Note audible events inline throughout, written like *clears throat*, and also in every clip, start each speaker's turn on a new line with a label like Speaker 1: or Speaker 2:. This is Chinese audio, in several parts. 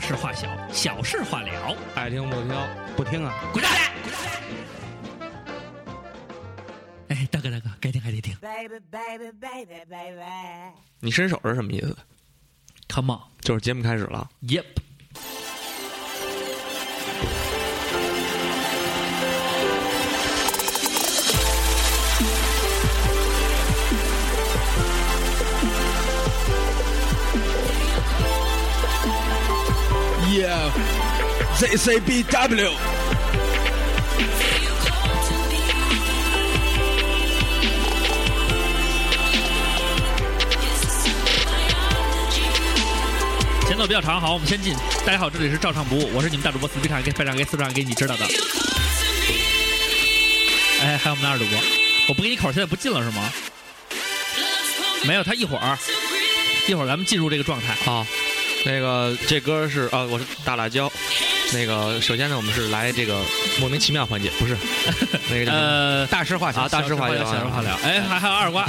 Speaker 1: 事化小，小事化了。
Speaker 2: 爱听不听，不听啊！
Speaker 1: 滚蛋！哎，大哥大哥，该听还得听。
Speaker 3: baby, baby, baby, baby.
Speaker 2: 你伸手是什么意思？
Speaker 1: Come on，
Speaker 2: 就是节目开始了。
Speaker 1: Yep。
Speaker 2: Yeah, Z C B W。
Speaker 1: 前奏比较长，好，我们先进。大家好，这里是照唱不误，我是你们大主播四 B 唱给非常给四唱给你知道的。哎，还有我们的二主播，我不给你口，现在不进了是吗？没有，他一会儿，一会儿咱们进入这个状态。
Speaker 2: 好，啊那个这歌是啊，我是大辣椒。那个首先呢，我们是来这个莫名其妙环节，
Speaker 1: *laughs*
Speaker 2: 不是那个叫什么
Speaker 1: 呃，
Speaker 4: 大事化小
Speaker 2: 啊，大事化
Speaker 1: 小
Speaker 2: 小，
Speaker 1: 小事化了。哎，还还有二 *laughs* 瓜，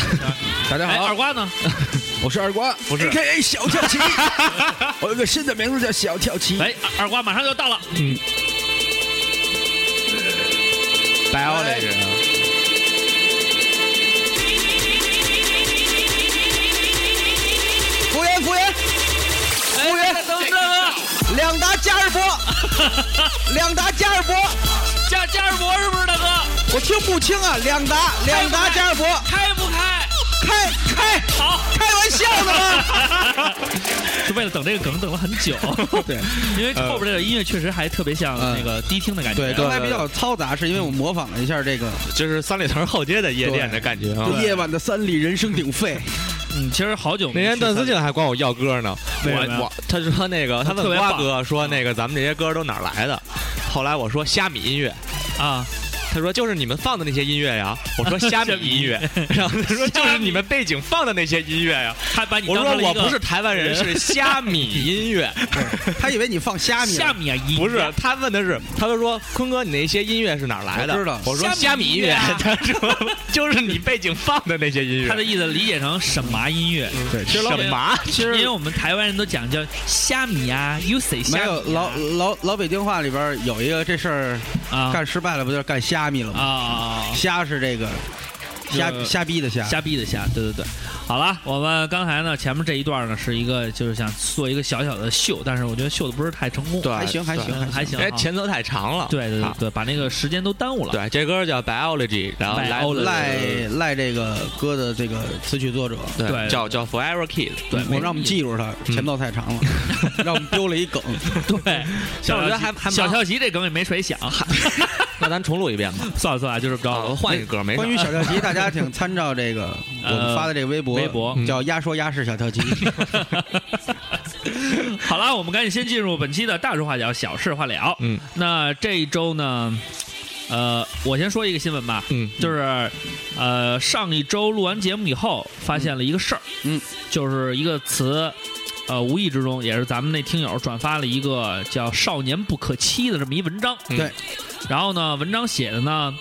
Speaker 4: 大家
Speaker 1: 哎，
Speaker 4: 好，
Speaker 1: 二瓜呢？
Speaker 4: *laughs* 我是二瓜，
Speaker 2: 不是
Speaker 4: A K A 小跳
Speaker 1: *laughs*
Speaker 4: 棋，我有个新的名字叫小跳棋。
Speaker 1: 哎，二二瓜马上就到了。
Speaker 2: biology
Speaker 1: 哎
Speaker 2: 啊。
Speaker 4: 服务员，服务员，
Speaker 1: 服务员，等等啊，
Speaker 4: 两打加
Speaker 1: *laughs*
Speaker 4: 尔博，两打加尔博，
Speaker 1: 加加尔博是不是大哥？
Speaker 4: 我听不清啊，两打，两打加尔博，
Speaker 1: 开不开？
Speaker 4: 开开，
Speaker 1: 好，
Speaker 4: *laughs* 开玩笑
Speaker 1: *laughs*
Speaker 4: 呢吗？
Speaker 1: 是为了等这个梗等了很久，
Speaker 4: *laughs* 对，嗯
Speaker 1: 因为后边这个音乐确实还特别像那个迪厅的感觉。啊
Speaker 4: 对，刚才比较嘈杂，是因为我模仿了一下这个
Speaker 2: 就是三里屯后街的夜店的感觉啊。
Speaker 4: 夜晚的三里人声鼎沸，
Speaker 1: 嗯，其实好久没
Speaker 2: 那天
Speaker 1: 去
Speaker 2: 段思
Speaker 1: 三
Speaker 2: 静还管我要歌呢，
Speaker 1: 为什么呀
Speaker 2: 我我他说那个他
Speaker 1: 特
Speaker 2: 问
Speaker 1: 别
Speaker 2: 瓜
Speaker 1: 棒啊
Speaker 2: 哥说那个咱们这些歌都哪儿来的？后来我说虾米音乐，
Speaker 1: 啊，
Speaker 2: 他说就是你们放的那些音
Speaker 1: *laughs*
Speaker 2: 乐呀。我说虾米音乐，然后他说就是你们背景放的那些音乐呀。
Speaker 1: 他把你
Speaker 2: 我
Speaker 1: 当
Speaker 2: 说
Speaker 1: 成了一
Speaker 2: 我
Speaker 1: 个
Speaker 2: 不是台湾人，
Speaker 1: 人
Speaker 2: 是虾米音
Speaker 1: *laughs*
Speaker 2: 乐，
Speaker 4: 他以为你放虾米
Speaker 1: 下
Speaker 4: 了，
Speaker 1: 米啊，一
Speaker 2: 不是。他问的是，他就说坤哥你那些音乐是哪儿来的？
Speaker 4: 我知道
Speaker 2: 我说
Speaker 1: 虾
Speaker 2: 虾
Speaker 1: 米
Speaker 2: 米
Speaker 1: 音
Speaker 2: 音
Speaker 1: 乐
Speaker 2: 乐
Speaker 1: 啊，
Speaker 2: *laughs* 他说就是你背景放的那些音乐。
Speaker 1: 他的意思理解成什么音乐？
Speaker 4: 对，
Speaker 1: 其实老
Speaker 2: 什么？
Speaker 1: 其实因为我们台湾人都讲叫虾米啊，UC
Speaker 4: 没
Speaker 1: 虾
Speaker 4: 有
Speaker 1: 米
Speaker 4: 老
Speaker 1: 啊
Speaker 4: 老老北京话里边有一个这事儿
Speaker 1: 啊
Speaker 4: 干失败了，不就是干虾米了
Speaker 1: 啊
Speaker 4: 吗？
Speaker 1: 啊，
Speaker 4: 虾是这个虾
Speaker 1: 这个
Speaker 4: 虾逼的虾，
Speaker 1: 瞎逼的瞎，对对对。好了，我们刚才呢，前面这一段呢是一个就是想做一个小小的秀，但是我觉得秀的不是太成功，
Speaker 2: 对，
Speaker 4: 还行还行
Speaker 2: 对
Speaker 1: 嗯还行啊。
Speaker 2: 哎，前奏太长了。
Speaker 1: 对对对
Speaker 2: 啊
Speaker 1: 对，把那个时间都耽误了。
Speaker 2: 对，这歌叫 Biology，然后来
Speaker 1: Biology
Speaker 4: 哦赖赖这个歌的这个词曲作者，
Speaker 2: 对
Speaker 1: 对
Speaker 2: 叫叫 Forever Kid。
Speaker 1: 对，嗯
Speaker 4: 我让我们记住他，前奏太长了，让我们丢了一
Speaker 1: *laughs*
Speaker 4: 梗。
Speaker 1: 对，
Speaker 2: 但我觉得还还蛮
Speaker 1: 小跳棋这梗也没谁想，
Speaker 2: 那咱重录一遍吧，
Speaker 1: 算了算了，就这么
Speaker 2: 啊，
Speaker 1: 着。
Speaker 2: 换一个歌没事
Speaker 4: 关于小跳棋，大家请参照这个我
Speaker 1: 呃
Speaker 4: 们发的这个微博，
Speaker 1: 微博
Speaker 4: 嗯叫“鸭说鸭式小
Speaker 1: *laughs*
Speaker 4: 跳棋
Speaker 1: 好了，我们赶紧先进入本期的大事化小，小事化了。
Speaker 2: 嗯，
Speaker 1: 那这一周呢，呃，我先说一个新闻吧，
Speaker 2: 嗯，
Speaker 1: 就是呃，上一周录完节目以后，发现了一个事儿，
Speaker 4: 嗯，
Speaker 1: 就是一个词。呃，无意之中也是咱们那听友转发了一个叫“少年不可欺”的这么一文章，
Speaker 2: 嗯
Speaker 4: 对
Speaker 1: 然后呢，文章写的呢，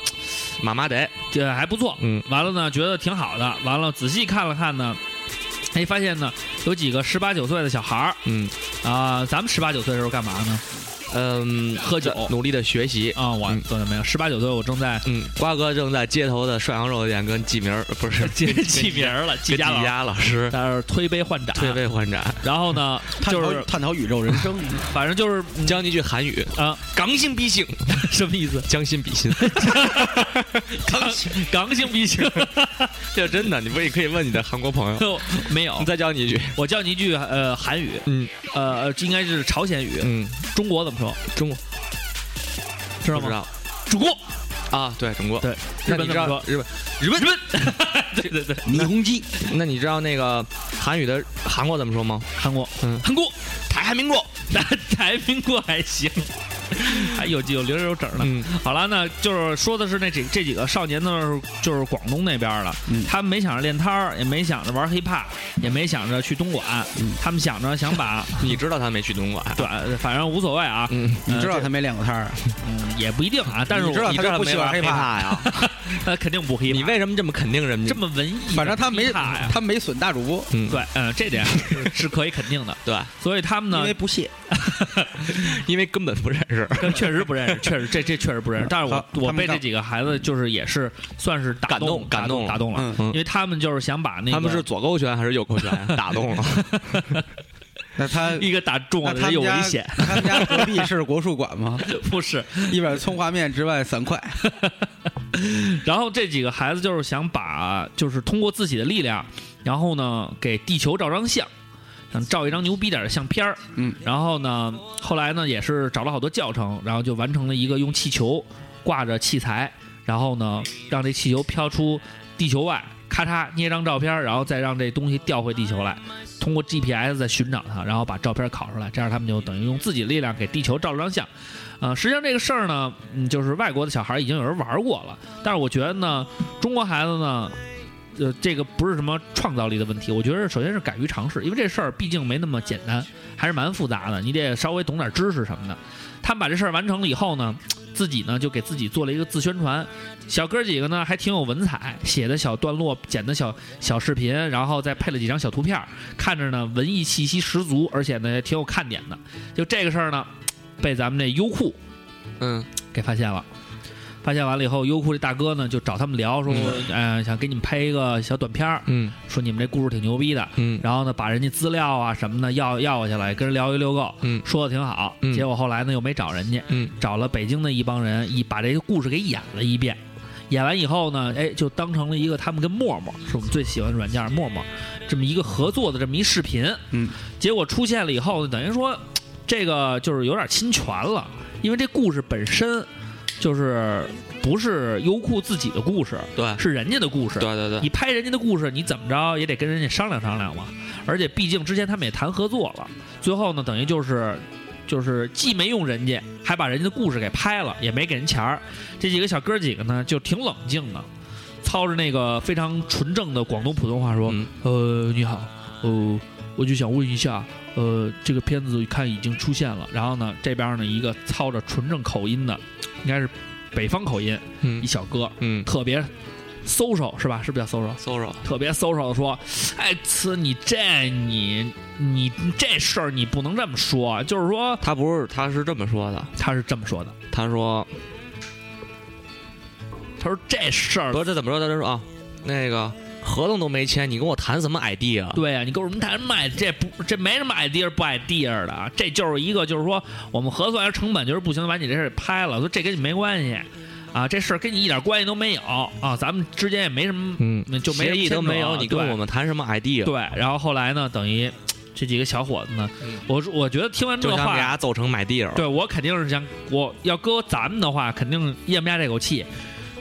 Speaker 2: 妈妈得，
Speaker 1: 这还不错。
Speaker 2: 嗯，
Speaker 1: 完了呢，觉得挺好的。完了，仔细看了看呢，哎，发现呢有几个十八九岁的小孩儿
Speaker 2: 嗯
Speaker 1: 啊、咱们十八九岁的时候干嘛呢？
Speaker 2: 嗯，
Speaker 1: 喝酒
Speaker 2: 努力的学习。
Speaker 1: 啊、我
Speaker 2: 嗯
Speaker 1: 做的没有，十八九岁我正在
Speaker 2: 嗯，瓜哥正在街头的涮羊肉店跟记名 *laughs* 儿不是
Speaker 1: 记记名儿了，记
Speaker 2: 跟
Speaker 1: 家
Speaker 2: 季
Speaker 1: 了。
Speaker 2: 佳老师
Speaker 1: 在那儿推杯换盏，
Speaker 2: 推杯换盏，
Speaker 1: 然后呢，”，
Speaker 4: 探
Speaker 1: 就
Speaker 4: 讨
Speaker 1: 是
Speaker 4: 探讨宇宙人
Speaker 1: *laughs*
Speaker 4: 生。
Speaker 1: 反正就是嗯
Speaker 2: 将一句韩语
Speaker 1: 啊，
Speaker 2: 港性比性，
Speaker 1: 什么意思？
Speaker 2: 嗯将心 *laughs* 比心。
Speaker 1: 刚刚性比
Speaker 2: *laughs*
Speaker 1: 性
Speaker 2: 这真的，你不也可以问你的韩国朋友？
Speaker 1: 没
Speaker 2: 你
Speaker 1: 有。
Speaker 2: 再教你一句，
Speaker 1: 我教你一句呃韩语，
Speaker 2: 嗯
Speaker 1: 呃这应该是朝鲜语，
Speaker 2: 嗯，
Speaker 1: 中国怎么说？
Speaker 2: 中国
Speaker 1: 知道
Speaker 2: 不知
Speaker 1: 吗？
Speaker 2: 道
Speaker 1: 中国，
Speaker 2: 啊？对中国，
Speaker 1: 对，
Speaker 2: 那
Speaker 1: 日本
Speaker 2: 你
Speaker 1: 怎
Speaker 2: 知
Speaker 1: 么
Speaker 2: 道
Speaker 1: 说？
Speaker 2: 日本？
Speaker 1: 日本，日本，对对对，
Speaker 4: 霓虹鸡，
Speaker 2: 那你知道那个韩语的韩国怎么说吗？
Speaker 1: 韩国，
Speaker 2: 嗯
Speaker 1: 韩国， *laughs*
Speaker 2: 台韩民国。
Speaker 1: 那台民国还行， *laughs* 还有有零有整呢。
Speaker 2: 嗯，
Speaker 1: 好了，那就是说的是那几这几个少年呢，就是广东那边了。
Speaker 4: 嗯
Speaker 1: 他们没想着练摊儿，也没想着玩 hiphop，也没想着去东莞，
Speaker 4: 嗯
Speaker 1: 他们想着想把
Speaker 2: 你知道他没去东莞？
Speaker 1: 对，反正无所谓啊，
Speaker 2: 嗯，
Speaker 4: 你
Speaker 1: 呃
Speaker 4: 知道
Speaker 1: 这
Speaker 4: 他没练过摊儿，
Speaker 1: 嗯也不一定啊。但是
Speaker 4: 你知
Speaker 1: 我
Speaker 4: 道他
Speaker 2: 你知道
Speaker 4: 就不
Speaker 2: 没
Speaker 4: 喜欢
Speaker 2: 玩
Speaker 4: hiphop
Speaker 2: hiphop 呀？
Speaker 1: 他肯定不黑怕。
Speaker 2: *laughs* 你为什么这么肯定人家？
Speaker 1: 这么文艺，
Speaker 5: 反正他没
Speaker 1: 怕呀。
Speaker 5: 他没损大主播，
Speaker 2: 嗯，
Speaker 1: 对，嗯，这点是是可以肯定
Speaker 5: *laughs*
Speaker 1: 的。
Speaker 2: 对，
Speaker 1: 所以他们
Speaker 5: 因
Speaker 1: 呢
Speaker 5: 为，不屑。
Speaker 2: 因为根本不认识。
Speaker 1: 跟确实不认识，确实这这确实不认识。但是我
Speaker 5: 好
Speaker 1: 我
Speaker 5: 他们
Speaker 1: 被这
Speaker 5: 到
Speaker 1: 几个孩子就是也是算是打
Speaker 2: 感动
Speaker 1: 打
Speaker 2: 感动
Speaker 1: 动
Speaker 2: 了
Speaker 1: 打动了，
Speaker 5: 嗯，
Speaker 2: 嗯
Speaker 1: 因为他们就是想把那个
Speaker 2: 他们是左勾拳还是右勾拳啊呀？ *laughs* 打动了，
Speaker 5: 那他
Speaker 1: 一个打中
Speaker 5: 那
Speaker 1: 了
Speaker 5: 他
Speaker 1: 人有
Speaker 5: 们
Speaker 1: 危
Speaker 5: 家
Speaker 1: 险， *laughs*
Speaker 5: 他们家隔壁是国术馆
Speaker 4: *laughs*
Speaker 5: 吗？
Speaker 1: 不是？
Speaker 5: 一碗葱花面之外三块，
Speaker 1: 然后这几个孩子就是想把，就是通过自己的力量，然后呢给地球照张相，想照一张牛逼点的相片儿。
Speaker 5: 嗯，
Speaker 1: 然后呢，后来呢也是找了好多教程，然后就完成了一个用气球挂着器材，然后呢让这气球飘出地球外，咔嚓捏张照片儿，然后再让这东西掉回地球来，通过 GPS 再寻找它，然后把照片拷出来，这样他们就等于用自己的力量给地球照了张相。呃，实际上这个事儿呢，嗯，就是外国的小孩已经有人玩过了，但是我觉得呢，中国孩子呢，呃，这个不是什么创造力的问题，我觉得首先是敢于尝试，因为这事儿毕竟没那么简单，还是蛮复杂的，你得稍微懂点知识什么的。他们把这事儿完成了以后呢，自己呢就给自己做了一个自宣传，小哥几个呢还挺有文采，写的小段落，剪的小小视频，然后再配了几张小图片儿，看着呢文艺气息十足，而且呢也挺有看点的。就这个事儿呢，被咱们这优酷
Speaker 2: 嗯，
Speaker 1: 给发现了。发现完了以后，优酷这大哥呢就找他们聊，说，嗯、想给你们拍一个小短片儿，
Speaker 2: 嗯
Speaker 1: 说你们这故事挺牛逼的，
Speaker 2: 嗯
Speaker 1: 然后呢把人家资料啊什么的要要下来，跟人聊一溜够，
Speaker 2: 嗯
Speaker 1: 说的挺好。
Speaker 2: 嗯
Speaker 1: 结果后来呢又没找人家，
Speaker 2: 嗯
Speaker 1: 找了北京的一帮人，一把这个故事给演了一遍。演完以后呢，哎，就当成了一个他们跟陌陌是我们最喜欢的软件儿陌陌这么一个合作的这么一视频。
Speaker 5: 嗯，
Speaker 1: 结果出现了以后呢，等于说这个就是有点侵权了，因为这故事本身就是不是优酷自己的故事，
Speaker 2: 对
Speaker 1: 是人家的故事。
Speaker 2: 对对对，
Speaker 1: 你拍人家的故事，你怎么着也得跟人家商量商量嘛。而且毕竟之前他们也谈合作了，最后呢，等于就是就是既没用人家，还把人家的故事给拍了，也没给人钱儿。这几个小哥几个呢，就挺冷静的，操着那个非常纯正的广东普通话说：“
Speaker 2: 嗯
Speaker 1: 呃，你好，呃，我就想问一下，呃，这个片子看已经出现了，然后呢，这边呢一个操着纯正口音的，应该是北方口音，一
Speaker 2: 嗯
Speaker 1: 小哥，
Speaker 2: 嗯
Speaker 1: 特别 social 是吧？是不是叫 social？
Speaker 2: ，social，
Speaker 1: 特别 social 的说，哎，呲，你这你你这事儿你不能这么说，啊就是说
Speaker 2: 他不是，他是这么说的，
Speaker 1: 他是这么说的，
Speaker 2: 他说
Speaker 1: 他说这事儿
Speaker 2: 不是，他怎么说？他就说啊，那个合同都没签，你跟我谈什么 ID 啊？
Speaker 1: 对呀、你跟我什么谈卖？这不这没什么 idea 不 idea 的啊，这就是一个就是说我们核算一下成本，就是不行，把你这事儿拍了，说这跟你没关系啊，这事儿跟你一点关系都没有啊，咱们之间也没什么
Speaker 2: 嗯
Speaker 1: 就没
Speaker 2: 协议都没有，你跟我
Speaker 1: 们
Speaker 2: 们谈什么 ID 啊？
Speaker 1: 对，然后后来呢，等于这几个小伙子呢
Speaker 2: 嗯，
Speaker 1: 我我觉得听完这
Speaker 2: 就想
Speaker 1: 话
Speaker 2: 给大家揍成买地了。
Speaker 1: 对我肯定是想，我要搁咱们的话，肯定咽不下这口气，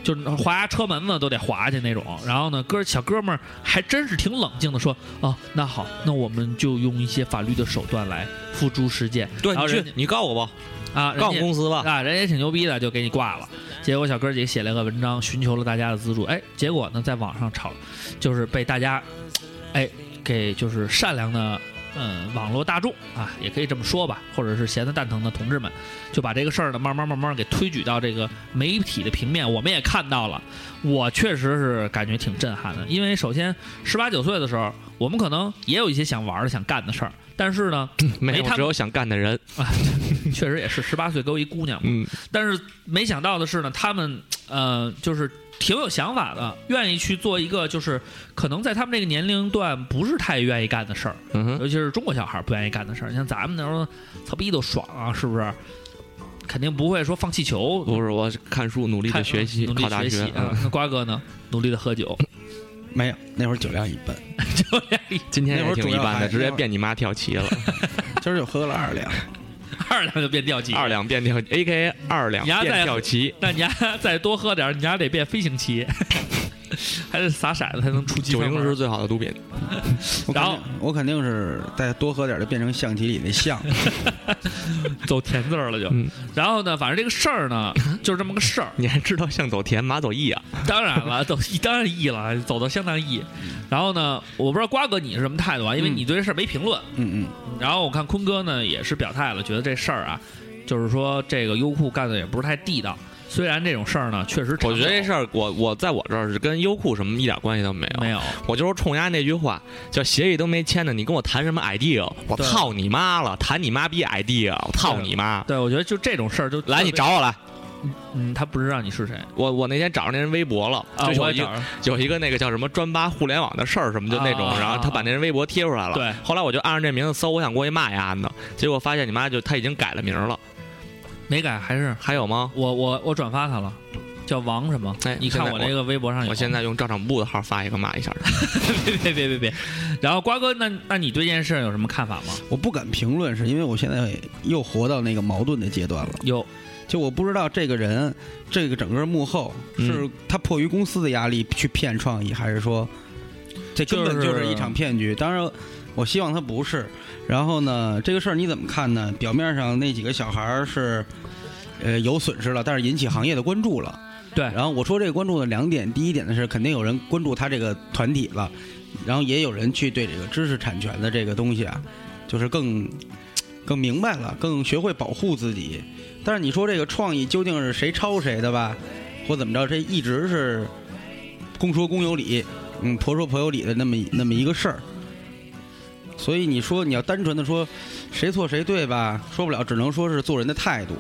Speaker 1: 就是划车门子都得划去那种。然后呢，哥小哥们儿还真是挺冷静的说，哦，那好，那我们就用一些法律的手段来付诸实践。
Speaker 2: 对，
Speaker 1: 然后
Speaker 2: 你
Speaker 1: 人
Speaker 2: 去，你告我吧，
Speaker 1: 家啊，人
Speaker 2: 告
Speaker 1: 家
Speaker 2: 公司吧。
Speaker 1: *laughs* 啊，人也挺牛逼的，就给你挂了。结果小哥儿几个写了个文章，寻求了大家的资助。哎，结果呢，在网上炒，就是被大家，哎，给就是善良的，嗯，网络大众啊，也可以这么说吧，或者是闲的蛋疼的同志们，就把这个事儿呢，慢慢慢慢给推举到这个媒体的平面。我们也看到了，我确实是感觉挺震撼的，因为首先十八九岁的时候，我们可能也有一些想玩儿的、想干的事儿，但是呢， *laughs*
Speaker 2: 没
Speaker 1: 没
Speaker 2: 有
Speaker 1: 他，们
Speaker 2: 只有想干的人。
Speaker 1: 确实也是十八岁给我一姑娘嘛。
Speaker 2: 嗯
Speaker 1: 但是没想到的是呢，他们呃，就是挺有想法的，愿意去做一个就是可能在他们这个年龄段不是太愿意干的事儿，
Speaker 2: 嗯哼，
Speaker 1: 尤其是中国小孩儿不愿意干的事儿。你像咱们那时候，操逼都爽啊，是不是？肯定不会说放气球，
Speaker 2: 不是，我是看书，努力
Speaker 1: 看
Speaker 2: 的学习，
Speaker 1: 努力
Speaker 2: 考大
Speaker 1: 学习
Speaker 2: 学。嗯
Speaker 1: 啊。那瓜哥呢？努力的喝
Speaker 2: *laughs*
Speaker 1: 酒，
Speaker 5: 没有，那会儿酒量一般，
Speaker 1: 就这
Speaker 2: 今天
Speaker 5: 那会
Speaker 2: 也
Speaker 5: 儿
Speaker 2: 挺
Speaker 5: 主
Speaker 2: 一
Speaker 5: 要
Speaker 2: 般
Speaker 5: 还
Speaker 2: 的，直接
Speaker 5: 那会儿
Speaker 2: 变你妈跳 *laughs* 棋了，
Speaker 5: 今儿就喝了二两。
Speaker 1: 二两就变掉级。
Speaker 2: 二两变跳，A K A 二两
Speaker 1: 你丫在
Speaker 2: 变跳棋，
Speaker 1: 那你丫再多喝点儿，你丫得变飞行棋， *laughs* 还得撒骰子才能出击。
Speaker 2: 酒精是最好的毒品。 *laughs*
Speaker 5: 我肯定
Speaker 1: 然后
Speaker 5: 我肯定是再多喝点，就变成象棋里那象。
Speaker 1: *laughs* 走田字儿了就。
Speaker 2: 嗯
Speaker 1: 然后呢，反正这个事儿呢，就是这么个事儿。
Speaker 2: 你还知道向走田，马走义啊？
Speaker 1: 当然了，走当然易了，啊走到相当易。
Speaker 2: 嗯
Speaker 1: 然后呢，我不知道瓜哥你是什么态度啊，因为
Speaker 5: 嗯
Speaker 1: 你对这事儿没评论。
Speaker 5: 嗯
Speaker 1: 然后我看坤哥呢也是表态了，觉得这事儿啊，就是说这个优酷干的也不是太地道。虽然这种事儿呢，确实常
Speaker 2: 我觉得这
Speaker 1: 有
Speaker 2: 事儿，我我在我这儿是跟优酷什么一点关系都没有。
Speaker 1: 没有，
Speaker 2: 我就是冲人家那句话，叫协议都没签呢，你跟我谈什么 idea？我
Speaker 1: 对
Speaker 2: 操你妈了，谈你妈逼 idea！我操你妈！
Speaker 1: 对我觉得就这种事儿就
Speaker 2: 来，你，找我来。
Speaker 1: 嗯，他不知道你是谁
Speaker 2: 我我那天找着那人微博了，
Speaker 1: 啊，
Speaker 2: 就
Speaker 1: 我也
Speaker 2: 有一
Speaker 1: 找着
Speaker 2: 有一个那个叫什么专扒互联网的事儿什么，就那种
Speaker 1: 啊，
Speaker 2: 然后他把那人微博贴出来了。
Speaker 1: 对
Speaker 2: 后来我就按着这名字搜，我想过去骂丫呢，结果发现你妈就他已经改了名了。
Speaker 1: 没改，还是
Speaker 2: 还有吗？
Speaker 1: 我我我转发他了，叫王什么？
Speaker 2: 哎
Speaker 1: 你看
Speaker 2: 现在
Speaker 1: 我
Speaker 2: 我
Speaker 1: 那个哎微博上有。
Speaker 2: 我现在用照常部的号发一个骂一下人。
Speaker 1: *laughs* 别别别别别，然后瓜哥，那那你对这件事儿有什么看法吗？
Speaker 4: 我不敢评论，是因为我现在又活到那个矛盾的阶段了。
Speaker 1: 有，
Speaker 4: 就我不知道这个人，这个整个幕后
Speaker 1: 嗯
Speaker 4: 是他迫于公司的压力去骗创意，还是说这根本
Speaker 1: 就
Speaker 4: 就是是一场骗局？当然，我希望他不是。然后呢，这个事儿你怎么看呢？表面上那几个小孩儿是。呃，有损失了，但是引起行业的关注了。
Speaker 1: 对
Speaker 4: 然后我说这个关注的两点，第一点呢是肯定有人关注他这个团体了，然后也有人去对这个知识产权的这个东西啊，就是更更明白了，更学会保护自己。但是你说这个创意究竟是谁抄谁的吧，或怎么着，这一直是公说公有理，嗯，婆说婆有理的那么一那么一个事儿。所以你说你要单纯的说谁错谁对吧，说不了，只能说是做人的态度。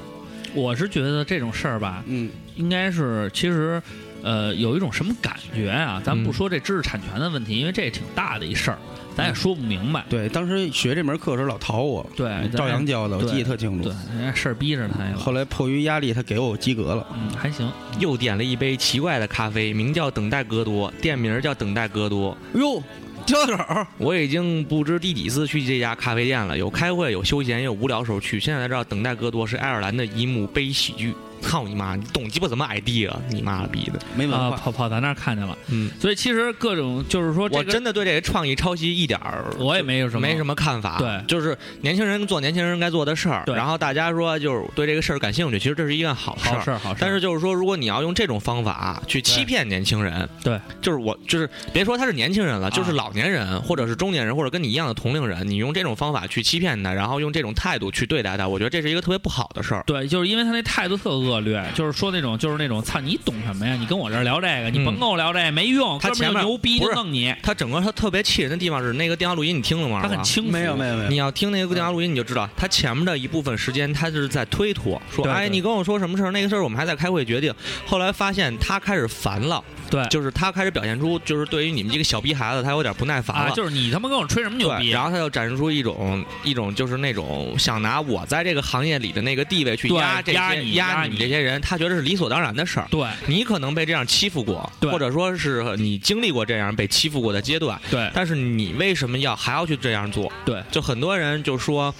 Speaker 1: 我是觉得这种事儿吧，
Speaker 4: 嗯，
Speaker 1: 应该是其实，呃，有一种什么感觉啊？咱
Speaker 2: 嗯
Speaker 1: 不说这知识产权的问题，因为这也挺大的一事儿，咱也说不明白。
Speaker 4: 对，当时学这门课的时候老淘我，
Speaker 1: 对，哎咱
Speaker 4: 照阳教的，我
Speaker 1: 对
Speaker 4: 记得特清楚
Speaker 1: 对。，人家事儿逼着他呀。
Speaker 4: 后来迫于压力，他给我及格了。
Speaker 1: 嗯，还行。
Speaker 2: 又点了一杯奇怪的咖啡，名叫等待戈多，店名叫等待戈多。
Speaker 4: 哟，交手，
Speaker 2: 我已经不知第几次去这家咖啡店了，有开会，有休闲，也有无聊时候去。现在才知道，等待戈多是爱尔兰的一幕悲喜剧。操你妈！你懂鸡巴什么 idea？你妈了逼的！
Speaker 4: 没文
Speaker 1: 啊，
Speaker 4: 化。
Speaker 1: 跑跑咱那儿看见了，
Speaker 2: 嗯，
Speaker 1: 所以其实各种就是说，
Speaker 2: 我
Speaker 1: 这个
Speaker 2: 真的对这个创意抄袭一点儿
Speaker 1: 我也没有什么，
Speaker 2: 没什
Speaker 1: 么，
Speaker 2: 么看法。
Speaker 1: 对
Speaker 2: 就是年轻人做年轻人该做的事儿。
Speaker 1: 对
Speaker 2: 然后大家说就是对这个事儿感兴趣，其实这是一件好事
Speaker 1: 好
Speaker 2: 儿。
Speaker 1: 事儿，好事儿。
Speaker 2: 但是就是说，如果你要用这种方法去欺骗年轻人，
Speaker 1: 对，
Speaker 2: 就是我就是别说他是年轻人了，
Speaker 1: 啊
Speaker 2: 就是老年人或者是中年人或者跟你一样的同龄人，你用这种方法去欺骗他，然后用这种态度去对待他，我觉得这是一个特别不好的事儿。
Speaker 1: 对，就是因为他那态度特恶劣，就是说那种就是那种操你懂什么呀？你跟我这儿聊这个，你
Speaker 2: 嗯
Speaker 1: 甭跟我聊这个没用，
Speaker 2: 他
Speaker 1: 哥们儿
Speaker 2: 前
Speaker 1: 就
Speaker 2: 面
Speaker 1: 牛逼
Speaker 2: 不
Speaker 1: 就是弄你，
Speaker 2: 他整个他特别气人的地方是那个电话录音，你听了吗？
Speaker 1: 他很轻浮，
Speaker 4: 没有没有没有，
Speaker 2: 你要听那个电话录音，你就知道他前面的一部分时间，他就是在推脱，说：“
Speaker 1: 对
Speaker 2: 哎，
Speaker 1: 对
Speaker 2: 你跟我说什么事儿？那个事儿我们还在开会决定。”后来发现他开始烦了，
Speaker 1: 对，
Speaker 2: 就是他开始表现出，就是对于你们这个小逼孩子，他有点不耐烦
Speaker 1: 啊，
Speaker 2: 了。
Speaker 1: 就是你他妈跟我吹什么牛
Speaker 2: 对，
Speaker 1: 逼？
Speaker 2: 然后他就展示出一种一种就是那种想拿我在这个行业里的那个地位去
Speaker 1: 对
Speaker 2: 压这些
Speaker 1: 压你压
Speaker 2: 压
Speaker 1: 你
Speaker 2: 这些人，他觉得是理所当然的事儿。
Speaker 1: 对
Speaker 2: 你可能被这样欺负过，
Speaker 1: 对
Speaker 2: 或者说是你经历过这样被欺负过的阶段，
Speaker 1: 对
Speaker 2: 但是你为什么要还要去这样做？
Speaker 1: 对，
Speaker 2: 就很多人就说，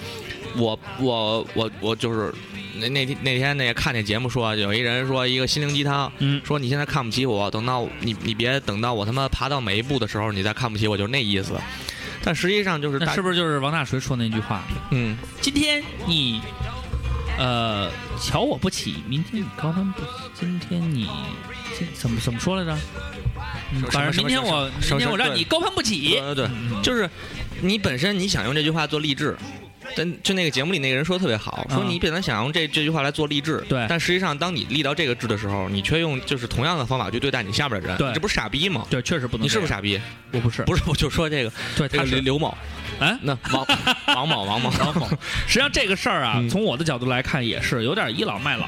Speaker 2: 我我我我就是那那天那天那个看那节目说，有一人说一个心灵鸡汤，
Speaker 1: 嗯，
Speaker 2: 说你现在看不起我，等到你你别等到我他妈爬到每一步的时候，你再看不起我，就是那意思。但实际上就是
Speaker 1: 那
Speaker 2: 大
Speaker 1: 是不是就是王大锤说那句话？
Speaker 2: 嗯，
Speaker 1: 今天你，呃，瞧我不起，明天你高攀不起，今天你今怎么怎么说来着？嗯
Speaker 2: 什么
Speaker 1: 反正
Speaker 2: 什
Speaker 1: 明
Speaker 2: 么
Speaker 1: 天我
Speaker 2: 什
Speaker 1: 明天我
Speaker 2: 么什么
Speaker 1: 让你高攀不起
Speaker 2: 对，对对，
Speaker 1: 嗯
Speaker 2: 就是你本身你想用这句话做励志。但就那个节目里那个人说的特别好，说
Speaker 1: 嗯
Speaker 2: 你本来想用这这句话来做励志，
Speaker 1: 对
Speaker 2: 但实际上当你立到这个志的时候，你却用就是同样的方法去对待你下边的人，
Speaker 1: 对
Speaker 2: 你这不是傻逼吗？
Speaker 1: 对，确实不能。
Speaker 2: 你是不是？傻逼？
Speaker 1: 我不是，
Speaker 2: 不是，我就说这个
Speaker 1: 对，
Speaker 2: 这
Speaker 1: 他
Speaker 2: 个刘
Speaker 1: 是
Speaker 2: 刘某，
Speaker 1: 啊。
Speaker 2: 那
Speaker 1: *laughs*
Speaker 2: 王王某王某
Speaker 1: 然
Speaker 2: *laughs*
Speaker 1: 后，实际上这个事儿啊，
Speaker 2: 嗯
Speaker 1: 从我的角度来看，也是有点倚老卖老，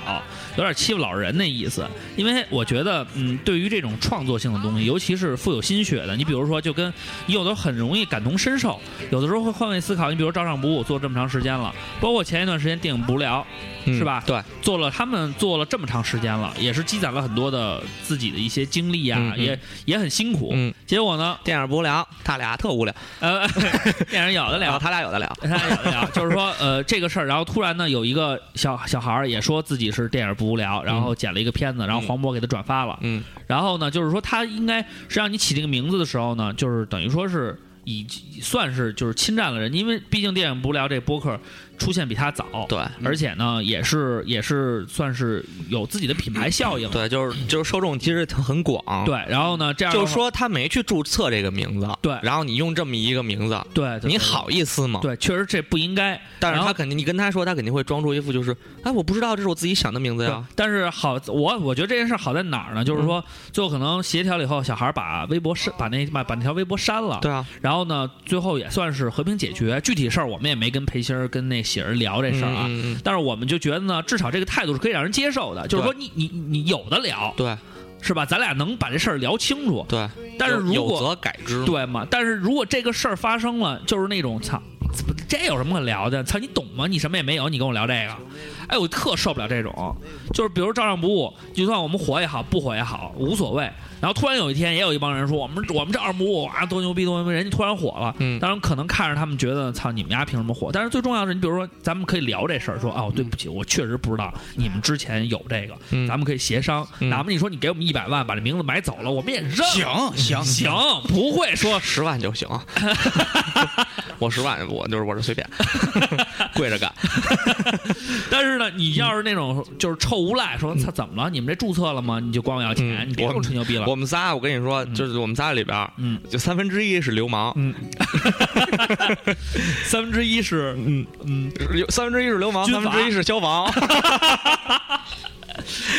Speaker 1: 有点欺负老人那意思。因为我觉得，嗯，对于这种创作性的东西，尤其是富有心血的，你比如说，就跟你有的时候很容易感同身受，有的时候会换位思考。你比如说照上不误做这么长时间了，包括前一段时间电影不聊嗯是吧
Speaker 2: 嗯对，
Speaker 1: 做了，他们做了这么长时间了，也是积攒了很多的自己的一些经历啊
Speaker 2: 嗯，嗯
Speaker 1: 也也很辛苦。
Speaker 2: 嗯，
Speaker 1: 结果呢，
Speaker 2: 电影不无聊，他俩特无聊，
Speaker 1: 呃， *laughs* 电影有的
Speaker 2: 然
Speaker 1: 聊
Speaker 2: 后，他俩有的聊，
Speaker 1: 他有的聊，就是说，呃，这个事儿，然后突然呢，有一个小小孩儿也说自己是电影不无聊，然后剪了一个片子，然后黄渤给他转发了。
Speaker 2: 嗯，
Speaker 1: 然后呢，就是说他应该是让你起这个名字的时候呢，就是等于说是已算是就是侵占了人，因为毕竟电影不聊这播客出现比他早，
Speaker 2: 对
Speaker 1: 而且呢也是也是算是有自己的品牌效应，
Speaker 2: 对，就是就是受众其实很广，，
Speaker 1: 对然后呢这样的
Speaker 2: 就
Speaker 1: 话
Speaker 2: 是说他没去注册这个名字，
Speaker 1: 对
Speaker 2: 然后你用这么一个名字，
Speaker 1: 对对对
Speaker 2: 你好意思吗？
Speaker 1: 对，确实这不应该，
Speaker 2: 但是
Speaker 1: 然
Speaker 2: 他
Speaker 1: 后
Speaker 2: 肯定，你跟他说，他肯定会装出一副就是，哎，我不知道这是我自己想的名字呀。
Speaker 1: 但是好，我我觉得这件事好在哪儿呢？
Speaker 2: 嗯
Speaker 1: 就是说，最后可能协调了以后，小孩把微博删，把那把把那条微博删了。
Speaker 2: 对啊，
Speaker 1: 然后呢，最后也算是和平解决。具体事儿我们也没跟裴鑫儿跟那喜儿聊这
Speaker 2: 这
Speaker 1: 事儿啊。
Speaker 2: 嗯嗯嗯
Speaker 1: 但是我们就觉得呢，至少这个态度是可以让人接受的，就是说你你你你有的聊
Speaker 2: 对
Speaker 1: 是吧？咱俩能把这事儿聊清楚。
Speaker 2: 对，
Speaker 1: 但是
Speaker 2: 有
Speaker 1: 如
Speaker 2: 有
Speaker 1: 果
Speaker 2: 则改之，
Speaker 1: 对嘛，但是如果这个事儿发生了，就是那种操，怎么这有什么可聊的？操，你懂吗？你什么也没有，你跟我聊这个，哎，我特受不了这种。就是比如照样不误，就算我们火也好，不火也好，无所谓。然后突然有一天，也有一帮人说我们我们照样不误啊，多牛逼多牛逼，人家突然火了。
Speaker 2: 嗯
Speaker 1: 当然可能看着他们觉得操，你们家凭什么火？但是最重要的是，你比如说咱们可以聊这事儿，说哦，对不起，我确实不知道你们之前有这个，
Speaker 2: 嗯
Speaker 1: 咱们可以协商。
Speaker 2: 嗯
Speaker 1: 哪怕你说你给我们一百万，把这名字买走了，我们也认了。
Speaker 4: 行行
Speaker 1: 行，不会说
Speaker 2: 十万就
Speaker 1: *laughs*
Speaker 2: 行。啊我十万，我就是我是随便， *laughs* 跪
Speaker 1: *laughs*
Speaker 2: 着干。
Speaker 1: 但是呢，你要是那种就是臭无赖，说他怎么了？你们这注册了吗？你就光要钱，
Speaker 2: 嗯
Speaker 1: 你别跟我吹牛逼了。
Speaker 2: 我们仨，我跟你说，就是我们仨里边儿，
Speaker 1: 嗯
Speaker 2: 就三分之一是流氓， *laughs*
Speaker 1: 嗯， *laughs* 三分之一是嗯嗯，
Speaker 2: 有三分之一是流氓，
Speaker 1: 军
Speaker 2: 三
Speaker 1: 阀
Speaker 2: 分之一是消
Speaker 1: *laughs*
Speaker 2: 防，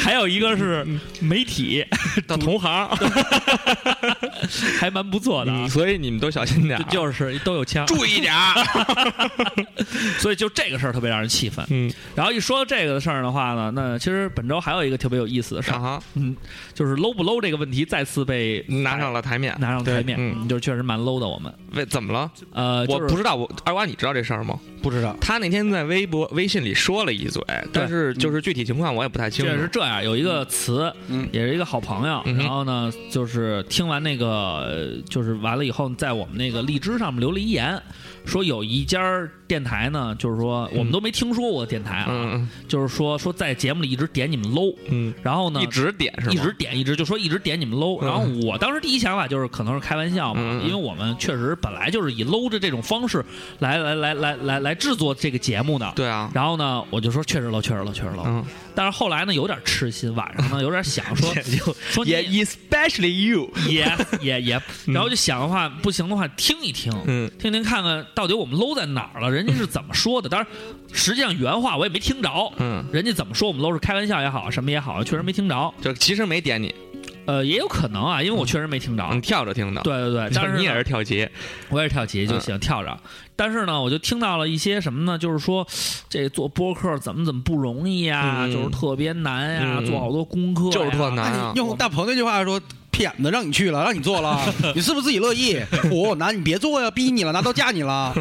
Speaker 1: 还有一个是
Speaker 2: 嗯
Speaker 1: 媒体，
Speaker 2: 的同行。 *laughs*
Speaker 1: 还蛮不错的啊
Speaker 2: 嗯，所以你们都小心点儿，啊
Speaker 1: 就是 *laughs* 都有枪，
Speaker 2: 注意点儿。
Speaker 1: 所以就这个事儿特别让人气愤。
Speaker 2: *laughs* 嗯，
Speaker 1: 然后一说到这个的事儿的话呢，那其实本周还有一个特别有意思的事
Speaker 2: 啊
Speaker 1: 儿，
Speaker 2: 哈，
Speaker 1: 嗯，就是 low 不 low 这个问题再次被
Speaker 2: 拿上了台面。
Speaker 1: 拿上台面，
Speaker 2: 对嗯
Speaker 1: 嗯，就是确实蛮 low 的我们。
Speaker 2: 为怎么了？
Speaker 1: 呃，
Speaker 2: 我
Speaker 1: 就是
Speaker 2: 不知道，我二瓜，你知道这事儿吗？
Speaker 4: 不知道
Speaker 2: 他那天在微博、微信里说了一嘴，但是就是具体情况我也不太清
Speaker 1: 这嗯是
Speaker 2: 楚。
Speaker 1: 这样，有一个词，
Speaker 4: 嗯
Speaker 1: 也是一个好朋友，
Speaker 2: 嗯哼
Speaker 1: 然后呢，就是听完那个，呃就是完了以后，在我们那个荔枝上面留了一言，说有一家电台呢，就是说我们都没听说过的电台啊，
Speaker 2: 嗯
Speaker 1: 就是说说在节目里一直点你们 low，
Speaker 2: 嗯
Speaker 1: 然后呢
Speaker 2: 嗯，一。直点是吗？
Speaker 1: 一直点，一直就说一直点你们 low，、
Speaker 2: 嗯
Speaker 1: 然后我当时第一想法就是可能是开玩笑嘛，
Speaker 2: 嗯嗯嗯
Speaker 1: 因为我们确实本来就是以 low 的这种方式来来来来来来制作这个节目的。
Speaker 2: 对啊，
Speaker 1: 然后呢，我就说确实 low，确实 low，确实 low。
Speaker 2: 嗯，
Speaker 1: 但是后来呢，有点痴心，晚
Speaker 2: *laughs*
Speaker 1: 上呢有点想说说你
Speaker 2: 也 especially you，
Speaker 1: 也也 *laughs* 也，然后就想的话不行的话听一听，
Speaker 2: 嗯
Speaker 1: 听听看看到底我们 low 在哪儿了，人家是怎么说的。当然，实际上原话我也没听着，
Speaker 2: 嗯，
Speaker 1: 人家怎么说我们 low 是开玩笑也好，什么也好，确实没听着。
Speaker 2: 就其实没点你，
Speaker 1: 呃，也有可能啊，因为我确实没听着
Speaker 2: 你。跳着听的。
Speaker 1: 对对对，
Speaker 2: 就
Speaker 1: 但是
Speaker 2: 嗯你也
Speaker 1: 呢
Speaker 2: 是嗯跳级，
Speaker 1: 我也是跳级就行，跳着。但是呢，我就听到了一些什么呢？就是说，这做播客怎么怎么不容易呀，
Speaker 2: 嗯
Speaker 1: 就是特别难呀，
Speaker 2: 嗯
Speaker 1: 做好多功课呀，
Speaker 2: 就是特难啊。
Speaker 4: 哎
Speaker 1: 哎
Speaker 4: 用大鹏那句话说，骗子让你去了，让你做了，你是不是自己乐意？我、拿你别做呀，逼你了，拿刀架你了。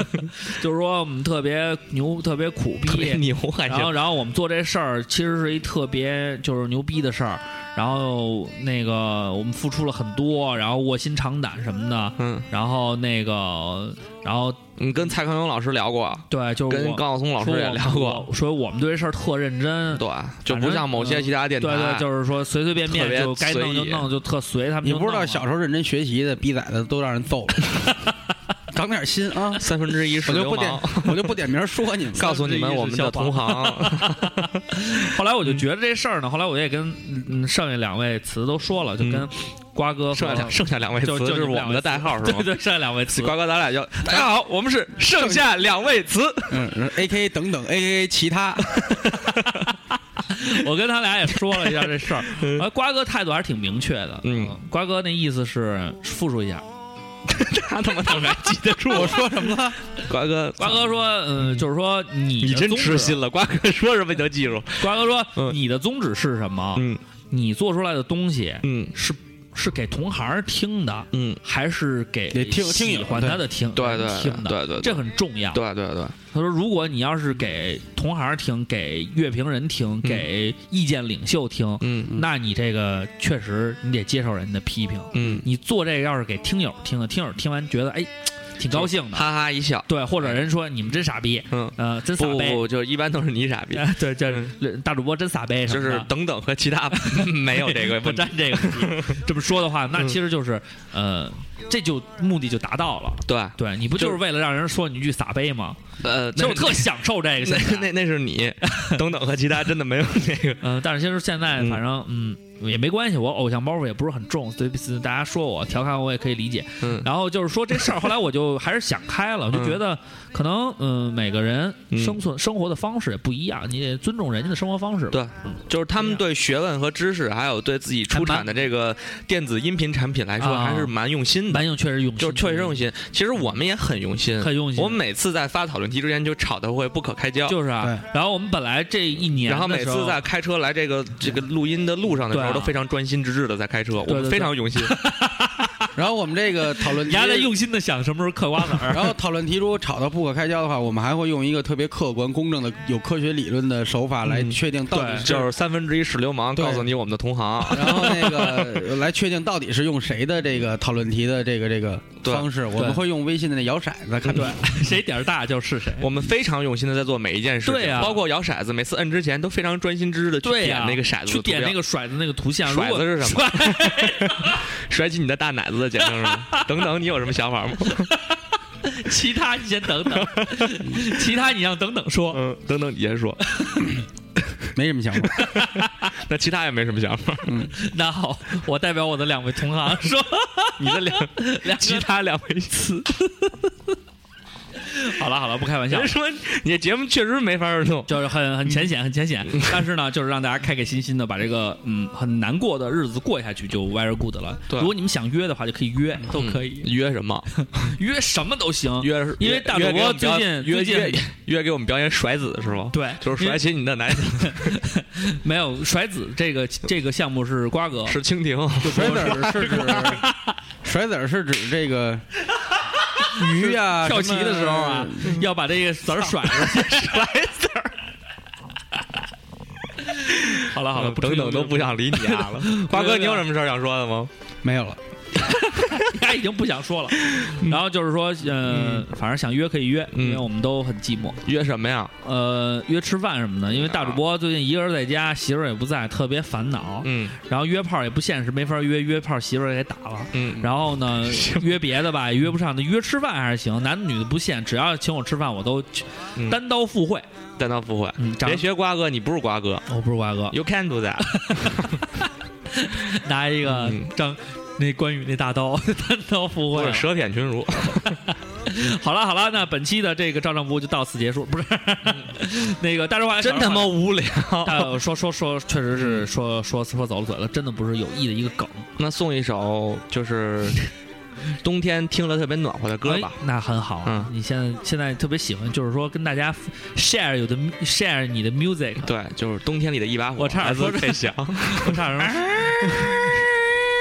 Speaker 1: 就是说我们特别牛，特别苦
Speaker 2: *laughs* 特别
Speaker 1: 逼。
Speaker 2: 牛啊还
Speaker 1: 然后，
Speaker 2: 行，
Speaker 1: 然后我们做这事儿其实是一特别就是牛逼的事儿。然后那个我们付出了很多，然后卧薪尝胆什么的。
Speaker 2: 嗯，
Speaker 1: 然后那个，然后
Speaker 2: 你跟蔡康永老师聊过，
Speaker 1: 对，就是
Speaker 2: 跟
Speaker 1: 我
Speaker 2: 高晓松老师
Speaker 1: 说
Speaker 2: 也
Speaker 1: 我
Speaker 2: 聊过，
Speaker 1: 我所以我们对这事儿特认真。
Speaker 2: 对，就不像某些其他
Speaker 1: 嗯对
Speaker 2: 电台，啊
Speaker 1: 对，就是说随随便
Speaker 2: 特
Speaker 1: 便
Speaker 2: 别
Speaker 1: 就该弄就
Speaker 2: 随意
Speaker 1: 弄，就特随他们
Speaker 4: 你
Speaker 1: 就弄了。
Speaker 4: 不知道小时候认真学习的逼崽子都让人揍了，
Speaker 1: *laughs*
Speaker 4: 长点心啊！
Speaker 2: 三分之一是
Speaker 4: 我就
Speaker 2: 流
Speaker 4: 不点
Speaker 2: 氓。，
Speaker 4: 我就不点名说你们。
Speaker 2: 告诉你们，
Speaker 1: 31
Speaker 2: 我们的
Speaker 1: 是消防
Speaker 2: 同行，
Speaker 1: 后来我
Speaker 4: 嗯
Speaker 1: 就觉得这事儿呢，后来我也跟嗯剩下两位词都说
Speaker 4: 嗯
Speaker 1: 了，就跟瓜哥 *laughs* 和
Speaker 2: 剩下两剩下两位
Speaker 1: 就
Speaker 2: 词
Speaker 1: 就是你们
Speaker 2: 我
Speaker 1: 两
Speaker 2: 们
Speaker 1: 位
Speaker 2: 的代号是
Speaker 1: 对
Speaker 2: 吗？
Speaker 1: 对，剩下两位词。
Speaker 2: 瓜哥，咱俩就大家好，我们是剩下两位词，
Speaker 4: 嗯，A K 等等，A K 其他，
Speaker 1: *laughs* 我跟他俩也说了一下这
Speaker 2: *laughs*
Speaker 1: 事儿，啊，瓜哥态度还是挺明确的。
Speaker 2: 嗯，
Speaker 1: 瓜哥那意思是复述一下。
Speaker 2: *laughs* 他他妈怎么还记得 *laughs* 住？
Speaker 4: 我说什么了？
Speaker 2: 瓜哥，
Speaker 1: 瓜哥说，嗯，就是说你
Speaker 2: 你
Speaker 1: 的
Speaker 2: 真
Speaker 1: 宗旨
Speaker 2: 痴心。了，瓜哥说什么你就记住。
Speaker 1: 瓜哥说，
Speaker 2: 嗯
Speaker 1: 你的宗旨是什么？
Speaker 2: 嗯
Speaker 1: 你做出来的东西
Speaker 2: 嗯
Speaker 1: 是是给同行听的，
Speaker 2: 嗯，
Speaker 1: 还是给
Speaker 4: 得听听友
Speaker 1: 喜欢他的听
Speaker 2: 对对
Speaker 1: 听的？
Speaker 2: 对对
Speaker 1: 这
Speaker 2: 对
Speaker 1: 很重要。
Speaker 2: 对对对，
Speaker 1: 他说，如果你要是给同行听、给乐评人听、给意见领袖听，
Speaker 2: 嗯
Speaker 1: 那你这个确实你得接受人的批评。
Speaker 2: 嗯
Speaker 1: 你做这个要是给听友听的，听友听完觉得哎，挺高兴的。
Speaker 2: 哈哈一笑。
Speaker 1: 对，或者人说你们真傻逼，
Speaker 2: 嗯，
Speaker 1: 呃，真傻
Speaker 2: 不不
Speaker 1: 呗，
Speaker 2: 不，就一般都是你傻逼，
Speaker 1: 对，就是大主播真傻呗什
Speaker 2: 就
Speaker 1: 么
Speaker 2: 是
Speaker 1: 的，
Speaker 2: 等等和其他 *laughs* 没有 *laughs* 这个
Speaker 1: 不
Speaker 2: 问题。
Speaker 1: 沾这个问题。这么说的话，那
Speaker 2: 嗯
Speaker 1: 其实就是呃，这就目的就达到了。
Speaker 2: 对，
Speaker 1: 对你不就是为了让人说你一句傻杯吗？
Speaker 2: 呃，
Speaker 1: 其实
Speaker 2: 那
Speaker 1: 我特享受这个
Speaker 2: 那
Speaker 1: 现在。
Speaker 2: 那那是你， *laughs* 等等和其他真的没有这个。
Speaker 1: 嗯，但是其实现在
Speaker 2: 嗯
Speaker 1: 反正嗯也没关系，我偶像包袱也不是很重，所以大家说我调侃我也可以理解。
Speaker 2: 嗯
Speaker 1: 然后就是说这事儿，后来我
Speaker 2: *laughs*
Speaker 1: 就还是想开了，我就觉得可能嗯每个人
Speaker 2: 嗯
Speaker 1: 生存生活的方式也不一样，你得尊重人家的生活方式吧。
Speaker 2: 对就是他们对学问和知识，还有对自己出产的这个电子音频产品来说，
Speaker 1: 啊
Speaker 2: 还是蛮用心的，
Speaker 1: 男性确实用心，嗯
Speaker 2: 就是确实用心。其实我们也很用心，
Speaker 1: 很用心。
Speaker 2: 我们每次在发讨论题之前就吵得会不可开交，
Speaker 1: 就是啊，然后我们本来这一年的时
Speaker 2: 然
Speaker 1: 候，
Speaker 2: 后每次在开车来这个这个录音的路上的时
Speaker 1: 对
Speaker 2: 候，
Speaker 1: 啊
Speaker 2: 都非常专心致志的在开车，我
Speaker 1: 对对
Speaker 2: 们
Speaker 1: 对
Speaker 2: 非常用心。
Speaker 4: 然后我们这个讨
Speaker 1: *laughs*
Speaker 4: 论
Speaker 1: 你
Speaker 4: 题
Speaker 1: 还在用心的想什么时候嗑瓜子
Speaker 2: *laughs*
Speaker 1: 儿，
Speaker 4: 然后讨论题如果吵到不可开交的话，我们还会用一个特别客观、公正的、有科学理论的手法来
Speaker 2: 嗯
Speaker 4: 确定到底
Speaker 1: 对
Speaker 4: 是。
Speaker 2: 就是三分之一屎流氓
Speaker 4: 对
Speaker 2: 告诉你我们的同
Speaker 1: *laughs*
Speaker 2: 行，啊
Speaker 4: 然后那个来确定到底是用谁的这个讨论题的这个这个
Speaker 2: 对
Speaker 4: 方式，我
Speaker 1: 对
Speaker 4: 们会用微信的那摇骰子看
Speaker 1: 对，谁点儿大就是谁。
Speaker 2: 我们非常用心的在做每一件事情，
Speaker 1: 对啊
Speaker 2: 包括摇骰子，每次摁之前都非常专心致志的 *laughs* 去
Speaker 1: 对呀、啊
Speaker 2: 点那个骰子的
Speaker 1: 去点
Speaker 2: 图标
Speaker 1: 那个骰子那个图像，
Speaker 2: 骰
Speaker 1: 如果
Speaker 2: 子是什么？甩起你的大奶子的简称是吗？等等，你有什么想法吗？
Speaker 1: *laughs* 其他你先等
Speaker 2: *laughs*
Speaker 1: 等，其他你让等等说。
Speaker 2: 嗯，等等，你先说。
Speaker 4: 没什么想法。
Speaker 2: 那其他也没什么想
Speaker 1: *laughs*
Speaker 2: 法。
Speaker 1: 那好，我代表我的两位同行
Speaker 2: *laughs*
Speaker 1: 说，
Speaker 2: 你的两
Speaker 1: 两
Speaker 2: 其
Speaker 1: 个
Speaker 2: 他两位词，
Speaker 1: 好了好了，不开玩笑 *laughs*
Speaker 2: 人家，说你的节目确实没法儿弄。
Speaker 1: 就是很很浅显，很浅
Speaker 2: 嗯 *laughs*
Speaker 1: 显。但是呢，就是让大家开开心心的把这个嗯很难过的日子过下去，就 very good 了。
Speaker 2: 对
Speaker 1: 如果你们想约的话，就可以约，都可以、
Speaker 2: 嗯约
Speaker 1: *laughs*
Speaker 2: 什么？
Speaker 1: 约什么都行。
Speaker 2: 约
Speaker 1: 因为大主播最近
Speaker 2: 约
Speaker 1: 最近
Speaker 2: 约 *laughs* 约给我们表演甩子是吗？，
Speaker 1: 对，
Speaker 2: 就是甩起你的奶子
Speaker 1: 因为没有甩子这个这个项目是瓜哥，
Speaker 2: 是
Speaker 1: *laughs*
Speaker 2: 蜻蜓。
Speaker 4: 甩子儿是指 *laughs* 甩子儿是指这个鱼呀、
Speaker 1: 跳棋的时候啊，要把这个子儿甩出去，
Speaker 2: *laughs*
Speaker 1: 甩子儿。好了好啊了，不
Speaker 2: 嗯等等都 *laughs* 不
Speaker 1: 想，
Speaker 2: 想理你
Speaker 1: *laughs*
Speaker 2: 丫了。瓜哥，你有什么事儿想说的吗？
Speaker 4: 什么没有了。
Speaker 1: 他已经不想说了。然后就是说，呃，反正想约可以约，
Speaker 2: 嗯
Speaker 1: 因为我们都很寂寞。
Speaker 2: 约什么呀？
Speaker 1: 呃，约吃饭什么
Speaker 2: 嗯
Speaker 1: 的，因为大主播最近一个人在家，媳妇儿也不在，特别烦恼。
Speaker 2: 嗯
Speaker 1: 然后约炮也不现实，没法约，约炮媳妇儿也给打了。
Speaker 2: 嗯，
Speaker 1: 然后
Speaker 2: *laughs*
Speaker 1: 呢，约别的吧也约不上，那约吃饭还是行，男的女的不限，只要请我吃饭，我都去
Speaker 2: 嗯
Speaker 1: 单刀赴会。
Speaker 2: 担当不会。
Speaker 1: 嗯，长
Speaker 2: 别学瓜哥，你不是瓜哥。
Speaker 1: 我不是瓜哥，
Speaker 2: You can do that。
Speaker 1: 拿一个
Speaker 2: 嗯
Speaker 1: 张那关羽那大刀 *laughs* 单刀赴
Speaker 2: 或
Speaker 1: 会啊
Speaker 2: 者。蛇舔群
Speaker 1: *laughs*
Speaker 2: 儒。
Speaker 1: 好了好了，那本期的这个照常不误就到此结束，不是 *laughs* 那个大实话
Speaker 2: 嗯真他妈无聊。
Speaker 1: 大说说说，确实是说说说走了嘴了，真的不是有意的一个梗
Speaker 2: *laughs* 那送一首
Speaker 1: *laughs*
Speaker 2: 就是冬天听了特别暖和的歌吧。
Speaker 1: 哎那很好。
Speaker 2: 嗯
Speaker 1: 你现在现在特别喜欢，就是说跟大家 share 有的 share 你的 music，
Speaker 2: 对，就是冬天里的一把火。
Speaker 1: 哎我差点说
Speaker 2: 来自费翔。
Speaker 1: 我差点
Speaker 2: *laughs*
Speaker 1: 说，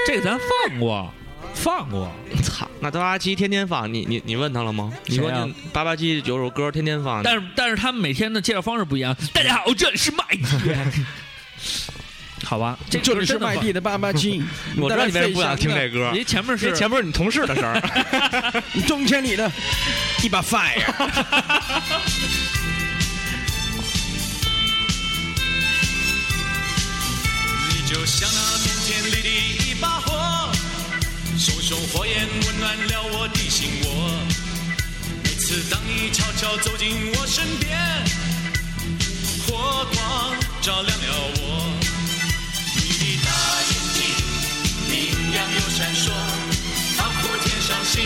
Speaker 1: 这个咱放过，放过，
Speaker 2: 操，那八八七天天放，你你你问他了吗？你说
Speaker 1: 谁啊
Speaker 2: 你八八七有首歌天天放，
Speaker 1: 但是但是他们每天的介绍方式不一样。大家好，这里是麦
Speaker 2: *laughs*
Speaker 1: 迪，好吧，这
Speaker 4: 这里是
Speaker 1: 麦
Speaker 4: 外
Speaker 1: 迪。
Speaker 4: 地的爸爸亲，
Speaker 2: 我知道你为什么不想听这歌。
Speaker 1: 您前面
Speaker 2: 因
Speaker 1: 是
Speaker 2: 为前面是你同事的事儿，
Speaker 4: 中千里的一把 fire。
Speaker 6: 你就像那冬天里的一把火，熊熊火焰温暖了我的心窝。每次当你悄悄走进我身边，火光照亮了我。你的大眼睛明亮又闪烁，仿佛天上星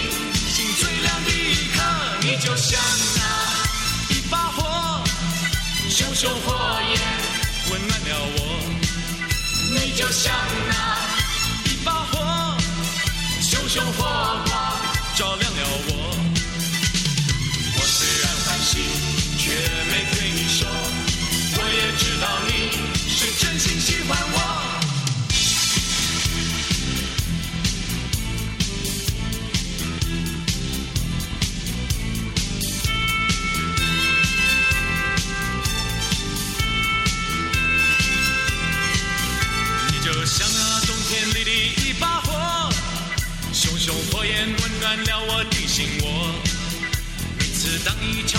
Speaker 6: 星最亮的一刻。你就像那一把火，熊熊火焰温暖了我。你就像那一把火，熊熊火光照亮了我。我虽然欢喜，却没对你说，我也知道你是真心喜欢我。你就像那冬当你悄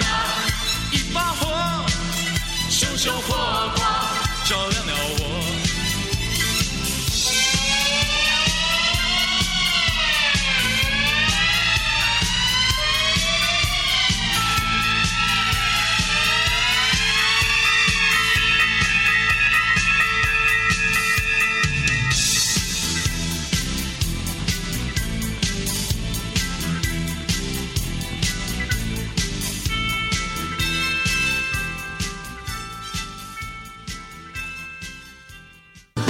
Speaker 6: 那一把火，熊熊火光照亮了我。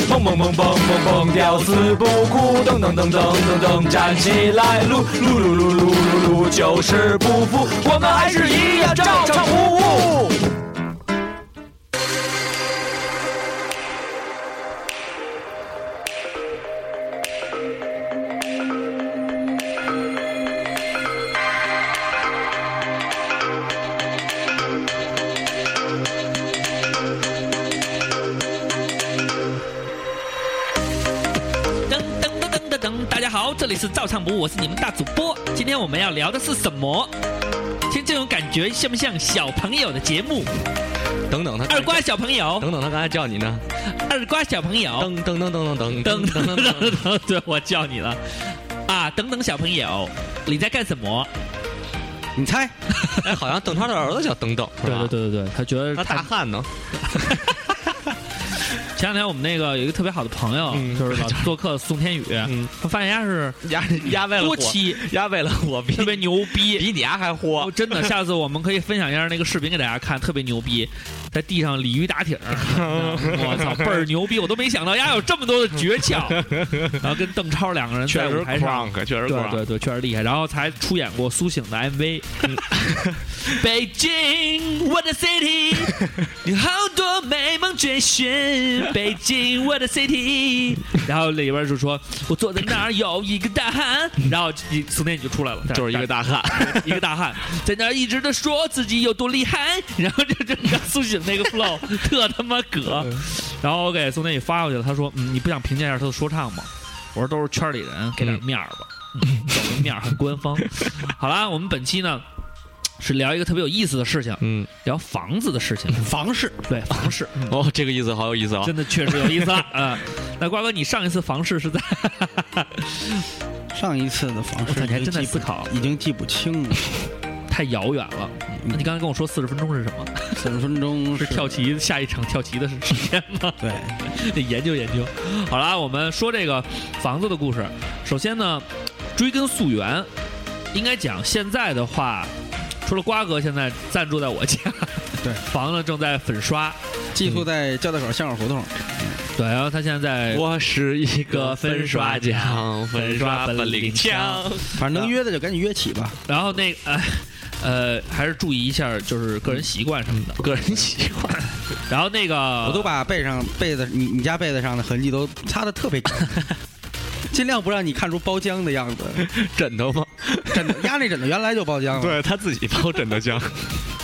Speaker 7: 蹦蹦蹦蹦蹦蹦，吊死不哭，噔噔噔噔噔噔，站起来，撸撸撸撸撸撸撸，就是不服，我们还是一样照常服务。
Speaker 1: 噔噔噔噔噔噔，大家好，这里是照唱不误，我是你们大主播。今天我们要聊的是什么？听这种感觉像不像小朋友的节目？
Speaker 2: 等等他
Speaker 1: 二瓜，小朋友，
Speaker 2: 等等他刚才叫你呢，
Speaker 1: 二瓜小朋友，
Speaker 2: 噔噔噔噔
Speaker 1: 噔
Speaker 2: 噔噔
Speaker 1: 噔
Speaker 2: 噔噔噔
Speaker 1: 噔，噔， *laughs* 对我叫你了啊！等等，小朋友，你在干什么？
Speaker 4: 你猜？
Speaker 2: 哎，好像邓超的儿子叫噔噔，是吧？
Speaker 1: 对对对，他觉得
Speaker 2: 那大
Speaker 1: 太
Speaker 2: 汉呢？
Speaker 1: 前两天我们那个有一个特别好的朋友，*laughs*
Speaker 2: 嗯
Speaker 1: 就是老做客宋天宇，
Speaker 2: 嗯，
Speaker 1: 我发现人家是
Speaker 2: 压压为了
Speaker 1: 多
Speaker 2: 我，
Speaker 1: 期，
Speaker 2: 压为了我比
Speaker 1: 特别牛 *laughs* 逼，
Speaker 2: 比你丫还
Speaker 1: 哦
Speaker 2: 豁，
Speaker 1: 真的，下次我们可以分享一下那个视频给大家看，特别牛逼，在地上鲤鱼打挺 *laughs* 儿，我操，倍儿牛逼！我都没想到丫有这么多的诀 *laughs* 窍。然后跟邓超两个人
Speaker 2: 确
Speaker 1: 在
Speaker 2: 实
Speaker 1: 舞台上，
Speaker 2: crunk，确实
Speaker 1: 对
Speaker 2: crunk。
Speaker 1: 对对，确实厉害。然后才出演过苏醒的
Speaker 2: *laughs*
Speaker 1: MV，北京，我的
Speaker 2: *laughs*
Speaker 1: city，有好多美梦追寻。北京，我的 city。然后里边就说，我坐在那儿有一个大汉，然后一宋天宇就出来了，
Speaker 2: 就是一个大汉，
Speaker 1: *laughs* 一个大汉在那儿一直的说自己有多厉害，然后就就刚苏醒那个 *laughs* flow 特他妈葛，然后我给宋天宇发过去了，他说：“嗯，你不想评价一下他的说唱吗？”我说：“都是圈里人，给点面儿吧，给、个面儿，很官 *laughs* 方。”好啦，我们本期呢是聊一个特别有意思的事情，
Speaker 2: 嗯，
Speaker 1: 聊房子的事情，
Speaker 4: 房市
Speaker 1: 对嗯房市，嗯
Speaker 2: 哦，这个意思好有意思啊！
Speaker 1: 真的确实有意思 *laughs* 了。嗯，那瓜哥，你上一次房市是在 *laughs*
Speaker 4: 上一次的房
Speaker 1: 我操
Speaker 4: 市
Speaker 1: 你还真在
Speaker 4: 已经记
Speaker 1: 思
Speaker 4: 不
Speaker 1: 考
Speaker 4: 已经记不清了。
Speaker 1: 太遥远了？那你刚才跟我说四十分钟是什么？
Speaker 4: 四十分钟
Speaker 1: 嗯是跳棋下一场跳棋的时间吗？
Speaker 4: 对，
Speaker 1: *laughs* 得研究研究。好啦，我们说这个房子的故事。首先呢，追根溯源，应该讲现在的话，除了瓜哥现在暂住在我家，
Speaker 4: 对，
Speaker 1: *laughs* 房子正在粉刷，
Speaker 4: 寄宿在交道口相声胡同。
Speaker 1: 对，然后他现在
Speaker 2: 我是一
Speaker 1: 个粉刷匠，
Speaker 2: 粉刷本领强。
Speaker 4: 反正能约的就赶紧约起吧。
Speaker 1: 然后那个呃呃，还是注意一下就是个人习惯什么的。
Speaker 2: 个人习惯，
Speaker 1: 然后那个
Speaker 4: 我都把背上被子，你你家被子上的痕迹都擦的特别干净，尽量不让你看出包浆的样子。
Speaker 2: 枕头吗？
Speaker 4: 枕头压那枕头原来就包浆了，
Speaker 2: 对他自己包枕头浆。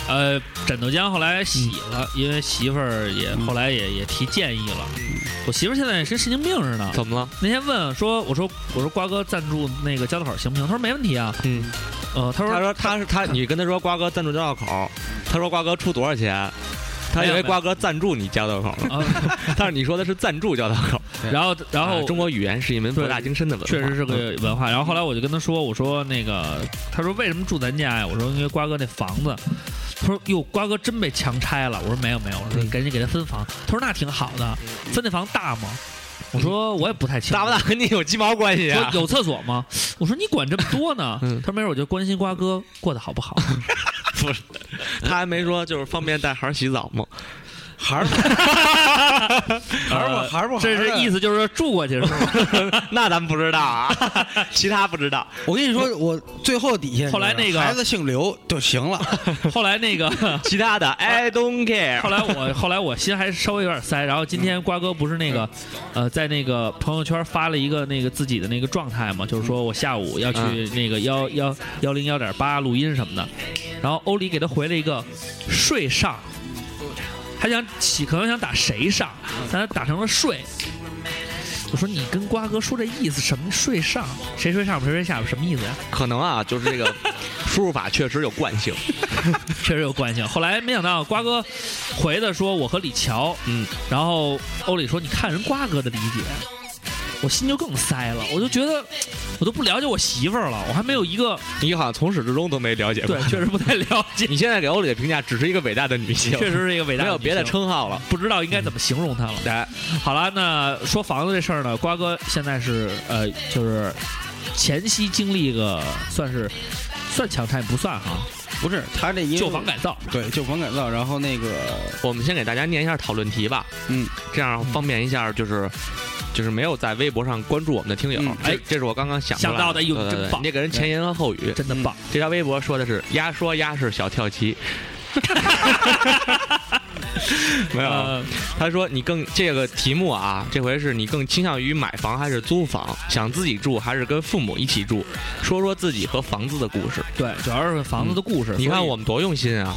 Speaker 1: 呃，枕头浆后来洗了，
Speaker 2: 嗯
Speaker 1: 因为媳妇儿也后来也也提建议了。我媳妇儿现在也跟神经病似的，
Speaker 2: *laughs* 怎么了？
Speaker 1: 那天问说，我说我说瓜哥赞助那个交道口行不行？他说没问题啊。
Speaker 2: 嗯，
Speaker 1: 呃，他
Speaker 2: 他
Speaker 1: 说
Speaker 2: 说他是他，你跟他说瓜哥赞助交道口，他说瓜哥出多少钱？他以为瓜哥赞助你交道口
Speaker 1: *laughs*
Speaker 2: 了，
Speaker 1: 啊，
Speaker 2: *laughs* 但是你说的是赞助交道口。
Speaker 1: 然后然后
Speaker 2: 啊中国语言是一门博大精深的文化，
Speaker 1: 哦
Speaker 2: 嗯
Speaker 1: 确实是个文化。然后后来我就跟他说，我说那个，他说为什么住咱家呀？我说因为瓜哥那房子。他说：“哟，瓜哥真被强拆了。”我说：“没有没有，我
Speaker 2: 嗯
Speaker 1: 说赶紧给他分房。”他说：“那挺好的，分那房大吗？”我说：“我也不太清楚。”
Speaker 2: 大不大跟你有鸡毛关系
Speaker 1: 说
Speaker 2: 啊？
Speaker 1: 有厕所吗？ *sniffs* 我说你管这么多呢？
Speaker 2: 嗯
Speaker 1: 他说没事，我就关心瓜哥过得好不好。
Speaker 2: 他还没说就是方便带孩儿洗澡吗？
Speaker 4: 孩儿孩儿不
Speaker 1: 呃
Speaker 4: 孩儿不，
Speaker 1: 这是意
Speaker 4: 思。
Speaker 1: 思就是说住过去是吗？
Speaker 2: *laughs*
Speaker 1: *laughs*
Speaker 2: 那咱不知道啊，其他不知道。
Speaker 4: 我跟你说，我最后底下
Speaker 1: 后来那个
Speaker 4: 孩子姓刘就行了，
Speaker 1: *laughs* 后来那个，
Speaker 2: 其他的 I
Speaker 1: *laughs*
Speaker 2: don't
Speaker 1: 后
Speaker 2: care。
Speaker 1: 来我后来我心还稍微有点塞。然后今天瓜哥不是那个，呃，在那个朋友圈发了一个那个自己的那个状态嘛，就是说我下午要去那个幺幺幺零幺点八录音什么的。然后欧里给他回了一个睡上，他想起可能想打谁上，但他打成了睡。我说你跟瓜哥说这意思什么睡上？谁睡上谁睡下什么意思呀、
Speaker 2: 可能啊，就是这个输入法确实有惯性。
Speaker 1: 确实有惯性。后来没想到瓜哥回的说我和李乔，
Speaker 2: 嗯，
Speaker 1: 然后欧里说你看人瓜哥的理解，我心就更塞了，我就觉得我都不了解我媳妇儿了，我还没有一个
Speaker 2: 你好像从始至终都没了解过
Speaker 1: 对。，确实不太了 *laughs* 解，
Speaker 2: *laughs* 你现在给欧里的评价只是一个伟大的女性，
Speaker 1: 确实是一个伟大 *laughs*
Speaker 2: 没
Speaker 1: 的
Speaker 2: 有别的
Speaker 1: 女性。
Speaker 2: 称号了。
Speaker 1: 不知道应该怎么形容她了。
Speaker 2: 哎，
Speaker 1: 好了，那说房子这事儿呢，瓜哥现在是呃，就是前期经历个算是算强拆也不算哈，
Speaker 4: 不是他这因为
Speaker 1: 旧房改造，
Speaker 4: 对旧房改造，然后那个
Speaker 2: 我们先给大家念一下讨论题吧，
Speaker 4: 嗯，
Speaker 2: 这样方便一下，就是就是没有在微博上关注我们的听友
Speaker 4: 嗯，
Speaker 2: 哎，这是我刚刚想出来
Speaker 1: 想到的哎呦
Speaker 2: 对对
Speaker 1: 真
Speaker 2: 对
Speaker 1: 棒
Speaker 2: 你这个人前言和后语，嗯
Speaker 1: 真的棒。
Speaker 2: 这条微博说的是“鸭说鸭是小跳棋”， *laughs* 没有啊。
Speaker 1: 呃，
Speaker 2: 他说你更这个题目啊，这回是你更倾向于买房还是租房？想自己住还是跟父母一起住？说说自己和房子的故事。
Speaker 1: 对，主要是房子的故事。
Speaker 2: 你看
Speaker 1: 所以
Speaker 2: 我们多用心啊，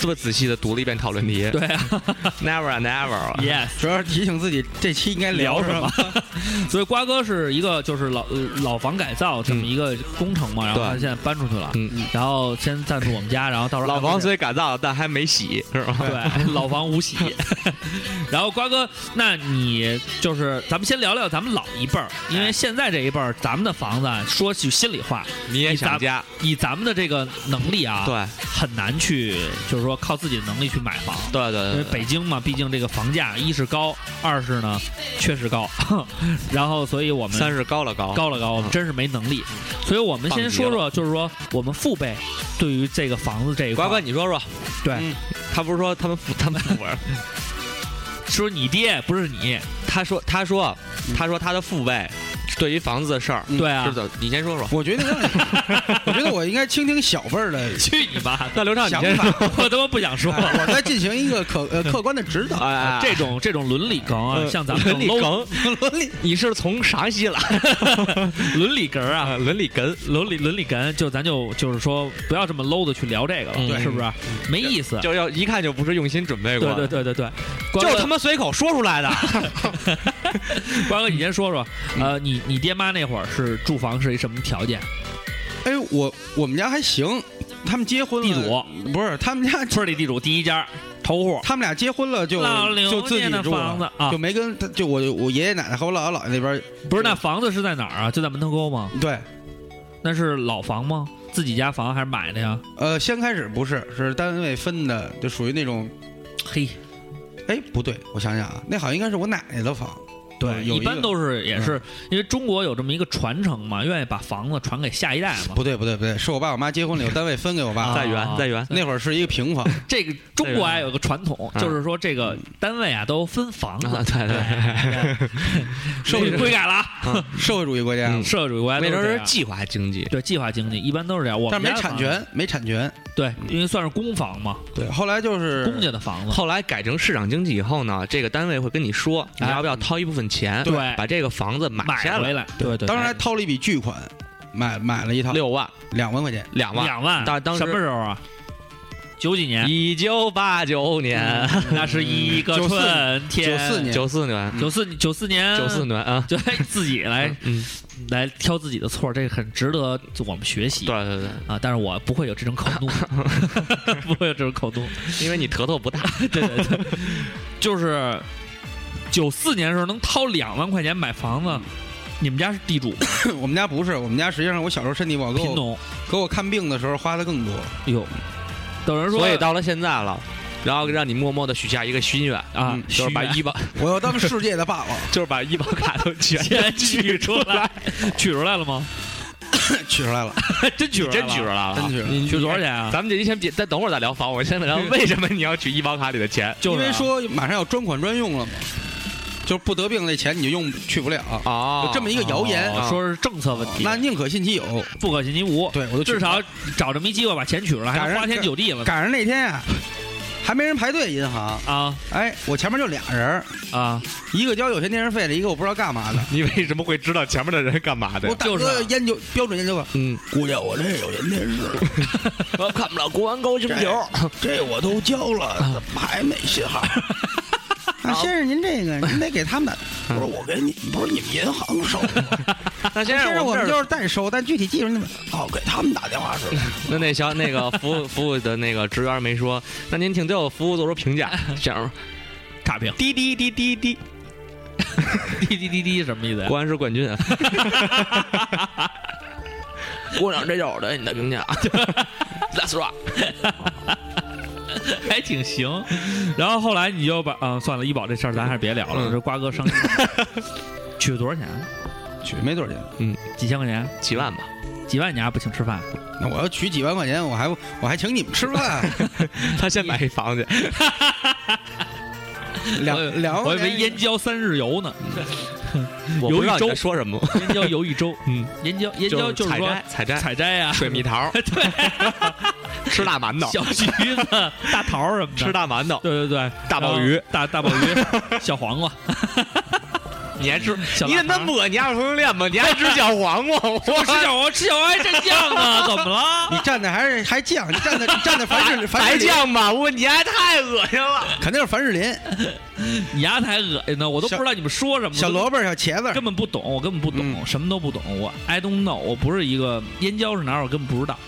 Speaker 2: 这么仔细的读了一遍讨论题。
Speaker 1: 对 *laughs* 啊
Speaker 2: *laughs* Never and ever。
Speaker 1: ，yes。
Speaker 4: 主要是提醒自己这期应该
Speaker 1: 聊
Speaker 4: 什
Speaker 1: 什么？所以瓜哥是一个就是老呃老房改造这么一个工程嘛，然后他
Speaker 2: 嗯对
Speaker 1: 现在搬出去了，
Speaker 2: 嗯，
Speaker 1: 然后先暂住我们家，然后到时候
Speaker 2: 老
Speaker 1: 还会
Speaker 2: 房虽改造，但还没洗，是吧？
Speaker 1: 对 *laughs* 老房无喜。然后瓜哥，那你就是咱们先聊聊咱们老一辈儿，因
Speaker 2: 哎
Speaker 1: 为现在这一辈儿咱们的房子啊，说句心里话，
Speaker 2: *laughs* 你也想家？
Speaker 1: 以咱们的这个能力啊，
Speaker 2: 对
Speaker 1: 很难去就是说靠自己的能力去买房。
Speaker 2: 对对
Speaker 1: 因为
Speaker 2: 对对，
Speaker 1: 北京嘛，毕竟这个房价一是高，二是呢确实高， *laughs* 然后所以我们
Speaker 2: 三是高了高，
Speaker 1: 高了高，
Speaker 2: 嗯
Speaker 1: 我们真是没能力。所以我们先说说，就是说我们父辈对于这个房子这一块
Speaker 2: 瓜，哥，你说说，
Speaker 1: 对
Speaker 4: 嗯
Speaker 2: 他不是说他们父他们父母，
Speaker 1: *laughs* 说你爹不是你，
Speaker 2: 他说他说他说他的父辈对于房子的事儿，
Speaker 4: 嗯
Speaker 1: 嗯对
Speaker 2: 是
Speaker 1: 啊，
Speaker 2: 的，你先说说。
Speaker 4: 我觉
Speaker 1: *laughs*
Speaker 4: 得让你，我觉得我应该倾听小辈儿的
Speaker 1: 去你妈！
Speaker 2: 那刘畅，
Speaker 4: 想
Speaker 2: 你先说。
Speaker 4: 法，
Speaker 1: *laughs* 我他妈不想说
Speaker 4: 哎我在进行一个
Speaker 1: *laughs*
Speaker 4: 客呃客观的指导。
Speaker 2: 哎哎哎
Speaker 1: 啊这种这种伦理梗啊，
Speaker 2: 呃
Speaker 1: 像咱们这
Speaker 2: 伦
Speaker 1: 种 low
Speaker 2: 理梗，
Speaker 4: 伦理
Speaker 2: 你是从啥西来？
Speaker 1: 伦理梗啊，
Speaker 2: 啊，伦理梗，
Speaker 1: 伦理伦理梗，就咱就就是说不要这么 low 的去聊这个
Speaker 2: 嗯
Speaker 1: 了，
Speaker 2: 对
Speaker 1: 是不是？没意思。
Speaker 2: 就要一看就不是用心准备过
Speaker 1: 对
Speaker 2: 的。
Speaker 1: 对对对对，瓜
Speaker 2: 就是
Speaker 1: 哥
Speaker 2: 他妈随口说出
Speaker 1: *laughs*
Speaker 2: 来的。
Speaker 1: 瓜哥，你先说说，
Speaker 2: 嗯
Speaker 1: 呃，你你爹妈那会儿是住房是一什么条件？
Speaker 4: 哎，我我们家还行，他们结婚
Speaker 2: 嗯
Speaker 4: 了
Speaker 1: 地主
Speaker 4: 不是他们家，
Speaker 1: 村里地主第一家，头户，
Speaker 4: 他们俩结婚了就
Speaker 1: 老刘
Speaker 4: 就自己
Speaker 1: 家的
Speaker 4: 住
Speaker 1: 房
Speaker 4: 了
Speaker 1: 子，啊
Speaker 4: 就没跟他就我我爷爷奶奶和我姥姥姥爷那边儿
Speaker 1: 不是那房子是在哪儿啊？就在门头沟吗？
Speaker 4: 对。
Speaker 1: 那是老房吗？自己家房还是买的呀？
Speaker 4: 呃，先开始不是，是单位分的，就属于那种，
Speaker 1: 嘿，
Speaker 4: 哎，不对，我想想啊，那好像应该是我奶奶的房，
Speaker 1: 对，
Speaker 4: 有
Speaker 1: 一般
Speaker 4: 个
Speaker 1: 都是也是因为中国有这么一个传承嘛，愿意把房子传给下一代嘛。
Speaker 4: 不对不对不对，是我爸我妈结婚了，有单位分给我爸，
Speaker 1: 啊
Speaker 2: 在原
Speaker 1: *laughs*
Speaker 2: 在原，
Speaker 4: 那会儿是一个平房，
Speaker 1: 这个中国啊有个传统，
Speaker 2: 啊
Speaker 1: 就是说这个单位啊都分房子
Speaker 2: 啊，对对
Speaker 1: 对，社 *laughs* 会悔改了啊，
Speaker 4: 社会主义国家，
Speaker 1: 社会主义国家
Speaker 2: *laughs* 那
Speaker 1: 都
Speaker 2: 时候
Speaker 1: 这
Speaker 2: 是
Speaker 1: 样
Speaker 2: 计划经济。
Speaker 1: 对计划经济，一般都是这样。我
Speaker 4: 但
Speaker 1: 们
Speaker 4: 是没
Speaker 1: 家的
Speaker 4: 产
Speaker 1: 房子，
Speaker 4: 权，没产权，
Speaker 1: 对，因为算是公房嘛，
Speaker 4: 对，后来就是
Speaker 1: 公家的房子。
Speaker 2: 后来改成市场经济以后呢，这个单位会跟你说，你
Speaker 1: 哎
Speaker 2: 要不要掏一部分钱，
Speaker 1: 对
Speaker 2: 把这个房子买
Speaker 1: 买
Speaker 2: 下
Speaker 1: 回
Speaker 2: 来，
Speaker 1: 来，对对，
Speaker 4: 当时还掏了一笔巨款，买买了一套
Speaker 2: 六万、
Speaker 4: 两万块钱， *clears throat*
Speaker 2: 两万。
Speaker 1: 两万，
Speaker 2: 但当时
Speaker 1: 什么时候啊？九几年，呃
Speaker 2: 一九八九年，
Speaker 1: 那是一个
Speaker 4: 94
Speaker 1: 春天，
Speaker 4: 九四年，
Speaker 2: 九四年，
Speaker 1: 九四九四年，
Speaker 2: 九四年啊，
Speaker 1: 就自己来
Speaker 2: 嗯，
Speaker 1: 来挑自己的错，这很值得我们学习。
Speaker 2: 对对对，
Speaker 1: 啊，但是我不会有这种口怒，不会有这种口怒。
Speaker 2: 因为你头头不大，
Speaker 1: 对对对，就是九四年的时候能掏两万块钱买房子，你们家是地主吗
Speaker 4: 我们家不是，我们家实际上我小时候身体不好，给
Speaker 1: 贫
Speaker 4: 我
Speaker 1: 农？
Speaker 4: 给我看病的时候花的更多，
Speaker 1: 哎呦，有 *laughs* 人说
Speaker 2: 所
Speaker 1: *laughs*
Speaker 2: 以到了现在了，然后让你默默的许下一个心愿，
Speaker 1: 啊
Speaker 4: 嗯，
Speaker 2: 就是把医保， *laughs*
Speaker 4: 我要当世界的霸王，
Speaker 1: *laughs*
Speaker 2: 就是把医保卡都全
Speaker 1: 钱取出来，取出来了吗？
Speaker 4: *laughs* 取出来了，
Speaker 1: 真取出来
Speaker 2: 真举出来
Speaker 1: 了，
Speaker 2: 了，嗯
Speaker 4: 真取出来了。
Speaker 1: 你取多少钱啊？
Speaker 2: 咱们这先别，再等会儿再聊房，我先
Speaker 1: *laughs*
Speaker 2: 聊为什么你要取医保卡里的钱
Speaker 1: 就是
Speaker 4: 因
Speaker 1: 啊
Speaker 4: 为说马上要专款专用了嘛，就是不得病那钱你就用去不了，
Speaker 2: 啊
Speaker 4: 有这么一个谣言，
Speaker 1: 哦说是政策问题，
Speaker 4: 那宁可信其有。
Speaker 1: 不可信其无。
Speaker 4: 对，我就去
Speaker 1: 至少找这么一机会把钱取出来，还
Speaker 4: 赶
Speaker 1: 能
Speaker 4: 上
Speaker 1: 花天酒地了
Speaker 4: 赶上那天啊，还没人排队银行，
Speaker 1: 啊
Speaker 4: 哎，我前面就俩人儿，
Speaker 1: 啊！
Speaker 4: 一个交有线电视费的，一个我不知道干嘛的。
Speaker 2: *laughs* 你为什么会知道前面的人干嘛的
Speaker 4: 我
Speaker 2: 呀？
Speaker 4: 大
Speaker 1: 就是
Speaker 4: 哥
Speaker 1: 啊
Speaker 4: 烟酒标准烟酒吧，
Speaker 2: 嗯，
Speaker 5: 姑娘，我这有人电视，
Speaker 2: 我看不了国安高
Speaker 5: 这
Speaker 7: *laughs*
Speaker 5: 这我都交了，怎么还没信号？ *laughs*
Speaker 4: 啊，先生您这个您得给他们，
Speaker 5: 不是我给你，不是你们银行收的，
Speaker 2: 那先
Speaker 4: 先
Speaker 2: 生，
Speaker 4: 生我
Speaker 2: 们
Speaker 4: 们
Speaker 2: 这
Speaker 4: 就
Speaker 2: 儿
Speaker 4: 是代收，但具体技术你们
Speaker 5: 哦，给他们打电话是吧？
Speaker 2: 那那小那个服务服务的那个职员没说，那您请对我服务做出评价。先 *laughs* 生，
Speaker 1: 差评，
Speaker 2: 滴滴滴滴滴，
Speaker 1: *laughs* 滴滴滴滴什么意思呀
Speaker 2: 国？安是冠 *laughs* 军。啊姑娘，这就是我对你的评价。That's right。
Speaker 1: 还挺行。然后后来你就把啊，算了，医保这事儿咱还是别聊了，
Speaker 2: 嗯
Speaker 1: 这瓜哥伤心。 *laughs* 取了多少钱？啊
Speaker 4: 取没多少钱。
Speaker 1: 几千块钱？啊
Speaker 2: 几万吧，
Speaker 1: 几万你还不请吃饭？
Speaker 4: 那我要取几万块钱，我还我还请你们吃饭，
Speaker 2: 他先买一房去。
Speaker 1: 我以为
Speaker 4: 两两万
Speaker 1: 我
Speaker 4: 块
Speaker 1: 以为
Speaker 4: 钱
Speaker 1: 燕郊三日游呢，
Speaker 2: 我不知
Speaker 1: 有一
Speaker 2: 道
Speaker 1: 周
Speaker 2: 你在说什么，
Speaker 1: 燕郊游一周。
Speaker 2: 嗯，
Speaker 1: *laughs* 燕郊燕郊就是
Speaker 2: 采
Speaker 1: 说
Speaker 2: 摘采摘
Speaker 1: 采摘呀，
Speaker 2: 水蜜
Speaker 1: *laughs*
Speaker 2: 桃，对，吃大馒头， *laughs*
Speaker 1: 小橘子、大桃儿什么的。
Speaker 2: 吃大馒头，
Speaker 1: 对对对，
Speaker 2: 大鲍鱼
Speaker 1: 然后、大大鲍鱼、小黄瓜，
Speaker 2: 你还吃？
Speaker 1: 小
Speaker 2: 你怎么那
Speaker 1: 辣
Speaker 2: 么恶？你爱同性恋吗？你还吃小黄 *laughs* 瓜？
Speaker 1: 我
Speaker 2: 我
Speaker 1: 吃小黄，吃小黄还蘸酱 *laughs* 呢，怎么了？
Speaker 4: *laughs* 你站的还是还犟，你站的你站的凡
Speaker 1: *laughs*
Speaker 4: 士凡
Speaker 2: 白
Speaker 4: 士林，
Speaker 2: 酱吧，我你还太恶心了。
Speaker 4: 肯定是凡士林，
Speaker 1: 你丫才恶心呢，我都不
Speaker 4: 小
Speaker 1: 知道你们说什么。
Speaker 4: 小萝卜小茄子
Speaker 1: 根本不懂，我根本不懂，什么都不懂，我 I don't know，我不是一个燕郊是哪儿，我根本不知道。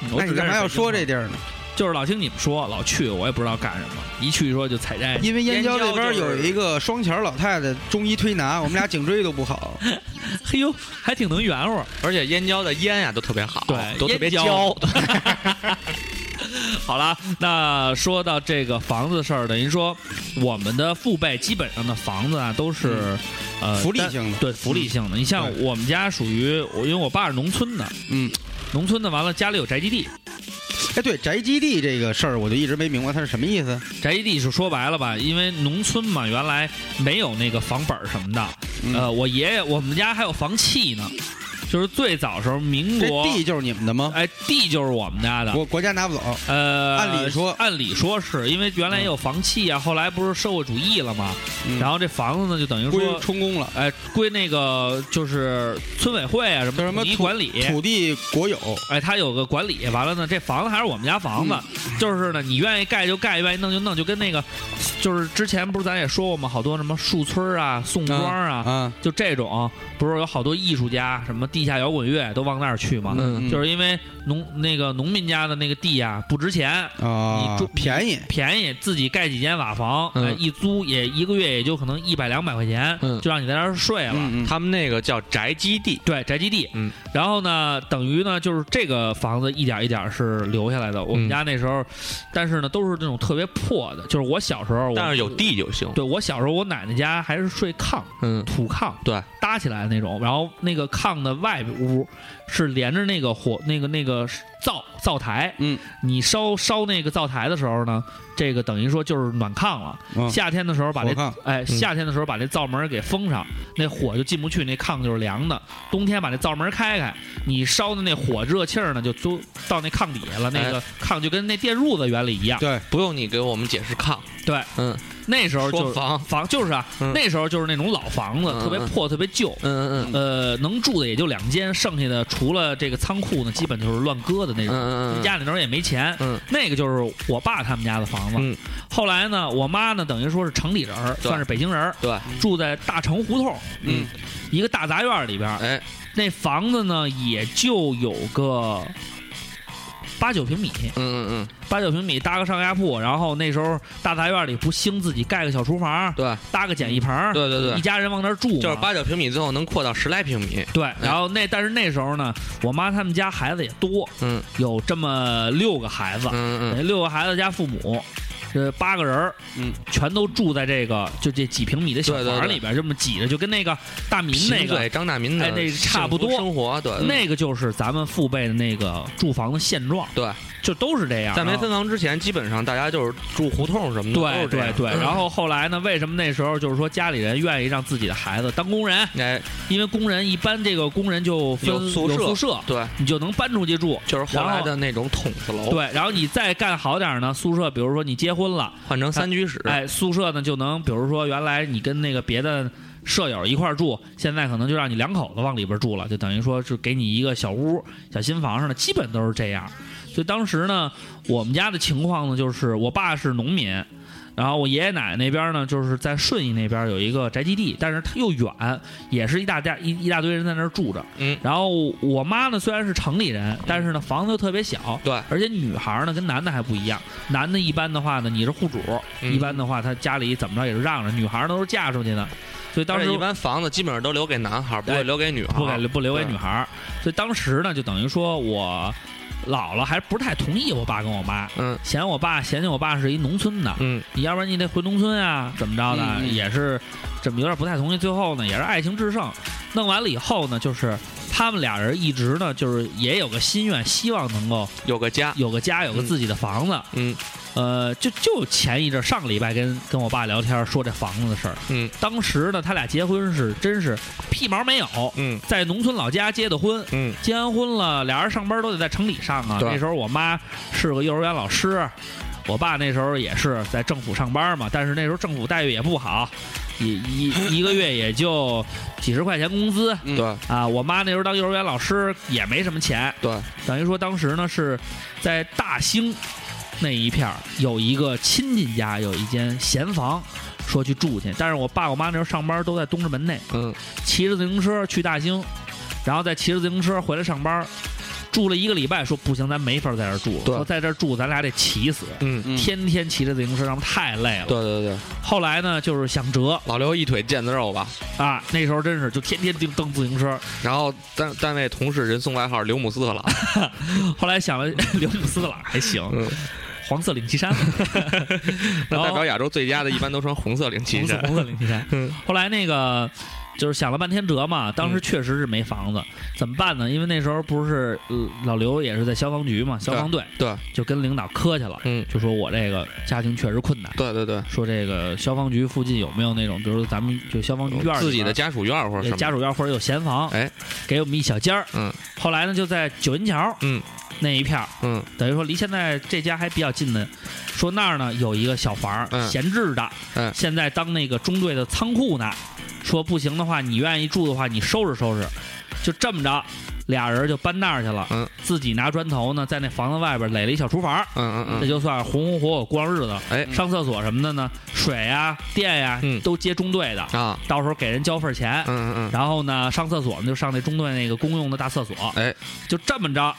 Speaker 1: 嗯我
Speaker 4: 那
Speaker 1: 只
Speaker 4: 你
Speaker 1: 认
Speaker 4: 干
Speaker 1: 识
Speaker 4: 嘛要
Speaker 1: 北京
Speaker 4: 说
Speaker 1: 的
Speaker 4: 这？地儿呢？
Speaker 1: 就是老听你们说，老去，我也不知道干什么，一去说就采 *laughs* 摘。
Speaker 4: 因为燕
Speaker 2: 燕
Speaker 4: 郊
Speaker 2: 郊
Speaker 4: 这边
Speaker 2: 就是
Speaker 4: 有一个双桥老太太中医推拿，我们俩颈椎都
Speaker 1: *laughs*
Speaker 4: 不好。
Speaker 1: 嘿哎呦，还挺能圆乎。
Speaker 2: 而且燕郊的烟啊呀都特别好，
Speaker 1: 对
Speaker 2: 都特别
Speaker 1: 燕郊嗯
Speaker 2: 焦。
Speaker 1: 好了，那说到这个房子的事儿，等于说我们的父辈基本上的房子啊都是、呃
Speaker 4: 嗯福利
Speaker 1: 单
Speaker 4: 性的
Speaker 1: 对福利性的。你像我们家属于我，因为我爸是农村的，
Speaker 4: 嗯，
Speaker 1: 农村的完了家里有宅基地，
Speaker 4: 哎，对，宅基地这个事儿，我就一直没明白它是什么
Speaker 1: *laughs*
Speaker 4: 意思。
Speaker 1: 宅基地是说白了吧，因为农村嘛，原来没有那个房本儿什么的。
Speaker 4: 嗯
Speaker 1: 呃，我爷爷我们家还有房契呢，就是最早时候民
Speaker 4: 这
Speaker 1: 国，
Speaker 4: 地就是你们的吗？
Speaker 1: 哎，地就是我们家的。
Speaker 4: 国国家拿不走，
Speaker 1: 呃，
Speaker 4: 按理说
Speaker 1: 按理说是因为原来也有房契啊，后来不是社会主义了嘛，
Speaker 4: 嗯
Speaker 1: 然后这房子呢就等于
Speaker 4: 归
Speaker 1: 说。
Speaker 4: 充公了，
Speaker 1: 哎，归那个就是村委会啊，什么
Speaker 4: 叫什么
Speaker 1: 统一
Speaker 4: 土
Speaker 1: 管理，
Speaker 4: 土地国有。
Speaker 1: 哎，他有个管理，完了呢，这房子还是我们家房子，
Speaker 4: 嗯
Speaker 1: 就是呢，你愿意盖就盖，愿意弄就弄，就跟那个，就是之前不是咱也说过吗？好多什么树村儿啊、宋庄儿啊，
Speaker 4: 啊，
Speaker 1: 就这种，不是有好多艺术家什么地下摇滚乐都往那儿去吗？
Speaker 4: 嗯
Speaker 1: 就是因为农那个农民家的那个地呀、不值钱，
Speaker 4: 啊
Speaker 1: 你住，
Speaker 4: 便宜，
Speaker 1: 便宜，自己盖几间瓦房，
Speaker 2: 嗯
Speaker 1: 哎一租也一个月也就可能一百两百块钱，
Speaker 2: 嗯
Speaker 1: 就让你在那儿睡了。
Speaker 4: 嗯嗯
Speaker 2: 他们那个叫宅基地，
Speaker 1: 对，宅基地。
Speaker 2: 嗯，
Speaker 1: 然后呢，等于呢，就是这个房子一点一点是留下来的。我们
Speaker 2: 嗯
Speaker 1: 家那时候，但是呢，都是那种特别破的，就是我小时候我，
Speaker 2: 但是有。地就行。
Speaker 1: 对我小时候，我奶奶家还是睡炕，
Speaker 2: 嗯，
Speaker 1: 土炕，
Speaker 2: 对，
Speaker 1: 搭起来的那种。然后那个炕的外屋是连着那个火，那个那个灶灶台。
Speaker 4: 嗯，
Speaker 1: 你烧烧那个灶台的时候呢，这个等于说就是暖炕了。
Speaker 4: 嗯
Speaker 1: 夏天的时候把
Speaker 4: 火
Speaker 1: 那
Speaker 4: 炕
Speaker 2: 嗯
Speaker 1: 哎，夏天的时候把那灶门给封上，那火就进不去，那炕就是凉的。冬天把那灶门开开，你烧的那火热气儿呢，就都到那炕底下了。
Speaker 2: 哎
Speaker 1: 那个炕就跟那电褥子原理一样。
Speaker 4: 对，
Speaker 2: 不用你给我们解释炕，
Speaker 1: 对，
Speaker 2: 嗯，
Speaker 1: 那时候就
Speaker 2: 说
Speaker 1: 是
Speaker 2: 房，
Speaker 1: 房就是啊，
Speaker 2: 嗯
Speaker 1: 那时候就是那种老房子，
Speaker 2: 嗯
Speaker 1: 特别
Speaker 2: 嗯
Speaker 1: 破，特别旧。
Speaker 2: 嗯嗯
Speaker 1: 呃，能住的也就两间，剩下的除了这个仓库呢，基本就是乱搁的那
Speaker 2: 嗯
Speaker 1: 种。
Speaker 2: 嗯嗯，
Speaker 1: 家里那时候也没钱，
Speaker 2: 嗯
Speaker 1: 那个就是我爸他们家的房子。
Speaker 2: 嗯
Speaker 1: 后来呢，我妈呢，等于说是城里人儿，
Speaker 2: 对
Speaker 1: 算是北京人儿，
Speaker 2: 对，
Speaker 1: 住在大城胡同，
Speaker 2: 嗯，
Speaker 1: 一个大杂院里边儿。
Speaker 2: 哎，
Speaker 1: 那房子呢，也就有个八九平米，
Speaker 2: 嗯嗯嗯，
Speaker 1: 八九平米搭个上下铺，然后那时候大杂院里不兴自己盖个小厨房，
Speaker 2: 对
Speaker 1: 搭个简易棚，
Speaker 2: 对对
Speaker 1: 一啊
Speaker 2: 对，
Speaker 1: 家人往那儿住嘛，
Speaker 2: 就是八九平米，最后能扩到十来平米。
Speaker 1: 对，然后那但是那时候呢，我妈他们家孩子也多，
Speaker 2: 嗯
Speaker 1: 有这么六个孩子，
Speaker 2: 嗯嗯
Speaker 1: 哎等于六个孩子加父母，这八个人儿，
Speaker 4: 嗯，
Speaker 1: 全都住在这个就这几平米的小
Speaker 2: 对对
Speaker 1: 房
Speaker 2: 对
Speaker 1: 里边儿，这么挤着，就跟那个大民那
Speaker 2: 贫
Speaker 1: 个
Speaker 2: 嘴张大民的
Speaker 1: 哎那差不多
Speaker 2: 幸福生活，对
Speaker 1: 呃那个就是咱们父辈的那个住房的现状，
Speaker 2: 对，
Speaker 1: 就都是这样。
Speaker 2: 在没
Speaker 1: 然后
Speaker 2: 分房之前，基本上大家就是住胡同什么的，
Speaker 1: 对
Speaker 2: 都是这
Speaker 1: 对
Speaker 2: 样
Speaker 1: 对，然后后来呢？为什么那时候就是说家里人愿意让自己的孩子当工人？
Speaker 2: 哎，
Speaker 1: 因为工人一般这个工人就分
Speaker 2: 有宿舍
Speaker 1: 有宿舍，
Speaker 2: 对，
Speaker 1: 你就能搬出去住。
Speaker 2: 就是后来的那种筒子楼，，
Speaker 1: 对，然后你再干好点儿呢，宿舍比如说你结婚了，
Speaker 2: 换成三居室，
Speaker 1: 哎，宿舍呢就能，比如说原来你跟那个别的舍友一块儿住，现在可能就让你两口子往里边住了，就等于说是给你一个小屋、小新房似的，基本都是这样。所以当时呢，我们家的情况呢，就是我爸是农民，然后我爷爷奶奶那边呢，就是在顺义那边有一个宅基地，但是它又远，也是一大家一一大堆人在那儿住着。
Speaker 2: 嗯，
Speaker 1: 然后我妈呢虽然是城里人，但是呢房子又特别小，
Speaker 2: 对，
Speaker 1: 而且女孩儿呢跟男的还不一样，男的一般的话呢你是户主，
Speaker 2: 嗯
Speaker 1: 一般的话他家里怎么着也是让着，女孩儿都是嫁出去的，所以当
Speaker 2: 而
Speaker 1: 时
Speaker 2: 且一般房子基本上都留给男孩儿，不
Speaker 1: 哎
Speaker 2: 会留给女孩儿，
Speaker 1: 不给不留给
Speaker 2: 对
Speaker 1: 女孩儿，所以当时呢就等于说我姥姥还不是太同意我爸跟我妈，
Speaker 2: 嗯
Speaker 1: 嫌我爸嫌弃我爸是一农村的，
Speaker 2: 嗯，
Speaker 1: 你要不然你得回农村啊，怎么着的，
Speaker 4: 嗯嗯
Speaker 1: 也是怎么有点不太同意。最后呢，也是爱情至上。弄完了以后呢，就是他们俩人一直呢，就是也有个心愿，希望能够
Speaker 2: 有个家，
Speaker 1: 有个家，有个自己的房子。
Speaker 2: 嗯，
Speaker 1: 呃，就就前一阵上个礼拜跟跟我爸聊天说这房子的事儿。
Speaker 2: 嗯，
Speaker 1: 当时呢，他俩结婚是真是屁毛没有，
Speaker 2: 嗯
Speaker 1: 在农村老家结的婚。
Speaker 2: 嗯，
Speaker 1: 结完婚了，俩人上班都得在城里上啊。
Speaker 2: 对
Speaker 1: 那时候我妈是个幼儿园老师，我爸那时候也是在政府上班嘛，但是那时候政府待遇也不好，一一一个月也就几十块钱工资
Speaker 4: 嗯
Speaker 2: 对
Speaker 1: 啊。我妈那时候当幼儿园老师也没什么钱，
Speaker 2: 对，
Speaker 1: 等于说当时呢是在大兴那一片儿有一个亲戚家有一间闲房。说去住去，但是我爸我妈那时候上班都在东直门内，
Speaker 2: 嗯
Speaker 1: 骑着自行车去大兴，然后再骑着自行车回来上班，住了一个礼拜，说不行，咱没法在这儿住了，
Speaker 2: 对
Speaker 1: 说在这儿住咱俩得骑死，
Speaker 2: 嗯，
Speaker 4: 嗯
Speaker 1: 天天骑着自行车，他们太累了。
Speaker 2: 对对对，
Speaker 1: 后来呢，就是想辙
Speaker 2: 老刘一腿腱子肉吧，
Speaker 1: 啊，那时候真是就天天蹬蹬自行车，
Speaker 2: 然后单单位同事人送外号刘姆斯
Speaker 1: *laughs*
Speaker 2: 特朗，
Speaker 1: 后来想了 *laughs* 刘姆斯朗还行，
Speaker 2: 嗯
Speaker 1: 黄色领旗
Speaker 2: *laughs*
Speaker 1: 衫，然
Speaker 2: 那代
Speaker 1: 后
Speaker 2: 表亚洲最佳的一般都穿红色领
Speaker 1: 哦红
Speaker 2: 旗
Speaker 1: 色
Speaker 2: 衫，
Speaker 1: 红色领旗衫
Speaker 2: 嗯。
Speaker 1: 后来那个就是想了半天辙嘛，当时
Speaker 2: 嗯
Speaker 1: 确实是没房子，怎么办呢？因为那时候不是、呃老刘也是在消防局
Speaker 2: 嗯
Speaker 1: 嘛，消防队，
Speaker 2: 对，
Speaker 1: 就跟领导磕去了，
Speaker 2: 嗯，
Speaker 1: 就说我这个家庭确实困难。
Speaker 2: 对对对，
Speaker 1: 说这个消防局附近有没有那种，比如说咱们就消防局院儿里
Speaker 2: 自己的
Speaker 1: 边
Speaker 2: 家属院儿或者
Speaker 1: 呃
Speaker 2: 什么，
Speaker 1: 家属院或者有闲房，
Speaker 2: 哎，
Speaker 1: 给我们一小间儿。
Speaker 2: 嗯，
Speaker 1: 后来呢，就在九文桥，
Speaker 2: 嗯，
Speaker 1: 那一片儿，
Speaker 2: 嗯，
Speaker 1: 等于说离现在这家还比较近的，说那儿呢有一个小房儿、
Speaker 2: 嗯
Speaker 1: 闲置的，
Speaker 2: 嗯
Speaker 1: 现在当那个中队的仓库呢。说不行的话，你愿意住的话，你收拾收拾，就这么着，俩人就搬那儿去了。
Speaker 2: 嗯，
Speaker 1: 自己拿砖头呢，在那房子外边垒了一小厨房，
Speaker 2: 嗯嗯
Speaker 1: 这
Speaker 2: 嗯，
Speaker 1: 就算是红红火火过上日子了。
Speaker 2: 哎
Speaker 1: 上厕所什么的呢，水呀、电呀、
Speaker 2: 嗯
Speaker 1: 都接中队的，
Speaker 2: 啊，
Speaker 1: 到时候给人交份钱。
Speaker 2: 嗯嗯嗯。
Speaker 1: 然后呢，上厕所呢就上那中队那个公用的大厕所。
Speaker 2: 哎，
Speaker 1: 就这么着，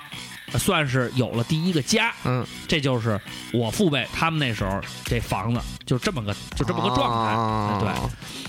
Speaker 1: 算是有了第一个家。
Speaker 2: 嗯，
Speaker 1: 这就是我父辈他们那时候这房子就这么个就这么个状态。哎
Speaker 2: 啊
Speaker 1: 对，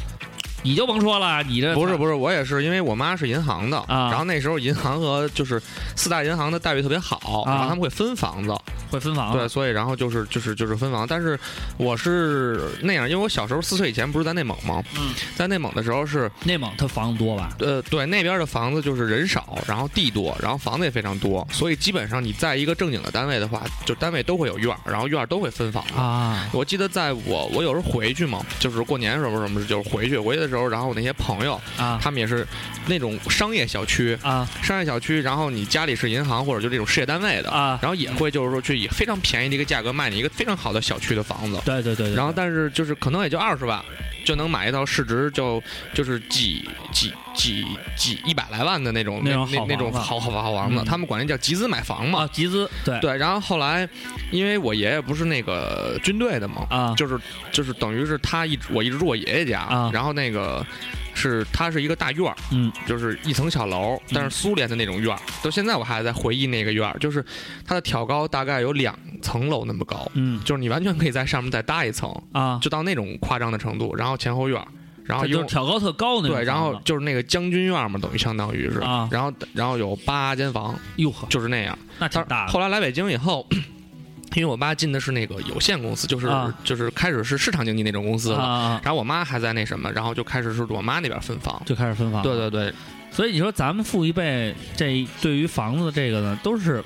Speaker 1: 你就甭说了，你这
Speaker 2: 不是不是，我也是，因为我妈是银行的，
Speaker 1: 啊
Speaker 2: 然后那时候银行和就是四大银行的待遇特别好，
Speaker 1: 啊
Speaker 2: 然后他们会分房子，
Speaker 1: 会分房
Speaker 2: 对，所以然后就是就是就是分房，但是我是那样，因为我小时候四岁以前不是在内蒙吗？
Speaker 1: 嗯，
Speaker 2: 在内蒙的时候是
Speaker 1: 内蒙它房子多吧？
Speaker 2: 呃，对，那边的房子就是人少，然后地多，然后房子也非常多，所以基本上你在一个正经的单位的话，就单位都会有院儿，然后院儿都会分房子。
Speaker 1: 啊，
Speaker 2: 我记得在我我有时候回去嘛，就是过年什么什么，就是回去回去的时候，然后我那些朋友
Speaker 1: 啊
Speaker 2: 他们也是那种商业小区，
Speaker 1: 啊
Speaker 2: 商业小区，然后你家里是银行或者就这种事业单位的，
Speaker 1: 啊！
Speaker 2: 然后也会就是说去以非常便宜的一个价格卖你一个非常好的小区的房子，
Speaker 1: 对对对对。
Speaker 2: 然后但是就是可能也就二十万。就能买一套市值就就是几几几几一百来万的那种
Speaker 1: 那
Speaker 2: 那
Speaker 1: 种
Speaker 2: 那
Speaker 1: 好
Speaker 2: 那种
Speaker 1: 房子
Speaker 2: 好好好房子，
Speaker 1: 嗯
Speaker 2: 他们管那叫集资买房嘛
Speaker 1: 啊，。集资对
Speaker 2: 对，然后后来，因为我爷爷不是那个军队的嘛，
Speaker 1: 啊
Speaker 2: 就是就是等于是他一直我一直住我爷爷家，
Speaker 1: 啊
Speaker 2: 然后那个是他是一个大院儿，
Speaker 1: 嗯，
Speaker 2: 就是一层小楼，但是苏联的那种院儿，到现在我还在回忆那个院儿，就是它的挑高大概有两层楼那么高，
Speaker 1: 嗯
Speaker 2: *laughs* 就是你完全可以在上面再搭一层，
Speaker 1: 啊，
Speaker 2: 就到那种夸张的程度，然后前后院儿，然后
Speaker 1: 它就
Speaker 2: 有
Speaker 1: 是挑高特高那种房子。
Speaker 2: 对，然后就是那个将军院嘛，等于相当于是，
Speaker 1: 啊
Speaker 2: 然后然后有八间房，
Speaker 1: 哟呵，
Speaker 2: 就是那样。
Speaker 1: 那挺
Speaker 2: 但是
Speaker 1: 大的。
Speaker 2: 后来来北京以后，因为我爸进的是那个有限公司，就是、
Speaker 1: 啊
Speaker 2: 就是开始是市场经济那种公司了，
Speaker 1: 啊，
Speaker 2: 然后我妈还在那什么，然后就开始是我妈那边分房。
Speaker 1: 就开始分房。
Speaker 2: 对，对对，
Speaker 1: 所以你说咱们父一辈这对于房子这个呢，都是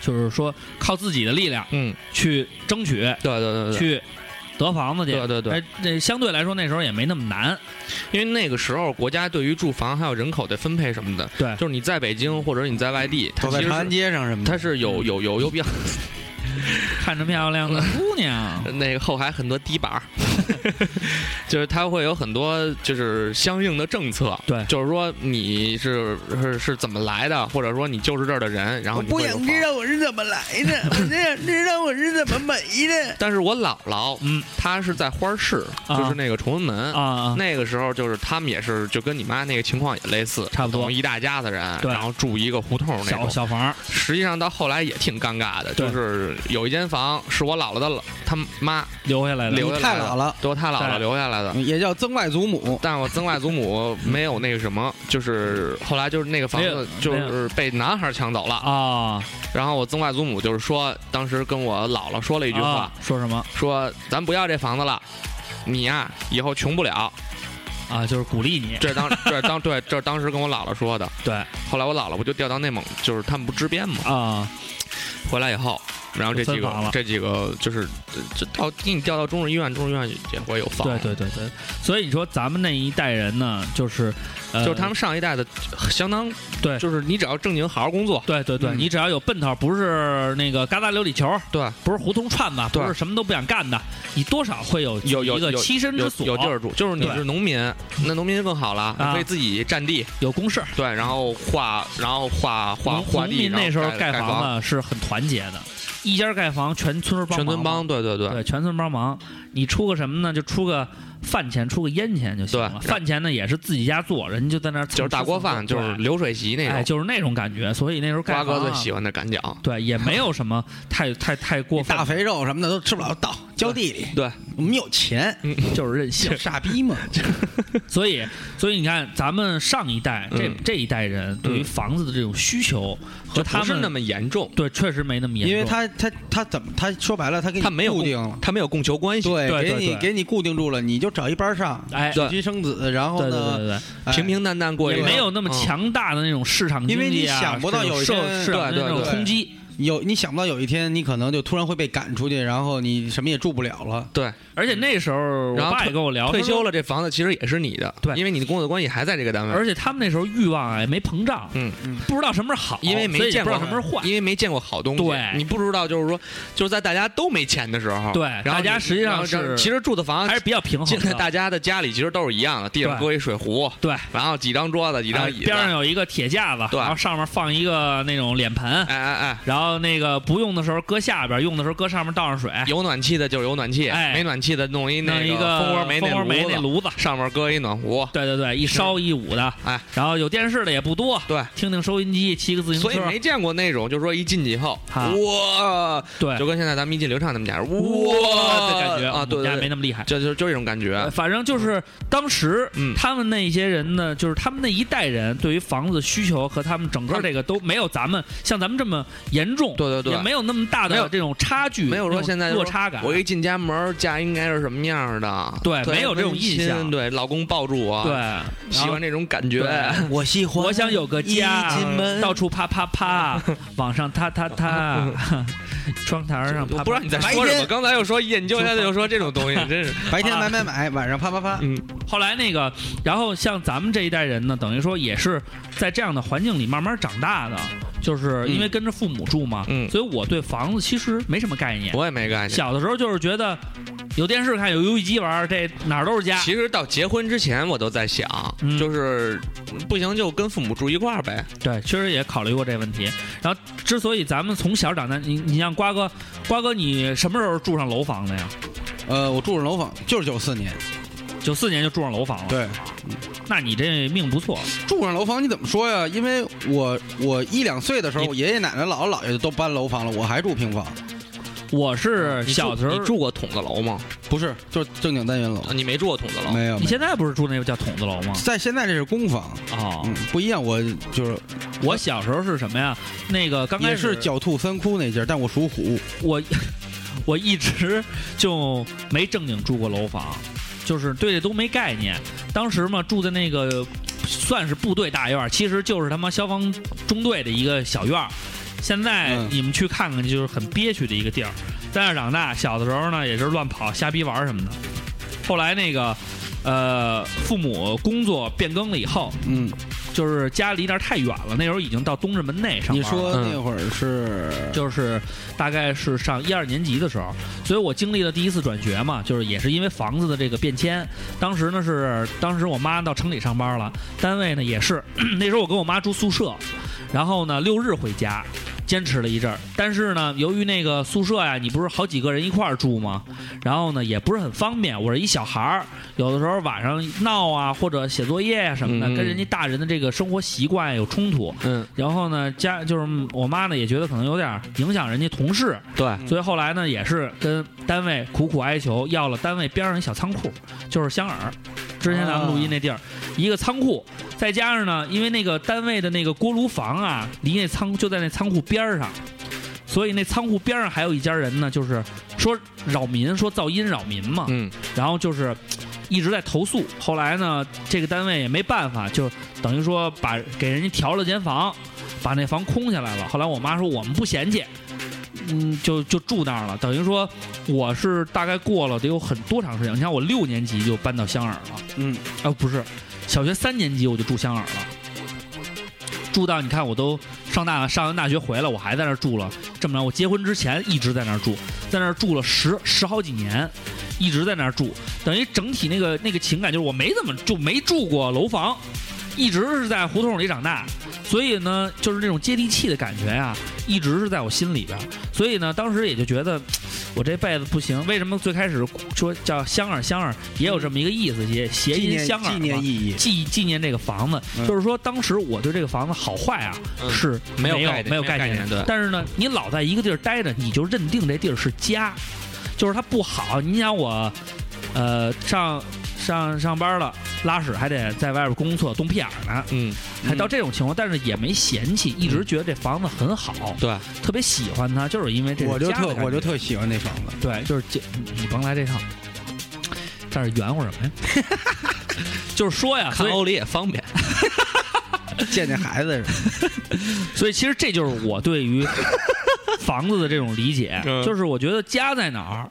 Speaker 1: 就是说靠自己的力量
Speaker 2: 嗯，
Speaker 1: 去争取，
Speaker 2: 对对对对，
Speaker 1: 去得房子去。
Speaker 2: 对对对
Speaker 1: 哎，那相对来说那时候也没那么难。
Speaker 2: 因为那个时候国家对于住房还有人口的分配什么的，
Speaker 1: 对
Speaker 2: 就是你在北京或者你在外地，它
Speaker 4: 走在
Speaker 2: 其实
Speaker 4: 长安
Speaker 2: 是
Speaker 4: 街上什么的，
Speaker 2: 它是有有有有比较
Speaker 1: 看着漂亮的姑娘，
Speaker 2: 那个后海很多低板儿， *laughs* 就是它会有很多就是相应的政策，
Speaker 1: 对
Speaker 2: 就是说你是是是怎么来的，或者说你就是这儿的人，然后你会有房
Speaker 5: 道我是怎么来的，我想知道我是怎么没的。
Speaker 2: 但是我姥姥，
Speaker 1: 嗯
Speaker 2: 她是在花市，
Speaker 1: 啊
Speaker 2: 就是那个崇文门
Speaker 1: 啊，
Speaker 2: 那个时候就是他们也是就跟你妈那个情况也类似，
Speaker 1: 差不多
Speaker 2: 等于一大家子人，
Speaker 1: 对
Speaker 2: 然后住一个胡同那
Speaker 1: 小
Speaker 2: 种。
Speaker 1: 小房儿，
Speaker 2: 实际上到后来也挺尴尬的，
Speaker 1: 对
Speaker 2: 就是有一间房是我姥姥的姥他妈
Speaker 1: 留下来的。
Speaker 2: 留下来
Speaker 4: 太
Speaker 2: 的，
Speaker 4: 姥姥
Speaker 2: 都是他姥姥
Speaker 1: 对
Speaker 2: 留下来的。
Speaker 4: 也叫曾外祖母，
Speaker 2: 但是我曾外祖
Speaker 1: *laughs*
Speaker 2: 母没有那个什么，就是后来就是那个房
Speaker 1: 没有
Speaker 2: 子就
Speaker 1: 没
Speaker 2: 是被男孩抢走了。
Speaker 1: 啊，
Speaker 2: 然后我曾外祖母就是说，当时跟我姥姥说了一
Speaker 1: 一
Speaker 2: 句话，
Speaker 1: 啊说什么
Speaker 2: 说咱不要这房子了，你呀、以后穷不了。
Speaker 1: 啊？就是鼓励你，
Speaker 2: 这是当这是当对这是当时跟我姥姥说的。
Speaker 1: 对
Speaker 2: 后来我姥姥不就调到内蒙，就是他们不支边嘛，
Speaker 1: 啊，
Speaker 2: 回来以后。然后这几
Speaker 1: 就分房
Speaker 2: 个
Speaker 1: 了
Speaker 2: 这几个就是，呃这到给你调到中日医院，中日医院也会有房。
Speaker 1: 对对对对，所以你说咱们那一代人呢，就是，呃，
Speaker 2: 就是他们上一代的相当，
Speaker 1: 对
Speaker 2: 就是你只要正经好好工作，
Speaker 1: 对对对，
Speaker 2: 嗯
Speaker 1: 你只要有奔头，不是那个疙瘩琉璃球，
Speaker 2: 对，
Speaker 1: 不是胡同串子，啊
Speaker 2: 对
Speaker 1: 不是什么都不想干的，你多少会有
Speaker 2: 有有
Speaker 1: 一个
Speaker 2: 有
Speaker 1: 栖身之
Speaker 2: 有
Speaker 1: 所，
Speaker 2: 有地儿住，就是你
Speaker 1: 对嗯
Speaker 2: 是农民，那农民更好了，你
Speaker 1: 啊
Speaker 2: 可以自己占地，
Speaker 1: 有公社。
Speaker 2: 对，然后划，然后划划
Speaker 1: 农
Speaker 2: 划
Speaker 1: 农
Speaker 2: 地，
Speaker 1: 民
Speaker 2: 然后
Speaker 1: 那时候
Speaker 2: 盖
Speaker 1: 房
Speaker 2: 房，
Speaker 1: 呢是很团结的，一家盖房，全村儿帮
Speaker 2: 全村
Speaker 1: 忙嘛
Speaker 2: 帮，对对对，
Speaker 1: 对，全村帮忙。你出个什么呢？就出个饭钱，出个烟钱就行了。
Speaker 2: 对
Speaker 1: 饭钱呢也是自己家做，人家就在那儿蹭
Speaker 2: 就是大
Speaker 1: 吃
Speaker 2: 锅
Speaker 1: 蹭喝
Speaker 2: 饭，就是
Speaker 1: 对
Speaker 2: 流水席那
Speaker 1: 哎，
Speaker 2: 种。
Speaker 1: 就是那种感觉。所以那时候盖
Speaker 2: 瓜哥
Speaker 1: 房
Speaker 2: 最
Speaker 1: 啊，
Speaker 2: 喜欢的擀饺，
Speaker 1: 对，也没有什么太太太过分
Speaker 4: 大
Speaker 1: 的，
Speaker 4: 肥肉什么的都吃不了，倒浇地里。
Speaker 2: 对，
Speaker 4: 我们有
Speaker 1: *laughs*
Speaker 4: 钱，
Speaker 1: 就是任性。
Speaker 4: 傻逼
Speaker 1: *laughs*
Speaker 4: 嘛。
Speaker 1: 所以，所以你看，咱们上一代这
Speaker 2: 嗯
Speaker 1: 这一代人对于房子的这种需求和
Speaker 2: 就
Speaker 1: 他
Speaker 2: 不是
Speaker 1: 们
Speaker 2: 那么严重，
Speaker 1: 对，确实没那么严重，
Speaker 4: 因为他他他怎么他说白了他给你
Speaker 2: 他没有
Speaker 4: 固定了，
Speaker 2: 他没有供求关系，
Speaker 4: 对，
Speaker 1: 对
Speaker 4: 给
Speaker 1: 对
Speaker 4: 你
Speaker 1: 对
Speaker 4: 给你固定住了，你就找一班上，
Speaker 1: 哎，
Speaker 2: 对
Speaker 4: 娶妻生子，然后
Speaker 1: 对对对对
Speaker 4: 呢
Speaker 1: 对。
Speaker 4: 哎
Speaker 2: 平平淡淡过一
Speaker 1: 也
Speaker 2: 生，
Speaker 1: 没有那么
Speaker 2: 嗯。
Speaker 1: 强大的那种市场经
Speaker 4: 因为
Speaker 1: 济
Speaker 4: 你
Speaker 1: 啊，
Speaker 4: 想不到有一
Speaker 1: 社
Speaker 4: 天
Speaker 1: 市场
Speaker 2: 对
Speaker 1: 的那
Speaker 2: 对
Speaker 1: 种
Speaker 2: 对
Speaker 1: 冲击，
Speaker 4: 有你想不到有一天你可能就突然会被赶出去，然后你什么也住不了了。
Speaker 2: 对，
Speaker 1: 而且那时候我
Speaker 2: 嗯然后
Speaker 1: 爸也跟我聊，
Speaker 2: 退
Speaker 1: 他说
Speaker 2: 休了，这房子其实也是你的，
Speaker 1: 对
Speaker 2: 因为你的工作关系还在这个单位，
Speaker 1: 而且他们那时候欲望啊也没膨胀，
Speaker 2: 嗯
Speaker 4: 嗯
Speaker 1: 不知道什么是好，
Speaker 2: 因为没
Speaker 1: 所以也
Speaker 2: 见
Speaker 1: 不
Speaker 2: 过
Speaker 1: 知道什么是坏，
Speaker 2: 因为没见过好东西，
Speaker 1: 对
Speaker 2: 你不知道，就是说，就是在大家都没钱的时候，
Speaker 1: 对
Speaker 2: 然后
Speaker 1: 大家
Speaker 2: 你
Speaker 1: 实际上
Speaker 2: 然后然后
Speaker 1: 是
Speaker 2: 其实住的房
Speaker 1: 还是比较平
Speaker 2: 现
Speaker 1: 衡
Speaker 2: 在
Speaker 1: 的。哎
Speaker 2: 大家的家里其实都是一样的，地上
Speaker 1: 对
Speaker 2: 搁一水壶，
Speaker 1: 对，
Speaker 2: 然后几张桌子，几张
Speaker 1: 哎
Speaker 2: 椅子，
Speaker 1: 边上
Speaker 2: 哎
Speaker 1: 有一个铁架子，
Speaker 2: 对
Speaker 1: 然后上面放一个那种脸盆，
Speaker 2: 哎哎，
Speaker 1: 然后那个不用的时候搁下边，用的时候搁上面倒上水，
Speaker 2: 有暖气的就有暖气，
Speaker 1: 哎
Speaker 2: 没暖气的弄一
Speaker 1: 弄
Speaker 2: 那
Speaker 1: 一个
Speaker 2: 蜂窝煤
Speaker 1: 蜂窝煤那
Speaker 2: 那
Speaker 1: 炉子，
Speaker 2: 上面搁一暖壶，
Speaker 1: 对对对，一烧一捂的，
Speaker 2: 哎，
Speaker 1: 然后有电视的也不多，
Speaker 2: 对，
Speaker 1: 听听收音机，骑个自行车，
Speaker 2: 所以没见过那种，就是说一进去以后，
Speaker 1: 哈
Speaker 2: 哇，
Speaker 1: 对，
Speaker 2: 就跟现在咱们一进刘畅他们家，
Speaker 1: 哇
Speaker 2: 哇
Speaker 1: 的感觉
Speaker 2: 啊，对
Speaker 1: 我们家没
Speaker 2: 对对，
Speaker 1: 那么厉害。
Speaker 2: 就就就这种感觉
Speaker 1: 呃，反正就是当时，
Speaker 2: 嗯
Speaker 1: 他们那些人呢，就是他们那一代人对于房子的需求和他们整个这个都没有咱们像咱们这么严重，
Speaker 2: 对对对
Speaker 1: 也没有那么大
Speaker 2: 没有
Speaker 1: 的这种差距，
Speaker 2: 没有说
Speaker 1: 那种
Speaker 2: 现在
Speaker 1: 落差感。
Speaker 2: 我一进家门，家应该是什么样的？
Speaker 1: 对
Speaker 2: 特别
Speaker 1: 没有这种
Speaker 2: 温馨
Speaker 1: 印象
Speaker 2: 对，老公抱住我，
Speaker 1: 对，，然
Speaker 2: 啊喜
Speaker 1: 后
Speaker 2: 欢这种感觉，
Speaker 1: 对
Speaker 4: 我喜
Speaker 1: 嗯
Speaker 4: 欢
Speaker 1: 我想有个家嗯
Speaker 4: 一进，门
Speaker 1: 到处啪啪
Speaker 2: *laughs*
Speaker 1: 啪，往上踏踏踏，窗台上啪啪啪。
Speaker 2: 我不知道你在
Speaker 4: 白
Speaker 2: 说什么，
Speaker 4: 天
Speaker 2: 刚才又说研究，现在又说这种东西，
Speaker 1: *laughs*
Speaker 2: 真是，
Speaker 4: 白天
Speaker 1: 啊
Speaker 4: 买买买，晚上啪啪啪。
Speaker 2: 嗯，
Speaker 1: 后来那个，然后像咱们这一代人呢，等于说也是在这样的环境里慢慢长大的，就是因为跟着父母住嘛，
Speaker 2: 嗯
Speaker 1: 所以我对房子其实没什么概念。
Speaker 2: 我也没概念。
Speaker 1: 小的时候就是觉得有电视看，有游戏机玩，这哪儿都是家。
Speaker 2: 其实到结婚之前，我都在想，
Speaker 1: 嗯
Speaker 2: 就是不行就跟父母住一块儿呗。
Speaker 1: 对，确实也考虑过这问题。然后，之所以咱们从小长大，你你像瓜哥，瓜哥你什么时候住上楼房的呀？
Speaker 4: 呃，我住着楼房，就是九四
Speaker 1: 哦
Speaker 4: 年，
Speaker 1: 九四年就住上楼房了，
Speaker 4: 对，
Speaker 1: 那你这命不错。
Speaker 4: 住上楼房你怎么说呀？因为我我一两岁的时候，我爷爷奶奶、姥姥姥爷都搬楼房了，我还住平房，
Speaker 1: 我是
Speaker 2: 你住
Speaker 1: 小时候
Speaker 2: 你住过筒子楼吗？
Speaker 4: 不是，就是正经单元楼
Speaker 2: 啊，，你没住过筒子楼。
Speaker 4: 没有。没
Speaker 1: 你
Speaker 4: 有
Speaker 1: 现在不是住那个叫筒子楼吗？
Speaker 4: 在现在这是公房，
Speaker 1: 哦
Speaker 4: 嗯，不一样。我就是
Speaker 1: 我小时候是什么呀？那个刚开
Speaker 4: 也
Speaker 1: 始
Speaker 4: 是狡兔三窟那劲儿，但我属虎。
Speaker 1: 我 *laughs* 我一直就没正经住过楼房，就是对这都没概念。当时嘛，住在那个算是部队大院儿，其实就是他妈消防中队的一个小院儿。现在
Speaker 4: 嗯
Speaker 1: 你们去看看，就是很憋屈的一个地儿。在那儿长大，小的时候呢也是乱跑、瞎逼玩儿什么的。后来那个，呃，父母工作变更了以后，
Speaker 4: 嗯，
Speaker 1: 就是家离那儿太远了，那时候已经到东直门内上
Speaker 4: 你
Speaker 1: 班了
Speaker 4: 说
Speaker 2: 嗯
Speaker 4: 那会儿是
Speaker 1: 就是大概是上一二年级的时候，所以我经历了第一次转学嘛，就是也是因为房子的这个变迁。当时呢是，当时我妈到城里上班了，单位呢也是， *clears throat* 那时候我跟我妈住宿舍，然后呢六日回家。坚持了一阵儿，但是呢，由于那个宿舍呀，你不是好几个人一块儿住吗？然后呢，也不是很方便。我是一小孩儿，有的时候晚上闹啊，或者写作业呀、什么的，
Speaker 2: 嗯
Speaker 1: 跟人家大人的这个生活习惯有冲突。
Speaker 2: 嗯，
Speaker 1: 然后呢，家就是嗯我妈呢也觉得可能有点影响人家同事，
Speaker 2: 对，
Speaker 1: 所以后来呢也是跟单位苦苦哀求要了单位边上一小仓库，就是香饵，之前咱们录音那地儿、一个仓库，再加上呢，因为那个单位的那个锅炉房啊，离那仓就在那仓库边儿上。所以那仓库边上还有一家人呢，就是说扰民，说噪音扰民嘛，
Speaker 2: 嗯，
Speaker 1: 然后就是嘖一直在投诉。后来呢，这个单位也没办法，就等于说把给人家调了间房，把那房空下来了。后来我妈说我们不嫌弃，嗯，就就住那儿了。等于说我是大概过了得有很多长时间。你看我六年级就搬到香饵了，
Speaker 4: 嗯，
Speaker 1: 啊不是，小学三年级我就住香饵了。住到你看，我都上大上完大学回来，我还在那儿住了。这么着，我结婚之前一直在那儿住，在那儿住了十十好几年，一直在那儿住，等于整体那个那个情感就是我没怎么就没住过楼房，一直是在胡同里长大，所以呢，就是那种接地气的感觉呀、一直是在我心里边儿。所以呢，当时也就觉得我这辈子不行。为什么最开始说叫香儿香儿，也有这么一个意思，也谐
Speaker 4: 纪
Speaker 1: 音
Speaker 4: 念
Speaker 1: 香儿嘛
Speaker 4: 纪念意义。
Speaker 1: 纪纪念这个房子，
Speaker 4: 嗯
Speaker 1: 就是说当时我对这个房子好坏啊、
Speaker 2: 嗯
Speaker 1: 是
Speaker 2: 没有
Speaker 1: 没有
Speaker 2: 概念
Speaker 1: 没有
Speaker 2: 没有概
Speaker 1: 念
Speaker 2: 念对
Speaker 1: 但是呢，你老在一个地儿待着，你就认定这地儿是家，就是它不好。你想我，呃，上上上班了，拉屎还得在外边公厕冻屁眼儿呢，
Speaker 2: 嗯，
Speaker 1: 还到这种情况，但是也没嫌弃，一直觉得这房子很好，
Speaker 2: 对，
Speaker 1: 特别喜欢它，就是因为这是
Speaker 4: 我就
Speaker 1: 家的
Speaker 4: 特
Speaker 1: 感
Speaker 4: 我就
Speaker 1: 觉
Speaker 4: 特喜欢那房子，
Speaker 1: 对，就是这，你你甭来这套。 *laughs* 但是圆乎什么呀？就是说呀，
Speaker 2: 看
Speaker 1: 所以
Speaker 2: 欧里也方便，
Speaker 4: 见见孩
Speaker 1: *laughs*
Speaker 4: 子似的。
Speaker 1: 所以其实这就是我对
Speaker 2: *laughs*
Speaker 1: 于房子的这种理解，
Speaker 2: 嗯
Speaker 1: 就是我觉得家在哪儿，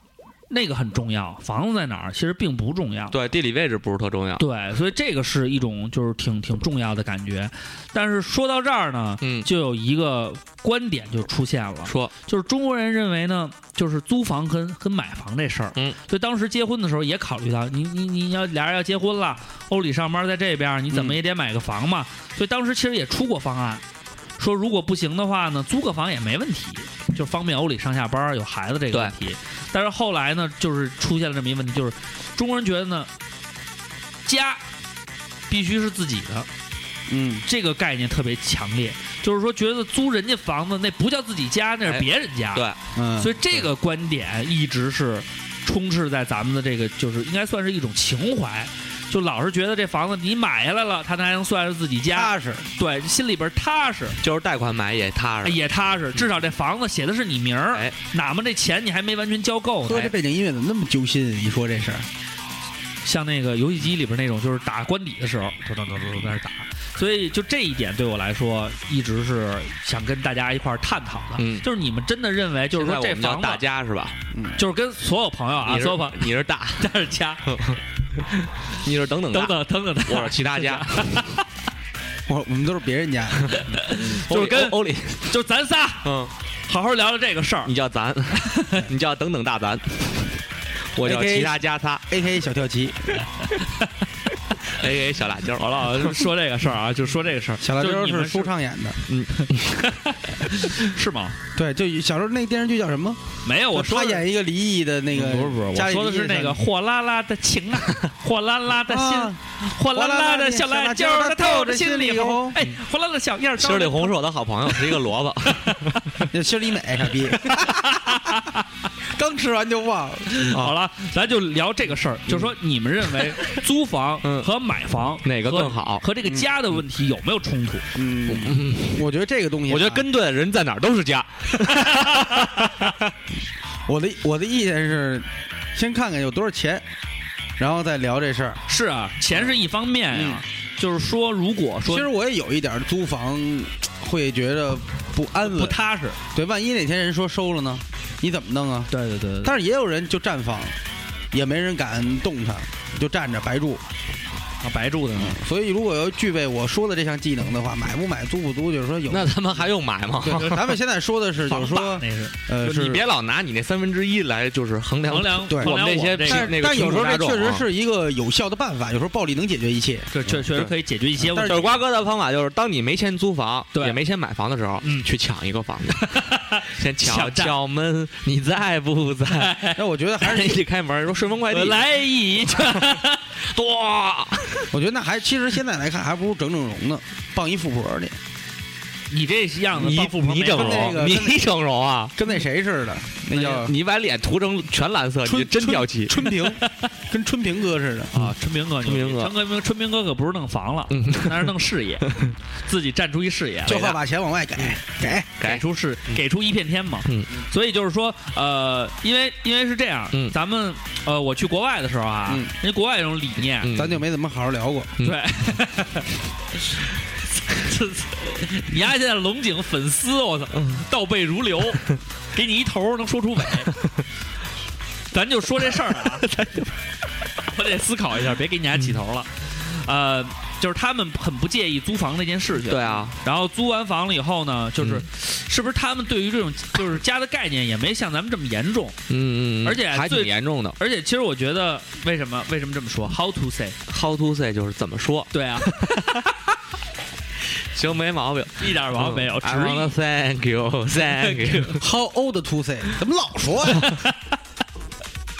Speaker 1: 那个很重要，房子在哪儿其实并不重要。
Speaker 2: 对，地理位置不是特重要，
Speaker 1: 对，所以这个是一种就是挺挺重要的感觉。但是说到这儿呢，
Speaker 2: 嗯，
Speaker 1: 就有一个观点就出现了，
Speaker 2: 说，
Speaker 1: 就是中国人认为呢，就是租房跟跟买房这事儿，
Speaker 2: 嗯，
Speaker 1: 所以当时结婚的时候也考虑到，你你你要俩人要结婚了，欧里上班在这边，你怎么也得买个房嘛，
Speaker 2: 嗯
Speaker 1: 所以当时其实也出过方案，说如果不行的话呢，租个房也没问题，就方便欧里上下班有孩子这个问题。但是后来呢，就是出现了这么一个问题，就是中国人觉得呢，家必须是自己的，
Speaker 4: 嗯，
Speaker 1: 这个概念特别强烈，就是说觉得租人家房子那不叫自己家，那是
Speaker 2: 哎
Speaker 1: 别人家。
Speaker 2: 对
Speaker 4: 嗯，
Speaker 1: 所以这个观点一直是充斥在咱们的这个，就是应该算是一种情怀，就老是觉得这房子你买下来了，它才能算是自己家，
Speaker 4: 踏实。
Speaker 1: 对，心里边踏实哎
Speaker 2: 就是贷款买也踏实，
Speaker 1: 也踏实，至少这房子写的是你名儿，
Speaker 2: 哎，
Speaker 1: 哪怕这钱你还没完全交够
Speaker 4: 说
Speaker 1: 呢
Speaker 4: 这。背景音乐怎么那么揪心？一说这事儿，
Speaker 1: 像那个游戏机里边那种，就是打官邸的时候，咚咚咚咚咚在那打。所以就这一点对我来说，一直是想跟大家一块儿探讨的。
Speaker 2: 嗯
Speaker 1: 就是你们真的认为，就是
Speaker 2: 现在
Speaker 1: 说
Speaker 2: 我
Speaker 1: 这
Speaker 2: 们叫
Speaker 1: 房
Speaker 2: 大
Speaker 1: 子，
Speaker 2: 家是吧？
Speaker 1: 就是跟所有朋友啊，
Speaker 2: 你
Speaker 1: 所有朋友 *laughs*
Speaker 2: 是你是大，
Speaker 1: 但是家
Speaker 2: 你是等等
Speaker 1: 等
Speaker 2: 大，
Speaker 1: 等等等等，
Speaker 2: 嗯啊我是其他家，
Speaker 4: 我我们都是别人家，
Speaker 1: *laughs* 就是
Speaker 2: 欧里
Speaker 1: 跟
Speaker 2: 欧欧里，
Speaker 1: 就咱仨
Speaker 2: 嗯，
Speaker 1: 好好聊聊这个事儿
Speaker 2: 你。叫咱，你叫等等大咱，我叫
Speaker 4: AK
Speaker 2: 其他家他
Speaker 4: A K 小跳棋，
Speaker 2: ，A A 小辣椒，
Speaker 1: 好了，说这个事儿
Speaker 2: *laughs*
Speaker 1: 啊，就说这个事儿。
Speaker 4: 小辣
Speaker 1: 就是
Speaker 4: 椒
Speaker 1: 你们
Speaker 4: 是舒
Speaker 1: 是
Speaker 4: 畅演的。
Speaker 1: 是吗？
Speaker 4: 对，就小时候那电视剧叫什么？
Speaker 1: 没有，我说
Speaker 4: 他
Speaker 1: 的嗯
Speaker 4: 演一个离异的那个，
Speaker 1: 不是不是，我
Speaker 4: 家里
Speaker 1: 说的
Speaker 4: 离异
Speaker 1: 是那个
Speaker 4: *laughs* 少
Speaker 1: 火辣辣的情啊，火辣辣的
Speaker 4: 女
Speaker 1: 心
Speaker 4: 啊，，
Speaker 1: 火辣辣的小辣椒儿，它透着心里红。哎，火辣辣的小燕儿，
Speaker 2: 心里
Speaker 1: *laughs*
Speaker 2: 红是我的好朋友，是一个萝卜，
Speaker 4: 那心里美傻逼。 *laughs* 刚吃完就忘了。
Speaker 2: 嗯
Speaker 1: 好了，咱就聊这个事儿，就是说你们认为租房
Speaker 2: 嗯
Speaker 1: 和买房
Speaker 2: 哪个
Speaker 1: 和
Speaker 2: 更好？
Speaker 1: 和这个家的问题有没有冲突？
Speaker 4: 嗯，
Speaker 2: 嗯
Speaker 4: 我觉得这个东西啊，
Speaker 2: 我觉得跟对的人在哪儿都是家。
Speaker 4: 我的我的意见是，先看看有多少钱，然后再聊这事儿。
Speaker 1: 是啊，钱是一方面呀，
Speaker 2: 嗯
Speaker 1: 就是说如果
Speaker 4: 其
Speaker 1: 说
Speaker 4: 实我也有一点儿租房会觉得不安稳，
Speaker 1: 不踏实，
Speaker 4: 对，万一哪天人说收了呢，你怎么弄啊？
Speaker 1: 对对对，
Speaker 4: 但是也有人就占房，也没人敢动他，就站着白住。
Speaker 1: 啊白住的呢。
Speaker 4: 所以如果要具备我说的这项技能的话，买不买、租不租，就是说有。
Speaker 2: 那他们还用买吗？
Speaker 4: 对，就是咱们现在说的是，就是说
Speaker 1: 那，是
Speaker 4: 呃，
Speaker 2: 就是你别老拿你那三分之一来就是衡量
Speaker 1: 衡量
Speaker 4: 对
Speaker 1: 衡量
Speaker 2: 我们那些
Speaker 1: 这
Speaker 2: 是
Speaker 1: 个
Speaker 4: 但
Speaker 2: 那
Speaker 4: 是
Speaker 2: 个
Speaker 4: 但有时候这确
Speaker 2: 群众
Speaker 4: 实
Speaker 2: 大众啊
Speaker 4: 是一个有效的办法，有时候暴力能解决一切。
Speaker 1: 这确确实可以解决一些问
Speaker 4: 但
Speaker 1: 题。
Speaker 4: 是
Speaker 2: 就是瓜哥的方法就是，当你没钱租房，
Speaker 1: 对
Speaker 2: 也没钱买房的时候，
Speaker 1: 嗯
Speaker 2: 去抢一个房
Speaker 1: *laughs*
Speaker 2: 子，先敲
Speaker 1: 抢占
Speaker 2: 敲门，你在不在？
Speaker 1: *laughs*
Speaker 2: *laughs*
Speaker 4: 那我觉得还
Speaker 2: 还
Speaker 4: 是
Speaker 2: 是一开门说顺丰快
Speaker 1: 我
Speaker 2: 递，
Speaker 1: 来一拳，
Speaker 2: 多。
Speaker 4: 我觉得那还其实现在来看，还不如整整容呢，傍一富婆去，
Speaker 1: 你这样子
Speaker 2: 你
Speaker 1: 帮富婆
Speaker 2: 你
Speaker 1: 没
Speaker 2: 整
Speaker 1: 法
Speaker 4: 跟那
Speaker 2: 容，
Speaker 4: 个
Speaker 2: 你整容啊？
Speaker 4: 跟那谁似的，那叫
Speaker 2: 你把脸涂成全蓝色，你
Speaker 4: 春
Speaker 2: 真挑剔。
Speaker 4: 春平，跟春平哥似的。
Speaker 1: 啊，春明哥牛逼，
Speaker 2: 春明哥
Speaker 1: 春明春明哥可不是弄房了，
Speaker 2: 嗯
Speaker 1: 那是弄事
Speaker 2: *laughs*
Speaker 1: 业，自己站出一事业来，
Speaker 4: 就好把钱往外给给，
Speaker 1: 给出是给出一片天嘛。
Speaker 2: 嗯，
Speaker 1: 所以就是说，呃，因为因为是这样，
Speaker 2: 嗯
Speaker 1: 咱们呃，我去国外的时候啊，
Speaker 4: 嗯
Speaker 1: 人家国外有种理念，
Speaker 2: 嗯
Speaker 4: 咱就没怎么好好聊过。
Speaker 2: 嗯 *laughs*
Speaker 1: 对。这你丫现在龙井粉丝，我操，
Speaker 2: 嗯
Speaker 1: 倒背如流，给你一头能说出尾。咱就说这事儿
Speaker 2: *laughs*
Speaker 1: 啊，我得思考一下，别给你家起头了。呃，就是他们很不介意租房这件事情，
Speaker 2: 嗯对啊，
Speaker 1: 然后租完房了以后呢，就是、
Speaker 2: 嗯
Speaker 1: 是不是他们对于这种就是家的概念也没像咱们这么严重？
Speaker 2: 嗯嗯嗯，
Speaker 1: 而且
Speaker 2: 还挺
Speaker 1: 最
Speaker 2: 严重的。
Speaker 1: 而且其实我觉得为什么为什么这么说？How to say？
Speaker 2: How to say 就是怎么说，
Speaker 1: 对啊，
Speaker 2: 行，没毛病。
Speaker 1: 一点毛病没有，
Speaker 2: 嗯
Speaker 1: 直
Speaker 2: *laughs* I wanna thank you, thank you。
Speaker 4: How old to say？怎么老说呀？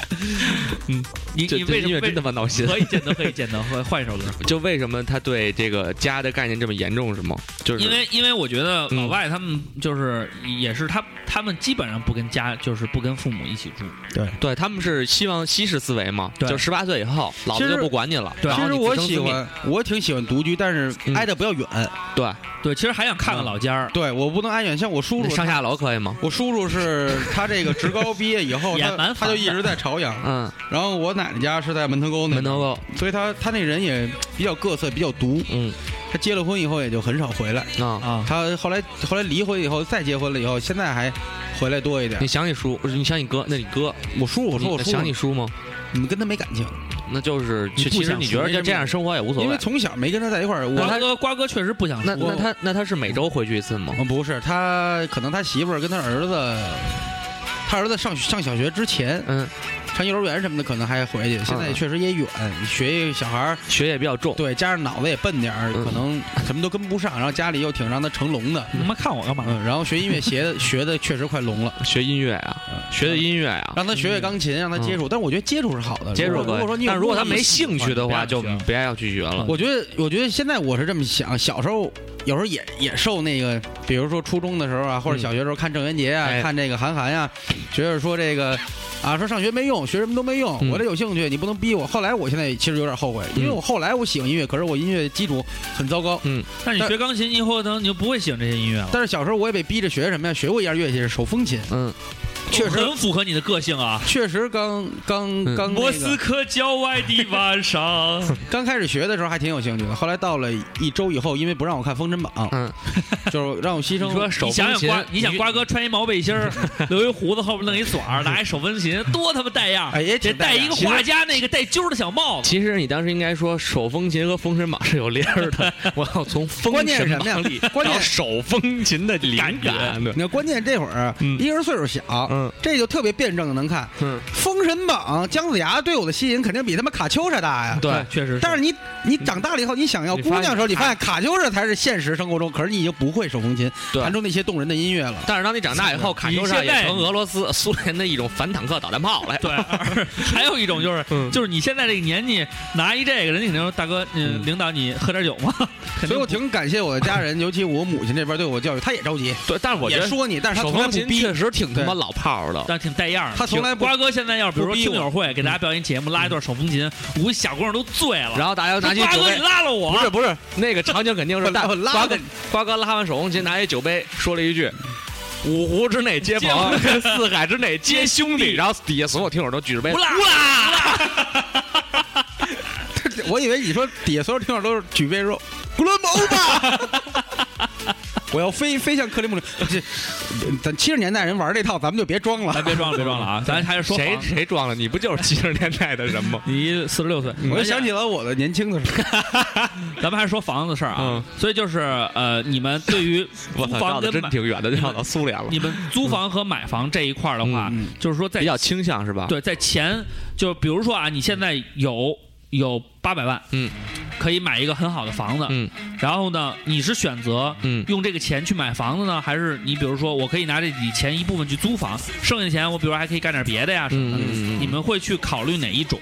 Speaker 1: *laughs* 你
Speaker 2: 这
Speaker 1: 你
Speaker 2: 这
Speaker 1: 为什
Speaker 2: 音
Speaker 1: 么
Speaker 2: 乐真他妈闹心。
Speaker 1: 可以简单可以简单，换换一首歌。
Speaker 2: 就为什么他对这个家的概念这么严重是吗？就是
Speaker 1: 因为因为我觉得
Speaker 2: 嗯
Speaker 1: 老外他们就是也是他他们基本上不跟家就是不跟父母一起住，
Speaker 2: 对他们是希望西式思维嘛，
Speaker 1: 对
Speaker 2: 就十八岁以后老
Speaker 4: 其
Speaker 2: 子
Speaker 4: 实
Speaker 2: 就不管你了。
Speaker 1: 对
Speaker 2: 然
Speaker 4: 其
Speaker 2: 后啊
Speaker 4: 实
Speaker 2: 你
Speaker 4: 我
Speaker 2: 自生
Speaker 4: 喜
Speaker 2: 自灭，
Speaker 4: 欢，我挺喜欢独居，但是
Speaker 2: 嗯
Speaker 4: 挨得不要远。
Speaker 2: 对，
Speaker 1: 对，其实还想看
Speaker 2: 嗯
Speaker 1: 看老家儿，
Speaker 4: 对我不能挨远，像我叔
Speaker 2: 那
Speaker 4: 叔，
Speaker 2: 上下楼可以吗？
Speaker 4: 我叔叔是他这个职高毕业以后，
Speaker 1: 也
Speaker 4: 他
Speaker 1: 蛮
Speaker 4: 他
Speaker 1: 烦的
Speaker 4: 就一直在朝阳。
Speaker 2: 嗯，
Speaker 4: 然后我奶奶家是在门头沟那
Speaker 2: 门
Speaker 4: 边，
Speaker 2: 头沟，
Speaker 4: 所以他他那人也比较各色，比较毒。
Speaker 2: 嗯
Speaker 4: 他结了婚以后也就很少回来。
Speaker 2: 啊，
Speaker 1: 啊，
Speaker 4: 他后来后来离婚以后，再结婚了以后，现在还回来多一点
Speaker 2: 你。想你叔，你想你哥，那你哥，
Speaker 4: 我叔，我说
Speaker 2: 你
Speaker 4: 我叔，
Speaker 2: 想你叔吗？
Speaker 4: 你们跟他没感情，
Speaker 2: 那就是，
Speaker 1: 你
Speaker 2: 其
Speaker 1: 不
Speaker 2: 其实
Speaker 1: 想
Speaker 2: 你
Speaker 1: 输
Speaker 2: 觉得
Speaker 4: 没
Speaker 2: 就
Speaker 4: 什么
Speaker 2: 这样生活也无所
Speaker 4: 因为
Speaker 2: 谓。
Speaker 4: 从小没跟他在一块儿。我
Speaker 1: 瓜哥瓜哥确实不想
Speaker 2: 那
Speaker 1: 说
Speaker 2: 那他那他是每周回去一次吗？
Speaker 4: 嗯不是他，可能他媳妇儿跟他儿子，他儿子上上小学之前，
Speaker 2: 嗯，
Speaker 4: 上幼儿园什么的可能还回去。现在
Speaker 2: 嗯
Speaker 4: 确实也远，学业小孩儿
Speaker 2: 学业比较重。
Speaker 4: 对，加上脑子也笨点儿，
Speaker 2: 嗯
Speaker 4: 可能什么都跟不上。然后家里又挺让他成聋的，
Speaker 1: 你他妈看我干嘛？
Speaker 4: 嗯，然后学音乐学
Speaker 2: *laughs*
Speaker 4: 的学的确实快聋了。
Speaker 2: 学音乐啊，
Speaker 4: 嗯
Speaker 2: 学的音乐啊，
Speaker 4: 让他学学钢琴，让他接触，但是我觉得接触是好的。
Speaker 2: 接触
Speaker 4: 如果
Speaker 2: 可
Speaker 4: 如果说你
Speaker 2: 以。
Speaker 4: 有
Speaker 2: 但如果他
Speaker 4: 目的
Speaker 2: 没兴趣的话，
Speaker 1: 不
Speaker 2: 就
Speaker 1: 要
Speaker 4: 啊
Speaker 1: 去学
Speaker 2: 别要去学了。
Speaker 4: 我觉得，我觉得现在我是这么想，小时候有时候也也受那个，比如说初中的时候啊，或者
Speaker 2: 嗯
Speaker 4: 小学时候看郑渊洁啊，
Speaker 2: 哎
Speaker 4: 看这个韩寒呀、觉得说这个啊，说上学没用，学什么都没用，
Speaker 2: 嗯
Speaker 4: 我这有兴趣，你不能逼我。后来我现在其实有点后悔，因为
Speaker 2: 嗯
Speaker 4: 我后来我喜欢音乐，可是我音乐基础很糟糕。
Speaker 1: 但是你学钢琴以后，呢，你就不会喜欢这些音乐了。
Speaker 4: 但是小时候我也被逼着学什么呀？学过一样乐器是手风琴，
Speaker 2: 嗯，
Speaker 4: 确实
Speaker 1: 很符合你的个性啊。
Speaker 4: 确实刚刚
Speaker 2: 嗯
Speaker 4: 刚、那个、
Speaker 1: 莫斯科郊外的晚上，
Speaker 4: 刚开始学的时候还挺有兴趣的，后来到了一周以后，因为不让我看《封神榜》，
Speaker 2: 嗯，
Speaker 4: *laughs* 就是让我牺牲
Speaker 1: 你说
Speaker 2: 手
Speaker 1: 你想
Speaker 2: 风琴
Speaker 1: 想瓜，你想
Speaker 2: 你
Speaker 1: 瓜哥穿一毛背心
Speaker 2: *laughs*
Speaker 1: 儿，留一胡子，后边弄一卷儿，拿一手风琴，多他妈带样儿！
Speaker 4: 哎也
Speaker 1: 得
Speaker 4: 挺
Speaker 1: 戴
Speaker 4: 带
Speaker 1: 一个
Speaker 4: 劲
Speaker 1: 画家那个带揪儿的小帽子。
Speaker 2: 其实你当时应该说手风琴和风神榜是有联儿
Speaker 4: *laughs*
Speaker 2: 的，我要从风
Speaker 4: 关键是
Speaker 2: 神
Speaker 4: 什么呀
Speaker 2: 榜里
Speaker 4: 关键
Speaker 2: 找手风琴的灵
Speaker 1: 感觉
Speaker 2: 感。啊对
Speaker 4: *laughs* 你看，关键这会儿
Speaker 2: 嗯
Speaker 4: 一个人岁数小，
Speaker 2: 嗯
Speaker 4: 这就特别辩证的能看。
Speaker 2: 嗯
Speaker 4: 封神榜》姜子牙对我的吸引肯定比他妈卡秋莎大呀。
Speaker 1: 嗯确实
Speaker 4: 但是你你长大了以后，你想要
Speaker 2: 你
Speaker 4: 姑
Speaker 2: 发现哎
Speaker 4: 娘的时候，你发现卡秋莎才是现实生活中，可是你已经不会手风琴，
Speaker 2: 对
Speaker 4: 弹出那些动人的音乐了。
Speaker 2: 但是当你长大以后，卡秋莎
Speaker 1: 你
Speaker 2: 也
Speaker 1: 现在
Speaker 2: 成俄罗斯、苏联的一种反坦克导弹炮了。
Speaker 1: 对， *laughs* 还有一种就是，
Speaker 2: 嗯
Speaker 1: 就是你现在这个年纪拿一这个，人家肯定说大哥，嗯，
Speaker 2: 嗯
Speaker 1: 领导你喝点酒吗？ *laughs* 肯定
Speaker 4: 所以我挺感谢我的家
Speaker 2: *laughs*
Speaker 4: 人，尤其我母亲这边对我教育，她也着急，
Speaker 2: 对，但是我觉
Speaker 4: 也
Speaker 2: 得
Speaker 4: 说你，但是她
Speaker 2: 手
Speaker 4: 从来
Speaker 2: 风
Speaker 4: 不
Speaker 2: 琴
Speaker 4: 逼 *laughs*
Speaker 2: 确。实挺他妈老炮儿的。
Speaker 1: 但挺带样儿的。
Speaker 4: 他从来不
Speaker 1: 瓜哥现在要是比如说
Speaker 4: 不逼
Speaker 1: 听
Speaker 4: 我嗯
Speaker 1: 友会给大家表演节目，拉一段手风琴，我估计小姑娘都醉了。
Speaker 2: 然后大家拿
Speaker 1: 说
Speaker 2: 起
Speaker 1: 瓜
Speaker 2: 酒
Speaker 1: 哥，
Speaker 2: 杯
Speaker 1: 你，拉了我，
Speaker 2: 不是不是，那个场景肯定是
Speaker 4: 我
Speaker 2: 大
Speaker 4: 我 *laughs* 拉
Speaker 2: 瓜
Speaker 4: 着
Speaker 2: 哥瓜哥拉完手风琴，拿起酒杯说了一句。五湖之内皆
Speaker 4: *laughs*
Speaker 2: 朋， *laughs* 四海之内皆兄弟。然后底下所有听友都举着杯
Speaker 1: 不，拉不拉。 *laughs*
Speaker 4: 我以为你说底下所有听众都是举杯说“古伦堡吧”， *laughs* 我要飞飞向克里姆林。这咱七十年代人玩这套，咱们就别装了
Speaker 1: 咱。别装了，别装了啊！咱还是说
Speaker 2: 谁
Speaker 1: 好？
Speaker 2: 谁装了？你不就是七十年代的人
Speaker 4: *laughs*
Speaker 2: 吗
Speaker 1: 你四十六岁，
Speaker 2: 嗯
Speaker 1: 咱
Speaker 4: 我
Speaker 2: 哎
Speaker 4: 就
Speaker 1: 先
Speaker 4: 想起了我的年轻的时候，
Speaker 1: 咱们还是说房子的事儿啊
Speaker 2: 嗯。
Speaker 1: 所以就是呃，你们对于租
Speaker 2: 我操，
Speaker 1: 房
Speaker 2: 绕的
Speaker 1: 跟
Speaker 2: 真
Speaker 1: 买，
Speaker 2: 挺嗯远的，就绕到苏联了。
Speaker 1: 你们租房和买房这一块儿的话
Speaker 4: 嗯嗯，
Speaker 1: 就是说在
Speaker 2: 比较倾向是吧？，
Speaker 1: 对，在钱，就比如说啊，你现在有有八百万，
Speaker 2: 嗯，
Speaker 1: 可以买一个很好的房子，
Speaker 2: 嗯，
Speaker 1: 然后呢，你是选择
Speaker 2: 嗯
Speaker 1: 用这个钱去买房子呢，还是你比如说我可以拿这笔钱一部分去租房，剩下的钱我比如还可以干点别的呀什么的，
Speaker 2: 嗯嗯嗯嗯
Speaker 1: 你们会去考虑哪一种？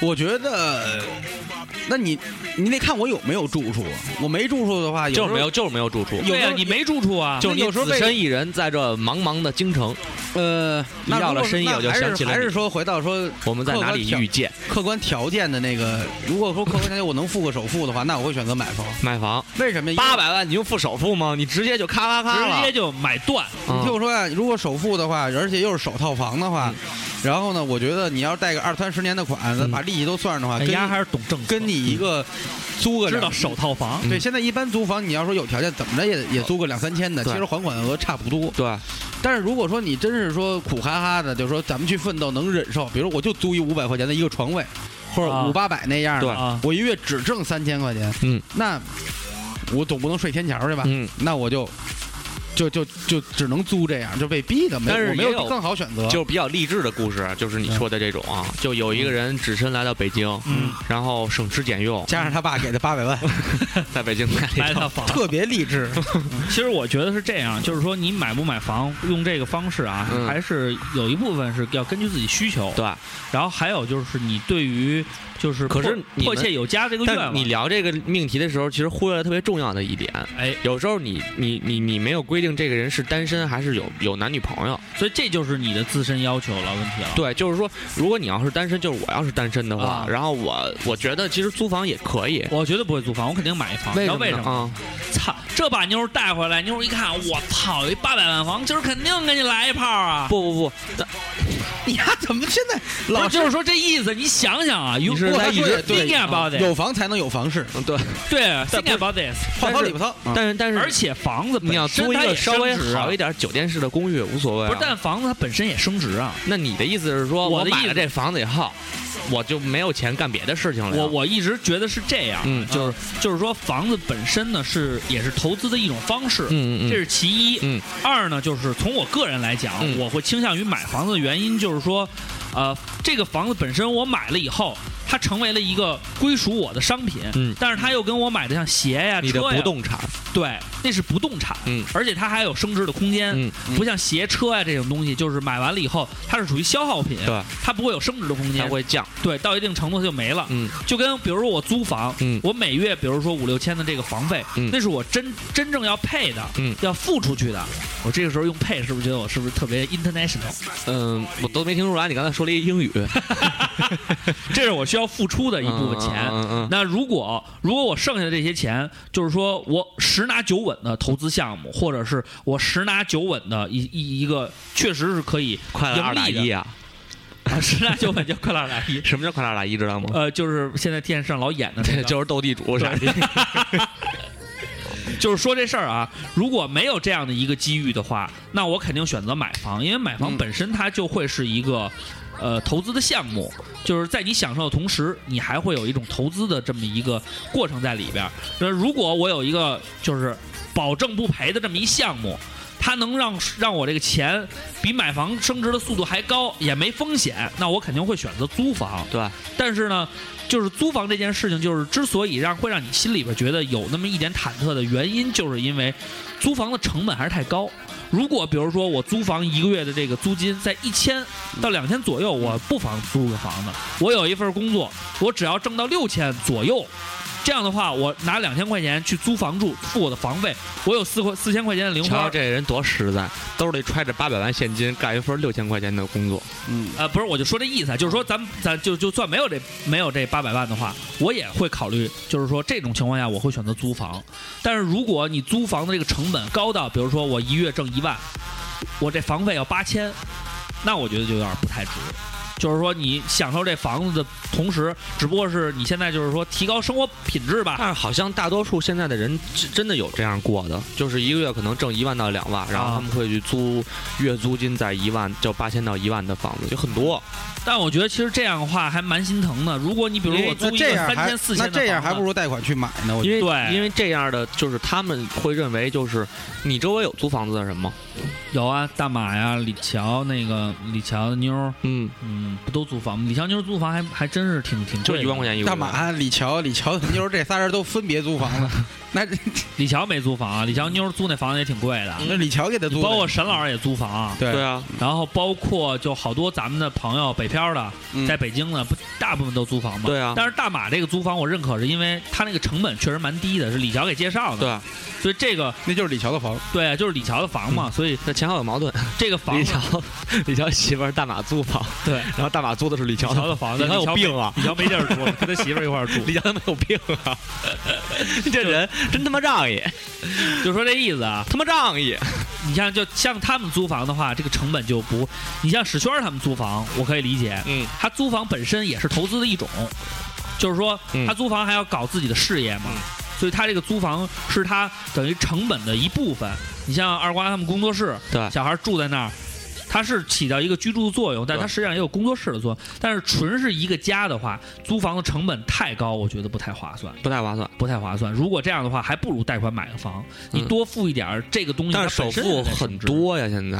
Speaker 4: 我觉得，那你你得看我有没有住处。啊我没住处的话，有时
Speaker 2: 就
Speaker 4: 候
Speaker 2: 是没有，就是没有住处，
Speaker 4: 有
Speaker 1: 对
Speaker 4: 时
Speaker 1: 呀、
Speaker 4: 候
Speaker 1: 你没住处啊，
Speaker 2: 就是你
Speaker 4: 有时候
Speaker 2: 只
Speaker 4: 被
Speaker 2: 身一人在这茫茫的京城，
Speaker 4: 呃，那
Speaker 2: 要了
Speaker 4: 如果
Speaker 2: 深夜
Speaker 4: 那
Speaker 2: 我就
Speaker 4: 还是
Speaker 2: 想起了
Speaker 4: 还
Speaker 2: 你
Speaker 4: 是说回到说
Speaker 2: 我们在哪里遇见？
Speaker 4: 客观条件的那个，如果说客观条件我能付个首付的话，那我会选择买房。
Speaker 2: 买房
Speaker 4: 为什么？因为
Speaker 2: 八百万，你用付首付吗？你直接就咔咔咔了，嗯
Speaker 1: 直接就买断，
Speaker 4: 你听
Speaker 2: 就
Speaker 4: 我说啊，如果首付的话，而且又是首套房的
Speaker 2: 嗯
Speaker 4: 话，然后呢，我觉得你要贷个二三十年的款，咱把利息都算上的话，
Speaker 2: 哎
Speaker 1: 人
Speaker 4: 跟
Speaker 1: 哎家还是懂政策，嗯
Speaker 4: 跟你一个租个
Speaker 1: 知
Speaker 4: 两
Speaker 1: 道首套房。
Speaker 2: 嗯
Speaker 4: 对，现在一般租房，你要说有条件，怎么着也得也租个两三千的，其
Speaker 2: 对
Speaker 4: 实还款额差不多。
Speaker 2: 对，
Speaker 4: 但是如果说你真是说苦哈哈的，就说咱们去奋斗能忍受，比如我就租一五百块钱的一个床位，或
Speaker 1: 啊
Speaker 4: 者五八百那样的，
Speaker 2: 对
Speaker 1: 啊
Speaker 4: 我一月只挣三千块钱，
Speaker 2: 嗯，
Speaker 4: 那我总不能睡天桥去吧？
Speaker 2: 嗯，
Speaker 4: 那我就就就就只能租这样，就被逼的，没
Speaker 2: 但是
Speaker 4: 我
Speaker 2: 也
Speaker 4: 没
Speaker 2: 有
Speaker 4: 有更好选择。
Speaker 2: 就是比较励志的故事，就是你说的这种啊，就有一个人只身来到北京，
Speaker 1: 嗯，
Speaker 2: 然后省吃俭用，
Speaker 4: 加上他爸给的八百
Speaker 2: *laughs*
Speaker 4: 万，
Speaker 2: 在北京买了
Speaker 1: 买了
Speaker 2: 一套
Speaker 1: 套房，
Speaker 4: 特别
Speaker 2: *laughs*
Speaker 4: 励志。
Speaker 1: *laughs* 其实我觉得是这样，就是说你买不买房，用这个方式啊，
Speaker 2: 嗯
Speaker 1: 还是有一部分是要根据自己需求。
Speaker 2: 对，
Speaker 1: 然后还有就是你对于就是
Speaker 2: 可是
Speaker 1: 迫
Speaker 2: 你
Speaker 1: 迫
Speaker 2: 们
Speaker 1: 切有加这个愿
Speaker 2: 但
Speaker 1: 望，
Speaker 2: 你聊这个命题的时候，其实忽略了特别重要的一点。
Speaker 1: 哎，
Speaker 2: 有时候你你你你没有规定这个人是单身还是有有男女朋友，
Speaker 1: 所以这就是你的自身要求了，问题了。
Speaker 2: 对，就是说，如果你要是单身，就是我要是单身的话，
Speaker 1: 啊
Speaker 2: 然后我我觉得其实租房也可以，
Speaker 1: 我绝对不会租房，我肯定买一房。你知道
Speaker 2: 什么
Speaker 1: 为
Speaker 2: 呢
Speaker 1: 什么？
Speaker 2: 啊？
Speaker 1: 操，这把妞儿带回来，妞儿一看，我操，有一八百万房，今儿肯定给你来一炮啊！
Speaker 2: 不不不，
Speaker 4: 你丫怎么现在
Speaker 1: 不
Speaker 4: 老
Speaker 1: 是就是说这意思，你想想啊，
Speaker 2: 你是
Speaker 4: 不
Speaker 2: 来
Speaker 4: 他
Speaker 2: 一啊
Speaker 4: 说
Speaker 2: 直
Speaker 4: 也对
Speaker 1: thinking about
Speaker 4: 有
Speaker 1: it，
Speaker 4: 房才能有房事？
Speaker 2: 嗯对，
Speaker 1: 对，thinking about this。
Speaker 4: 话糙理不糙。
Speaker 2: 但是但是
Speaker 1: 啊而且房子本
Speaker 2: 嗯你要
Speaker 1: 身
Speaker 2: 租一
Speaker 1: 它也
Speaker 2: 个稍微
Speaker 1: 升值啊
Speaker 2: 好一点酒店式的公寓无所谓、啊。
Speaker 1: 不是，但房子它本身也升值啊。
Speaker 2: 那你的意思是说，
Speaker 1: 我
Speaker 2: 我
Speaker 1: 的意
Speaker 2: 买了
Speaker 1: 思
Speaker 2: 这房子以后，我就没有钱干别的事情了呀？
Speaker 1: 我我一直觉得是这样，
Speaker 2: 嗯
Speaker 1: 就是就是说房子本身呢是也是投资的一种方式，
Speaker 2: 嗯嗯嗯，
Speaker 1: 这是其一。
Speaker 2: 嗯
Speaker 1: 二呢，就是从我个人来讲，
Speaker 2: 嗯
Speaker 1: 我会倾向于买房子的原因就是说，呃，这个房子本身我买了以后，它成为了一个归属我的商品，
Speaker 2: 嗯
Speaker 1: 但是它又跟我买的像鞋呀、
Speaker 2: 你的
Speaker 1: 车呀
Speaker 2: 不动产，
Speaker 1: 对，那是不动产，
Speaker 2: 嗯
Speaker 1: 而且它还有升值的空间，
Speaker 2: 嗯
Speaker 1: 不像鞋、车呀、这种东西，就是买完了以后它是属于消耗品，
Speaker 2: 对，
Speaker 1: 它不会有升值的空
Speaker 2: 它
Speaker 1: 间，
Speaker 2: 会降，
Speaker 1: 对，到一定程度它就没了，
Speaker 2: 嗯
Speaker 1: 就跟比如说我租房，
Speaker 2: 嗯
Speaker 1: 我每月比如说五六千的这个房费，
Speaker 2: 嗯
Speaker 1: 那是我真真正要配的，
Speaker 2: 嗯
Speaker 1: 要付出去的。我这个时候用配，是不是觉得我是不是特别 international？
Speaker 2: 嗯，我都没听出来你刚才说了一英语，
Speaker 1: 这是我需要付出的一部分钱。
Speaker 2: 嗯嗯嗯
Speaker 1: 那如果如果我剩下的这些钱，就是说我十拿九稳的投资项目，或者是我十拿九稳的一一一个，确实是可以
Speaker 2: 快乐二打
Speaker 1: 盈利
Speaker 2: 一
Speaker 1: 的，
Speaker 2: 啊？。
Speaker 1: 啊十拿九稳叫快乐二打一
Speaker 2: 什么叫快乐二打一？知道吗？
Speaker 1: 呃，就是现在电视上老演的那
Speaker 2: *laughs* 对，
Speaker 1: 个，
Speaker 2: 就是斗地主啥的。
Speaker 1: 就是说这事儿啊，如果没有这样的一个机遇的话，那我肯定选择买房，因为买房
Speaker 4: 嗯
Speaker 1: 本身它就会是一个。呃，投资的项目就是在你享受的同时，你还会有一种投资的这么一个过程在里边儿。那如果我有一个就是保证不赔的这么一项目，它能让让我这个钱比买房升值的速度还高，也没风险，那我肯定会选择租房。
Speaker 2: 对，
Speaker 1: 但是呢，就是租房这件事情，就是之所以让会让你心里边觉得有那么一点忐忑的原因，就是因为租房的成本还是太高。如果比如说我租房一个月的这个租金在一千到两千左右，我不妨租个房子。我有一份工作，我只要挣到六千左右，这样的话，我拿两千块钱去租房住，付我的房费，我有四块四千块钱的零
Speaker 2: 瞧
Speaker 1: 花
Speaker 2: 瞧，这人多实在，兜里揣着八百万现金，干一份六千块钱的工作，
Speaker 4: 嗯，
Speaker 1: 呃，不是，我就说这意思，啊，就是说咱们咱就就算没有这没有这八百万的话，我也会考虑，就是说这种情况下我会选择租房。但是如果你租房的这个成本高到，比如说我一月挣一万，我这房费要八千，那我觉得就有点不太值。就是说，你享受这房子的同时，只不过是你现在就是说提高生活品质
Speaker 4: *laughs*
Speaker 1: 吧。
Speaker 2: 但是好像大多数现在的人真真的有这样过的，就是一个月可能挣一万到两万，然后他们会去租月租金在一万就八千到一万的房子，就很多。
Speaker 1: 但我觉得其实这样的话还蛮心疼的。如果你比如
Speaker 4: 因为
Speaker 1: 我租
Speaker 4: 那
Speaker 1: 一
Speaker 4: 这
Speaker 1: 个
Speaker 4: 样
Speaker 1: 三
Speaker 4: 还
Speaker 1: 千四千
Speaker 4: 那
Speaker 1: 的
Speaker 4: 这样
Speaker 1: 房
Speaker 4: 还不
Speaker 1: 子哎
Speaker 4: 如贷款去买呢。我觉
Speaker 2: 因为
Speaker 1: 对
Speaker 2: 因为这样的就是他们会认为就是你周围有租房子的人吗？
Speaker 1: 有啊，大马呀，李乔那个李乔妞儿，
Speaker 2: 嗯，
Speaker 1: 嗯，不都租房吗？李乔妞租房还还真是挺挺
Speaker 2: 就
Speaker 1: 贵，
Speaker 2: 一万块。钱一
Speaker 4: 得
Speaker 2: 个
Speaker 4: 大
Speaker 2: 月。
Speaker 4: 马、李乔、李乔，就是这仨人都分别租房了。
Speaker 1: *laughs*
Speaker 4: 那
Speaker 1: 李乔没租房啊，李乔妞租那房子也挺贵
Speaker 2: 嗯
Speaker 1: 的，
Speaker 4: 那李乔给他租的，
Speaker 1: 嗯包括沈老师也租房，
Speaker 4: 对
Speaker 2: 对啊，
Speaker 1: 然后包括就好多咱们的朋友北漂的，
Speaker 4: 嗯
Speaker 1: 在北京的不大部分都租房嘛。
Speaker 2: 对啊
Speaker 1: 但是大马这个租房我认可，是因为他那个成本确实蛮低的，是李乔给介绍的。
Speaker 2: 对啊，
Speaker 1: 所以这个
Speaker 4: 那就是李乔的房。
Speaker 1: 对，啊就是李乔的房嘛，所以
Speaker 2: 那前后有矛盾。
Speaker 1: 这个房
Speaker 2: 李
Speaker 1: 子
Speaker 2: 乔， *laughs* 李乔媳妇儿大马租房，
Speaker 1: 对
Speaker 2: 然后大马租的是李
Speaker 1: 李
Speaker 2: 乔
Speaker 1: 乔
Speaker 2: 的，
Speaker 1: 的房子，
Speaker 2: 李乔
Speaker 1: 李乔
Speaker 2: 有病啊！
Speaker 1: 李乔没地儿住了，跟他媳妇儿一块儿住。
Speaker 2: 李乔他妈有病啊！ *laughs* 这人真他妈仗义，
Speaker 1: 就说这意思啊，
Speaker 2: 他妈仗义。
Speaker 1: 你像就像他们租房的话，这个成本就不，你像史轩儿他们租房，我可以理解，
Speaker 2: 嗯，
Speaker 1: 他租房本身也是投资的一种，就是说
Speaker 2: 嗯
Speaker 1: 他租房还要搞自己的事业嘛，所以他这个租房是他等于成本的一部分。你像二瓜他们工作室，
Speaker 2: 对
Speaker 1: 小孩住在那儿。它是起到一个居住的作用，但它
Speaker 2: 对
Speaker 1: 实际上也有工作室的作用。但是纯是一个家的话，租房的成本太高，我觉得不太划算，
Speaker 2: 不太划算。
Speaker 1: 不太划算。如果这样的话，还不如贷款买个房，你
Speaker 2: 嗯
Speaker 1: 多付一点儿，这个东西它
Speaker 2: 但是首
Speaker 1: 本身
Speaker 2: 付
Speaker 1: 就在
Speaker 2: 很
Speaker 1: 升值
Speaker 2: 多呀，现在，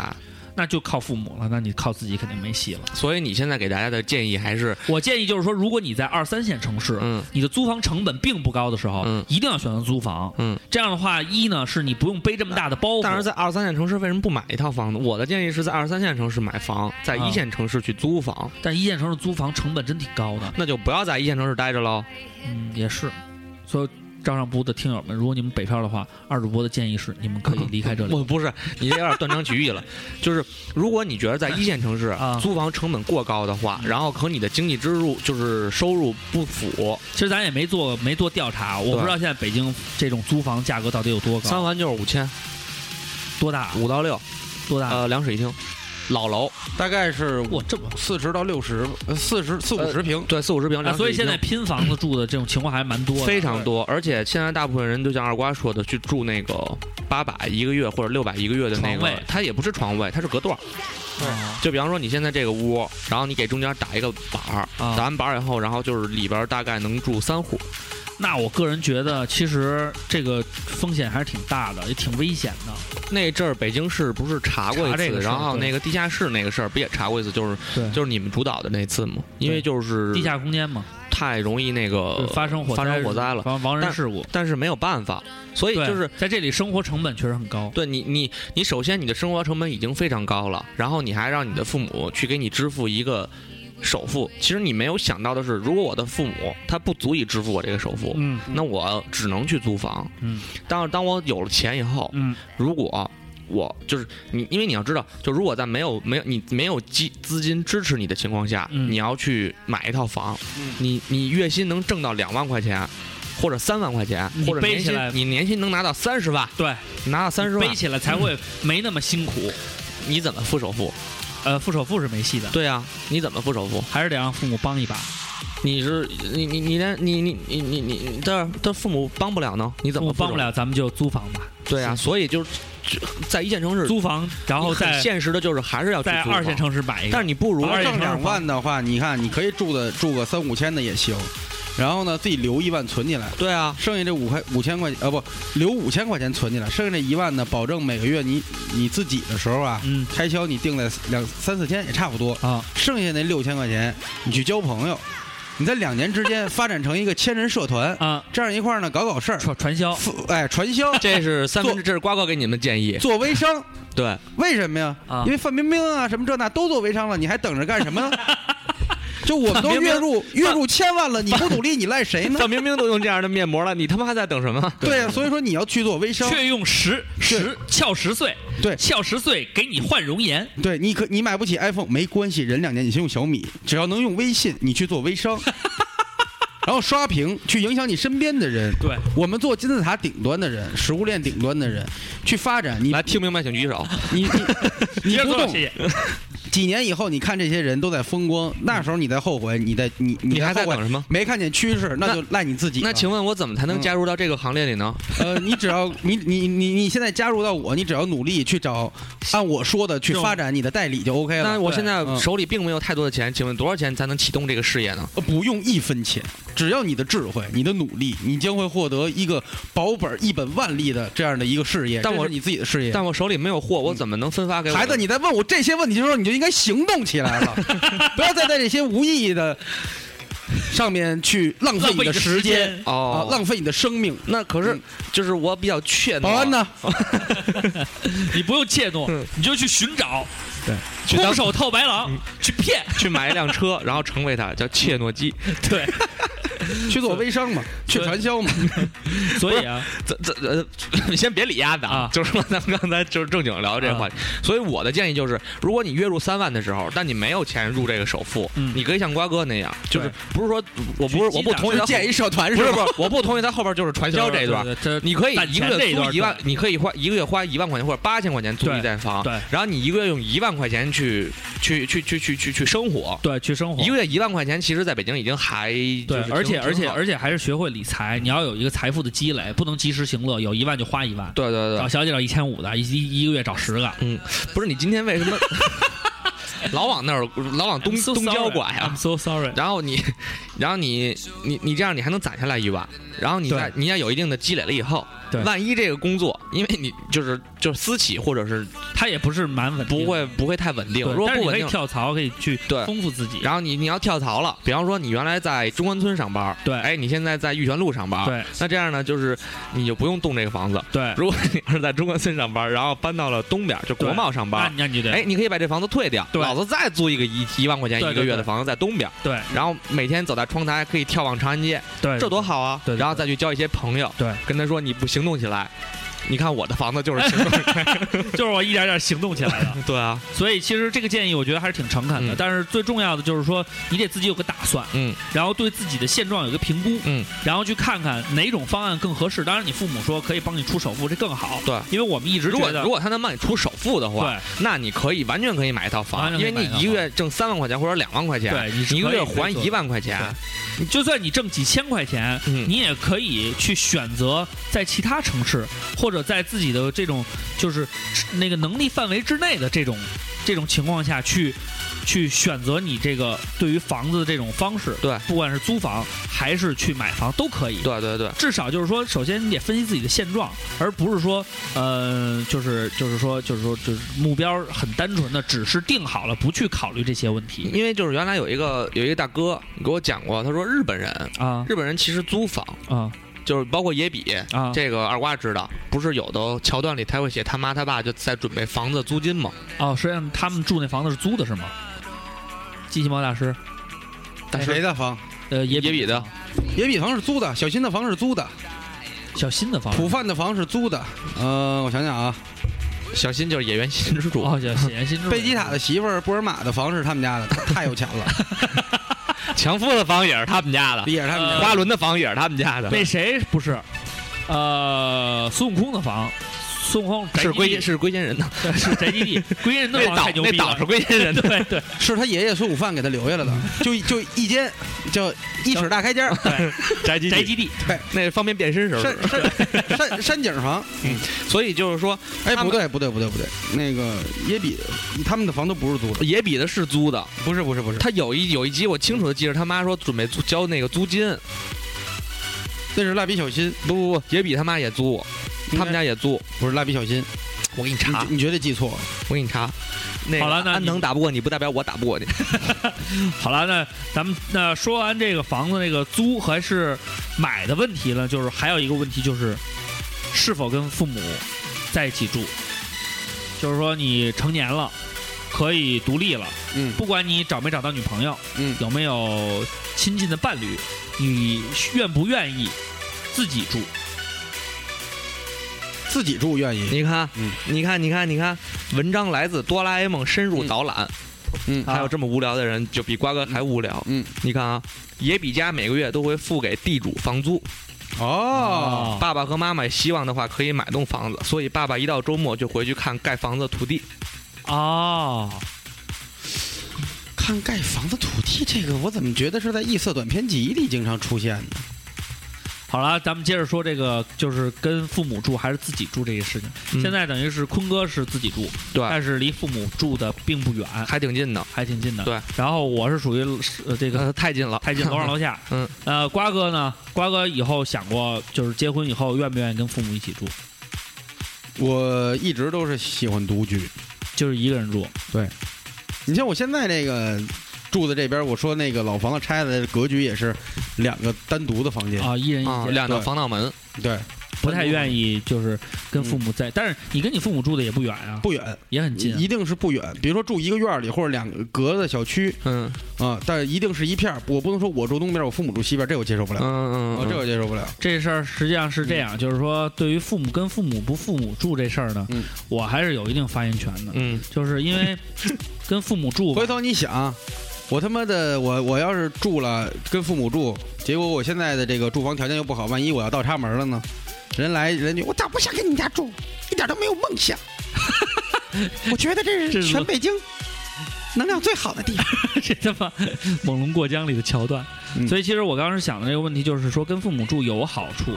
Speaker 1: 那就靠父母了，那你靠自己肯定没戏了。
Speaker 2: 所以你现在给大家的建议还是，
Speaker 1: 我建议就是说，如果你在二三线城市，
Speaker 2: 嗯，
Speaker 1: 你的租房成本并不高的时候，
Speaker 2: 嗯
Speaker 1: 一定要选择租房。
Speaker 2: 嗯，
Speaker 1: 这样的话，一呢是你不用背这么大的包袱，
Speaker 2: 但是在二三线城市为什么不买一套房呢？我的建议是在二三线城市买房，在
Speaker 1: 啊
Speaker 2: 一线城市去租房，
Speaker 1: 但一线城市租房成本真挺高的。
Speaker 2: 那就不要在一线城市待着喽。
Speaker 1: 嗯，也是。所以照上播的听友们，如果你们北漂的话，二主播的建议是你们可以离开这里。
Speaker 2: 我不是，你这有点断章取义 *laughs* 了。就是如果你觉得在一线城市
Speaker 1: 啊
Speaker 2: 租房成本过高的话，
Speaker 1: 嗯
Speaker 2: 然后和你的经济支入就是收入不符，
Speaker 1: 其实咱也没做没做调查，我
Speaker 2: 对
Speaker 1: 不知道现在北京这种租房价格到底有多
Speaker 2: 三
Speaker 1: 高，
Speaker 2: 环就是五千，
Speaker 1: 多大啊
Speaker 2: 五到六，
Speaker 1: 多大？
Speaker 2: 呃，两室一厅，老楼，
Speaker 4: 大概是
Speaker 1: 哇，这么
Speaker 4: 四十到六十，呃四十
Speaker 1: 呃
Speaker 4: 四五十平。
Speaker 2: 对，四五十平，两
Speaker 1: 啊！
Speaker 2: 室
Speaker 1: 所以
Speaker 2: 一
Speaker 1: 现在
Speaker 2: 厅
Speaker 1: 拼房子住的这种情况还蛮多的，
Speaker 2: 非常多，而且现在大部分人就像二瓜说的，去住那个八百一个月或者六百一个月的那
Speaker 1: 床
Speaker 2: 个
Speaker 1: 位，
Speaker 2: 它也不是床位，它是隔断儿。
Speaker 1: 啊
Speaker 2: 就比方说你现在这个屋，然后你给中间打一个板儿，
Speaker 1: 啊
Speaker 2: 打完板儿以后，然后就是里边儿大概能住三户。
Speaker 1: 那我个人觉得，其实这个风险还是挺大的，也挺危险的。
Speaker 2: 那阵儿北京市不是查过一
Speaker 1: 查这
Speaker 2: 次，
Speaker 1: 个事儿
Speaker 2: 然后
Speaker 1: 对
Speaker 2: 那个地下室那个事儿不也查过一次，就是
Speaker 1: 对
Speaker 2: 就是你们主导的那次嘛，因
Speaker 1: 对
Speaker 2: 为就是
Speaker 1: 地下空间嘛，
Speaker 2: 太容易那个
Speaker 1: 对发生火
Speaker 2: 发生火灾了，
Speaker 1: 亡亡人
Speaker 2: 但
Speaker 1: 事故，
Speaker 2: 但是没有办法，所以
Speaker 1: 对，
Speaker 2: 就是
Speaker 1: 在这里生活成本确实很高。
Speaker 2: 对你，你你首先你的生活成本已经非常高了，然后你还让你的父母去给你支付一个首付，其实你没有想到的是，如果我的父母他不足以支付我这个首付，
Speaker 1: 嗯
Speaker 2: 那我只能去租房。
Speaker 1: 嗯
Speaker 2: 当当我有了钱以后，
Speaker 1: 嗯，
Speaker 2: 如果我就是你，因为你要知道，就如果在没有没有你没有基资金支持你的情况下，
Speaker 1: 嗯
Speaker 2: 你要去买一套房，
Speaker 4: 嗯
Speaker 2: 你你月薪能挣到两万块钱。或者三万块钱
Speaker 1: 你，
Speaker 2: 或者
Speaker 1: 背
Speaker 2: 年
Speaker 1: 起
Speaker 2: 薪
Speaker 1: 来
Speaker 2: 你年薪能拿到三十万，
Speaker 1: 对，
Speaker 2: 拿到三十万
Speaker 1: 背，起来才会没那么辛苦。
Speaker 2: 你怎么付首付？
Speaker 1: 呃，付首付是没戏的，
Speaker 2: 嗯对啊，你怎么付首付？
Speaker 1: 还是得让父母帮一把。
Speaker 2: 你是你你你连你你你你你这这父母帮不了呢？你怎
Speaker 1: 父
Speaker 2: 么
Speaker 1: 母
Speaker 2: 付首
Speaker 1: 帮不？了，咱们就租房吧，
Speaker 2: 对啊，所以就是在一线城市，
Speaker 1: 租房，然后
Speaker 2: 你很
Speaker 1: 在
Speaker 2: 现实的就是还是要去
Speaker 1: 在
Speaker 2: 租房
Speaker 1: 二线，城市买一个
Speaker 2: 但是。你不如
Speaker 4: 如果
Speaker 1: 二线
Speaker 4: 挣
Speaker 1: 城市
Speaker 4: 两
Speaker 1: 房
Speaker 4: 万的话，你看你可以住的住个三五千的也行，然后呢自己留一万存起来，
Speaker 2: 对啊，
Speaker 4: 剩下这五块五千块钱啊不留五千块钱存起来，剩下这一万呢，保证每个月你你自己的时候啊，
Speaker 1: 嗯
Speaker 4: 开销你定在两三四千也差不多，
Speaker 1: 啊，
Speaker 4: 剩下那六千块钱你去交朋友，你在两年之间发展成一个千人社团，
Speaker 1: 啊，
Speaker 4: 这样一块儿呢搞搞事儿，
Speaker 1: 传传销
Speaker 4: 复哎传销
Speaker 2: 这是三分之这是瓜哥给你们建议，
Speaker 4: 做微商，
Speaker 2: 对，
Speaker 4: 为什么呀？
Speaker 1: 啊
Speaker 4: 因为范冰冰啊什么这那都做微商了，你还等着干什
Speaker 2: *laughs*
Speaker 4: 么呢？就我们都
Speaker 2: 范冰冰
Speaker 4: 月入月入千万了，你不努力你赖谁呢？
Speaker 2: 范冰冰都用这样的面膜了，你他妈还在等什么？
Speaker 4: 对呀、所以说你要去做微商，
Speaker 1: 却用十十翘十岁，
Speaker 4: 对
Speaker 1: 翘十岁给你换容
Speaker 2: *laughs*
Speaker 1: 颜，
Speaker 4: 对，你可你买不起 iPhone 没关系，忍两年你先用小米，只要能用微信，你去做微商， *laughs* 然后刷屏去影响你身边的人。
Speaker 1: 对，
Speaker 4: 我们做金字塔顶端的人，食物链顶端的人去发展，你
Speaker 2: 来听明白，请举手。
Speaker 4: 你你你
Speaker 1: 接着
Speaker 4: 不
Speaker 1: 做
Speaker 4: 动
Speaker 1: 谢，谢。
Speaker 4: 几年以后你看这些人都在风光，那时候你在后悔，你在你你
Speaker 2: 你还在
Speaker 4: 后悔
Speaker 2: 等什么
Speaker 4: 没看见趋势，那
Speaker 2: 那
Speaker 4: 就赖你自己了。
Speaker 2: 那请问我怎么
Speaker 1: 嗯
Speaker 2: 才能加入到这个行列里呢？
Speaker 4: 呃，你只要你你你你现在加入到我，你只要努力去找，按我说的去
Speaker 1: 这种
Speaker 4: 发展你的代理就
Speaker 1: 哎
Speaker 4: OK 了。
Speaker 2: 那我现在
Speaker 4: 嗯
Speaker 2: 手里并没有太多的钱，请问多少钱才能启动这个事业呢？
Speaker 4: 呃不用一分钱，只要你的智慧、你的努力，你将会获得一个保本一本万利的这样的一个事业。
Speaker 2: 但
Speaker 4: 这
Speaker 2: 我
Speaker 4: 是你自己的事业。
Speaker 2: 但我手里没有货，
Speaker 1: 嗯
Speaker 2: 我怎么能分发给我
Speaker 4: 孩子，你在问我这些问题的时候，你就应该行动起来了，不要再在这些无意义的上面去浪费
Speaker 1: 浪
Speaker 4: 你
Speaker 1: 费
Speaker 4: 的时间
Speaker 1: 间，
Speaker 4: 啊
Speaker 2: 哦，，
Speaker 4: 浪费你的生命。
Speaker 2: 那可是嗯哦
Speaker 4: 嗯
Speaker 2: 就是我比较怯懦。
Speaker 4: 保安呢？
Speaker 1: 你不用怯懦，
Speaker 2: 嗯
Speaker 1: 你就去寻找，
Speaker 4: 对，
Speaker 1: 空手套白狼，去
Speaker 2: *laughs*
Speaker 1: 骗，
Speaker 2: 去买一辆车，然后成为他叫切
Speaker 1: *laughs*
Speaker 2: 诺基。
Speaker 1: 对，
Speaker 4: 去做微商嘛，去传销嘛。
Speaker 1: 所以啊，
Speaker 2: 这这呃， *laughs* 你先别理丫的
Speaker 1: 啊
Speaker 2: 就是说咱们刚才就是正经聊这个话题。所以我的建议就是，如果你月入三万的时候，但你没有钱入这个首付，
Speaker 1: 嗯
Speaker 2: 你可以像瓜哥那样，就是
Speaker 1: 对
Speaker 2: 不是说我不是我不同意他后
Speaker 4: 建一社团
Speaker 2: 不是
Speaker 4: 吧
Speaker 2: 不是我不同意他后边就是传销这一段。
Speaker 1: 对，对对这
Speaker 2: 你可以
Speaker 1: 攒
Speaker 2: 一
Speaker 1: 钱
Speaker 2: 个
Speaker 1: 这一
Speaker 2: 月
Speaker 1: 段
Speaker 2: 租一万，你可以花一个月花一万块钱或者八千块钱租
Speaker 1: 对
Speaker 2: 一间房，
Speaker 1: 对
Speaker 2: 然后你一个月用一万块钱去去去去去去去生活，
Speaker 1: 对去生活
Speaker 2: 一。个月一万块钱，其实在北京已经还就
Speaker 1: 对
Speaker 2: 是，挺
Speaker 1: 而且而
Speaker 2: 挺
Speaker 1: 且
Speaker 2: 好
Speaker 1: 而且还是学会理财，你要有一个财富的积累，不能及时行乐，有一万就花一万，
Speaker 2: 对对
Speaker 1: 找
Speaker 2: 对，
Speaker 1: 小姐找一千五的，一一一个月找十个。
Speaker 2: 啊不是你今天为 *laughs* 什么老往那儿老往东
Speaker 1: I'm so
Speaker 2: 东郊
Speaker 1: sorry,
Speaker 2: 拐啊
Speaker 1: I'm？so sorry。
Speaker 2: 然后你，然后你，你你这样你还能攒下来一万，然后你再你要有一定的积累了以后
Speaker 1: 对，
Speaker 2: 万一这个工作，因为你就是就是私企或者是
Speaker 1: 他也不是蛮稳定的，
Speaker 2: 不会不会太稳定，
Speaker 1: 对，
Speaker 2: 如果
Speaker 1: 但是你可
Speaker 2: 不稳
Speaker 1: 以
Speaker 2: 定，
Speaker 1: 跳槽，可以去
Speaker 2: 对
Speaker 1: 丰富自己。
Speaker 2: 然后你你要跳槽了，比方说你原来在中关村上班，
Speaker 1: 对
Speaker 2: 哎，你现在在玉泉路上班，，
Speaker 1: 对
Speaker 2: 那这样呢，就是你就不用动这个房子。
Speaker 1: 对，
Speaker 2: *laughs* 如果你要是在中关村上班，然后搬到了东边，就国贸上班
Speaker 1: 那，那你就得
Speaker 2: 哎，你可以把这房子退掉，
Speaker 1: 对
Speaker 2: 老子再租一个一一万块钱
Speaker 1: 对对
Speaker 2: 一个月的
Speaker 1: 对
Speaker 2: 房子在东边，
Speaker 1: 对
Speaker 2: 然后每天走在窗台可以眺望长安街，
Speaker 1: 对，
Speaker 2: 这多好啊！
Speaker 1: 对对对
Speaker 2: 然后再去交一些朋友，
Speaker 1: 对，
Speaker 2: 跟他说你不行动起来，你看我的房子就是行
Speaker 1: *laughs*
Speaker 2: 动起来， *laughs*
Speaker 1: 就是我一点点行动起来的。
Speaker 2: 对啊，
Speaker 1: 所以其实这个建议我觉得还是挺诚恳的，
Speaker 2: 嗯
Speaker 1: 但是最重要的就是说你得自己有个打算，
Speaker 2: 嗯，
Speaker 1: 然后对自己的现状有一个评估，
Speaker 2: 嗯，
Speaker 1: 然后去看看哪种方案更合适。当然，你父母说可以帮你出首付，这更好，
Speaker 2: 对
Speaker 1: 因为我们一直
Speaker 2: 如果
Speaker 1: 觉得
Speaker 2: 如果他能帮你出首付的话，
Speaker 1: 对
Speaker 2: 那你可以完全可以买一套
Speaker 1: 完
Speaker 2: 房，
Speaker 1: 全
Speaker 2: 因
Speaker 1: 可以
Speaker 2: 为
Speaker 1: 买
Speaker 2: 你
Speaker 1: 一套
Speaker 2: 一个月挣三万块钱或者两万块钱，
Speaker 1: 对你是
Speaker 2: 你一个
Speaker 1: 可以
Speaker 2: 月
Speaker 1: 可以
Speaker 2: 还
Speaker 1: 做
Speaker 2: 一万块钱，
Speaker 1: 就算你挣几千块钱，
Speaker 2: 嗯
Speaker 1: 你也可以去选择在其他城市，或者在自己的这种就是那个能力范围之内的这种这种情况下去去选择你这个对于房子的这种方式，
Speaker 2: 对
Speaker 1: 不管是租房还是去买房都可以。
Speaker 2: 对对对，
Speaker 1: 至少就是说，首先你得分析自己的现状，而不是说，呃，就是就是说就是说就是目标很单纯的，只是定好了不去考虑这些问题
Speaker 2: 因为就是原来有一个有一个大哥给我讲过，他说日本人
Speaker 1: 啊
Speaker 2: 日本人其实租房
Speaker 1: 啊
Speaker 2: 就是包括野比。
Speaker 1: 啊
Speaker 2: 这个二瓜知道，不是有的桥段里他会写他妈他爸就在准备房子租金吗？
Speaker 1: 哦，实际上他们住那房子是租的，是吗？机器猫大师，
Speaker 2: 但
Speaker 4: 谁
Speaker 2: 是
Speaker 4: 的房？
Speaker 1: 呃，野
Speaker 2: 野比的
Speaker 4: 野比房是租的，小新的房是租的，
Speaker 2: 哦
Speaker 1: 小新的房子
Speaker 4: 普，范的房是租的。呃，我想想啊，
Speaker 2: 小新就是野原新之助，
Speaker 1: 哦，小新新
Speaker 4: 贝吉塔的媳妇儿波尔玛的房是他们家的， *laughs* 太有钱了，
Speaker 2: 强夫的房也是他们家的，
Speaker 4: 也是他们家的。
Speaker 2: 花轮的房也是他们家的。
Speaker 1: 那谁不是？呃，孙悟空的房，孙悟空宅
Speaker 2: 是
Speaker 1: 基地
Speaker 2: 龟是龟
Speaker 1: *laughs*
Speaker 2: 仙人的，
Speaker 1: 是宅基地，龟仙人
Speaker 2: 那
Speaker 1: 的
Speaker 2: 岛
Speaker 1: 太牛
Speaker 2: 那
Speaker 1: 逼
Speaker 2: 岛
Speaker 1: 了
Speaker 2: 是。龟仙人的。
Speaker 1: *laughs* 对对
Speaker 4: 是他爷爷孙悟饭给他留下来的，就就一间叫一尺大开 *laughs* 间儿，
Speaker 2: *laughs*
Speaker 1: 对，宅基宅基地，
Speaker 2: 那方便变身时候
Speaker 4: 山山 *laughs* 山山景房。
Speaker 2: 所以就是说，
Speaker 4: 哎，
Speaker 2: 他
Speaker 4: 不
Speaker 2: 们
Speaker 4: 对不对不对不对，那个也比他们的房都不是租的，
Speaker 2: 野比的是租的，
Speaker 4: 不是不是不是，
Speaker 2: 他有一有一集我清楚的记着，他妈说准备租交那个租金，
Speaker 4: 那是蜡笔小新，
Speaker 2: 不不不，野比他妈也租，他们家也租，
Speaker 4: 不是蜡笔小新，
Speaker 2: 我给你
Speaker 4: 你你绝对记错了。
Speaker 2: 我给你查。那个
Speaker 1: 好了那
Speaker 2: 安
Speaker 1: 你
Speaker 2: 藤打不过你，不代表我打不过你。
Speaker 1: 好了，那咱们那说完这个房子那个租还是买的问题了，就是还有一个问题就是，是否跟父母在一起住？就是说你成年了，可以独立了，
Speaker 4: 嗯
Speaker 1: 不管你找没找到女朋友，
Speaker 4: 嗯，
Speaker 1: 有没有亲近的伴侣，你愿不愿意自己住？
Speaker 4: 自己住愿意，
Speaker 2: 你看
Speaker 4: 嗯，
Speaker 2: 你看，你看，你看，文章来自《哆啦 A 梦深入导览》。
Speaker 4: 嗯
Speaker 2: 还有这么无聊的人，就比瓜哥还无聊。
Speaker 4: 嗯，
Speaker 2: 你看啊，野比家每个月都会付给地主房租，
Speaker 4: 哦，
Speaker 2: 爸爸和妈妈希望的话可以买栋房子，所以爸爸一到周末就回去看盖房子的土地。
Speaker 1: 哦，
Speaker 4: 看盖房子土地这个，我怎么觉得是在异色短篇集里经常出现呢？
Speaker 1: 好了，咱们接着说这个，就是跟父母住还是自己住这些事情。
Speaker 2: 嗯
Speaker 1: 现在等于是坤哥是自己住，
Speaker 2: 对
Speaker 1: 但是离父母住的并不远，
Speaker 2: 还挺近的，
Speaker 1: 还挺近的。
Speaker 2: 对，
Speaker 1: 然后我是属于呃这个
Speaker 2: 呃，太近了，
Speaker 1: 太近，楼上楼下。
Speaker 2: *laughs* 嗯，
Speaker 1: 呃，瓜哥呢？瓜哥以后想过，就是结婚以后愿不愿意跟父母一起住，
Speaker 4: 我一直都是喜欢独居，
Speaker 1: 就是一个人住？
Speaker 4: 你像我现在这个住的这边，我说那个老房子拆了，格局也是两个单独的房间，
Speaker 1: 啊，一人一
Speaker 2: 啊，
Speaker 1: 间，
Speaker 2: 两道
Speaker 4: 对
Speaker 2: 防盗门，
Speaker 4: 对，
Speaker 1: 不太愿意就是跟父母在，
Speaker 2: 嗯
Speaker 1: 但是你跟你父母住的也不远啊，
Speaker 4: 不远，
Speaker 1: 也很近啊。
Speaker 4: 一定是不远。比如说住一个院儿里或者两个隔的小区
Speaker 2: 嗯
Speaker 4: 啊，但一定是一片儿。我不能说我住东边，我父母住西边，这我接受
Speaker 2: 嗯
Speaker 4: 不了，
Speaker 2: 嗯
Speaker 4: 啊，
Speaker 2: 嗯，
Speaker 4: 这我接受不了。
Speaker 1: 这事儿实际上是这样，就是说，对于父母跟父母不父母住这事儿呢，
Speaker 4: 嗯
Speaker 1: 我还是有一定发言权的，
Speaker 2: 嗯，
Speaker 1: 就是因为跟父母住吧
Speaker 4: 回头你想，啊我他妈的，我我要是住了跟父母住，结果我现在的这个住房条件又不好，万一我要倒插门了呢？人来人就我咋不想跟你家住？一点都没有梦想。我觉得这
Speaker 1: 这
Speaker 4: 是
Speaker 1: 是
Speaker 4: 全北京能量最好的地方。
Speaker 1: 这他
Speaker 4: *laughs*
Speaker 1: 妈《猛龙过江》里的桥段。
Speaker 4: 嗯
Speaker 1: 所以其实我当时想的这个问题就是说，跟父母住有好处，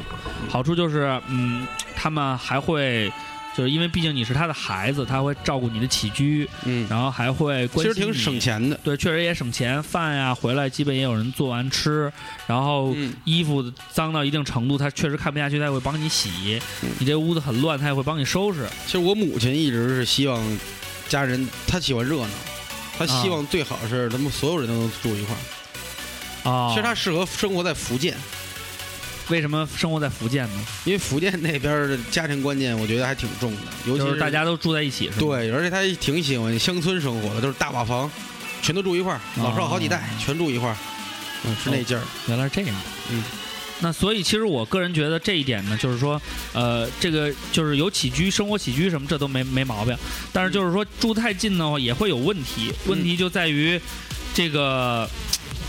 Speaker 1: 好处就是嗯，他们还会。就是因为毕竟你是他的孩子，他会照顾你的起居，
Speaker 4: 嗯，
Speaker 1: 然后还会
Speaker 4: 其
Speaker 1: 关心
Speaker 4: 实挺
Speaker 1: 你
Speaker 4: 省。钱的。
Speaker 1: 对，确实也省钱，饭呀、回来基本也有人做完吃，然后
Speaker 4: 嗯
Speaker 1: 衣服脏到一定程度，他确实看不下去，他也会帮你洗；
Speaker 4: 嗯
Speaker 1: 你这屋子很乱，他也会帮你收拾。
Speaker 4: 其实我母亲一直是希望家人，她喜欢热闹，她希望最好是他们所有人都能住一块儿。
Speaker 1: 啊、
Speaker 4: 其实她适合生活在福建，
Speaker 1: 为什么生活在福建呢？
Speaker 4: 因为福建那边儿的家庭观念我觉得还挺重的，尤其
Speaker 1: 就是大家都住在一起，是吗？
Speaker 4: 对，而且他也挺喜欢乡村生活的，都是大瓦房，全都住一块儿，
Speaker 1: 啊
Speaker 4: 老少好几代全住一块儿，嗯，是那劲儿。
Speaker 1: 原来是这样。
Speaker 4: 嗯，
Speaker 1: 那所以其实我个人觉得这一点呢，就是说，呃，这个就是有起居、生活起居什么，这都没没毛病。但是就是说住太近的话也会有问题，问题就在于这个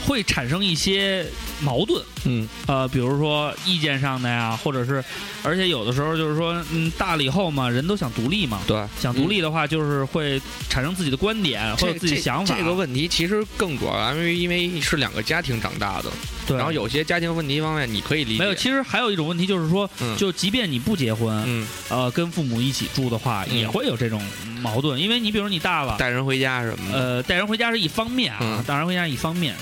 Speaker 1: 会产生一些矛盾。
Speaker 2: 嗯，
Speaker 1: 呃，比如说意见上的呀，或者是，而且有的时候就是说，嗯，大了以后嘛，人都想独立嘛。
Speaker 2: 对。
Speaker 1: 想独立的话，就是会产生自己的观点，会有自己的想法。
Speaker 2: 这个问题其实更主要来源于因为是两个家庭长大的，
Speaker 1: 对，
Speaker 2: 然后有些家庭问题方面你可以理解。
Speaker 1: 没有？其实还有一种问题就是说，
Speaker 2: 嗯
Speaker 1: 就即便你不结婚，
Speaker 2: 嗯，
Speaker 1: 呃，跟父母一起住的话，
Speaker 2: 嗯
Speaker 1: 也会有这种矛盾，因为你比如你大了，
Speaker 2: 带人回家什么的，
Speaker 1: 呃，带人回家是一方面啊
Speaker 2: 嗯，
Speaker 1: 带人回家一方面，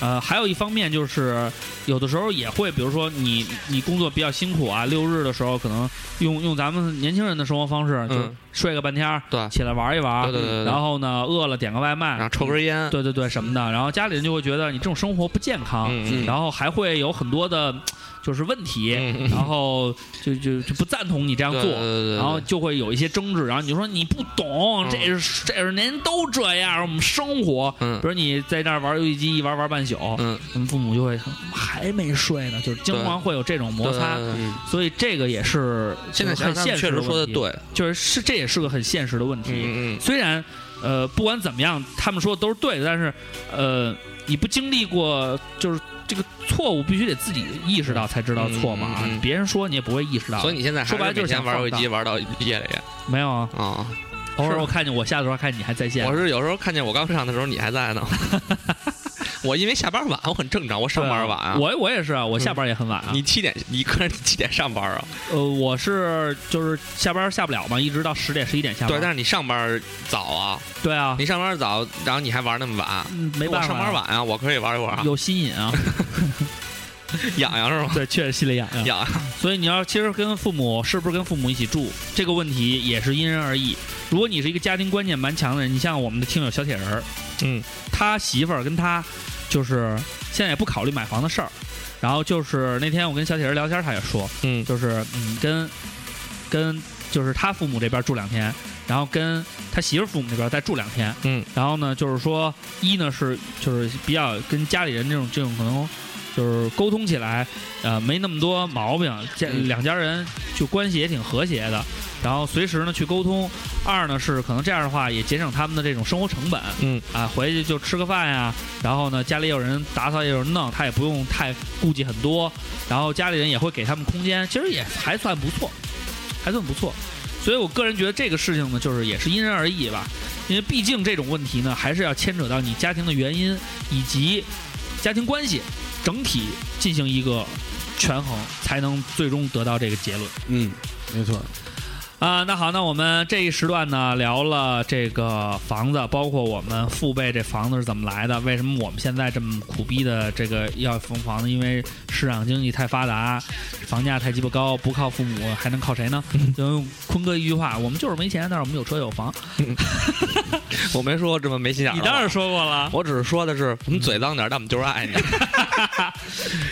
Speaker 1: 呃，还有一方面就是有的时候也会，比如说你你工作比较辛苦啊，六日的时候可能用用咱们年轻人的生活方式，就
Speaker 2: 嗯
Speaker 1: 睡个半天儿，
Speaker 2: 对
Speaker 1: 起来玩一玩，
Speaker 2: 对对对对对
Speaker 1: 然后呢，饿了点个外
Speaker 2: 然后
Speaker 1: 卖，
Speaker 2: 抽根烟，嗯
Speaker 1: 对对对什么的，然后家里人就会觉得你这种生活不健康，
Speaker 2: 嗯嗯
Speaker 1: 然后还会有很多的就是问题，
Speaker 2: 嗯嗯
Speaker 1: 然后就就就不赞同你这样
Speaker 2: 对
Speaker 1: 做，
Speaker 2: 对对对
Speaker 1: 然后就会有一些争执，然后你就说你不懂，
Speaker 2: 嗯
Speaker 1: 这是这是您都这样，我们生活。
Speaker 2: 嗯
Speaker 1: 比如你在那儿玩游戏机一玩玩半宿，
Speaker 2: 嗯，
Speaker 1: 你们父母就会还没睡呢，就是经常会有这种摩擦
Speaker 2: 对。对对对
Speaker 4: 嗯，
Speaker 1: 所以这个也是
Speaker 2: 现在想
Speaker 1: 很
Speaker 2: 想他
Speaker 1: 现
Speaker 2: 们确
Speaker 1: 实
Speaker 2: 实
Speaker 1: 的
Speaker 2: 说的
Speaker 1: 问题，
Speaker 2: 对，
Speaker 1: 就是是这也是个很现实的问题。
Speaker 2: 嗯嗯
Speaker 1: 虽然呃不管怎么样，他们说的都是对的，但是呃你不经历过就是这个错误必须得自己意识到才知道错嘛啊
Speaker 2: 嗯嗯嗯
Speaker 1: 别人说你也不会意识到。
Speaker 2: 嗯所以你现在还
Speaker 1: 说白了
Speaker 2: 是
Speaker 1: 就
Speaker 2: 每
Speaker 1: 是
Speaker 2: 天
Speaker 1: 想
Speaker 2: 玩手
Speaker 1: 放
Speaker 2: 机玩到夜里
Speaker 1: 没有啊？
Speaker 2: 啊？
Speaker 1: 偶尔我看见我下的时候看见你还在线，
Speaker 2: 我是有时候看见我刚上的时候你还
Speaker 1: *laughs*
Speaker 2: 在呢。我因为下班晚，我很正常，我上班晚啊。嗯
Speaker 1: 我我也是啊，我下班也很晚啊。
Speaker 2: 你七点，你个人几点上班啊？
Speaker 1: 呃，我是就是下班下不了嘛，一直到十点十一点下
Speaker 2: 对
Speaker 1: 班。，
Speaker 2: 但是你上班早啊，
Speaker 1: 对啊，
Speaker 2: 你上班早，然后你还玩那么晚。
Speaker 1: 嗯没
Speaker 2: 我
Speaker 1: 办法啊，
Speaker 2: 上班晚啊，我可以玩一会儿啊，
Speaker 1: 有心
Speaker 2: *laughs*
Speaker 1: 瘾啊，
Speaker 2: 痒
Speaker 1: *laughs*
Speaker 2: 痒是吗？
Speaker 1: 对，确实心里痒痒。
Speaker 2: 痒痒，
Speaker 1: 所以你要其实跟父母是不是跟父母一起住这个问题也是因人而异。如果你是一个家庭观念蛮强的人，你像我们的听友小铁人儿，
Speaker 2: 嗯，
Speaker 1: 他媳妇儿跟他就是现在也不考虑买房的事儿。然后就是那天我跟小铁人聊天，他也说，
Speaker 2: 嗯
Speaker 1: 就是嗯跟跟就是他父母这边住两天，然后跟他媳妇儿父母那边再住两天，
Speaker 2: 嗯，
Speaker 1: 然后呢就是说一呢是就是比较跟家里人这种这种可能就是沟通起来，呃没那么多毛病，家
Speaker 2: 嗯
Speaker 1: 两家人就关系也挺和谐的，然后随时呢去沟通。二呢是可能这样的话也节省他们的这种生活成本，
Speaker 2: 嗯
Speaker 1: 啊回去就吃个饭呀，然后呢家里有人打扫也有人弄，他也不用太顾忌很多，然后家里人也会给他们空间，其实也还算不错，还算不错。所以我个人觉得这个事情呢，就是也是因人而异吧，因为毕竟这种问题呢，还是要牵扯到你家庭的原因以及家庭关系整体进行一个权衡，才能最终得到这个结论。
Speaker 4: 嗯，没错，
Speaker 1: 啊、那好，那我们这一时段呢，聊了这个房子，包括我们父辈这房子是怎么来的，为什么我们现在这么苦逼的这个要封房子，因为市场经济太发达，房价太鸡巴高，不靠父母还能靠谁呢？就用坤哥一句话，我们就是没钱，但是我们有车有房。
Speaker 2: 我没说过这么没心眼儿。
Speaker 1: 你当然，说过了，
Speaker 2: 我只是说的是我们嘴脏点儿，但我们就是爱你。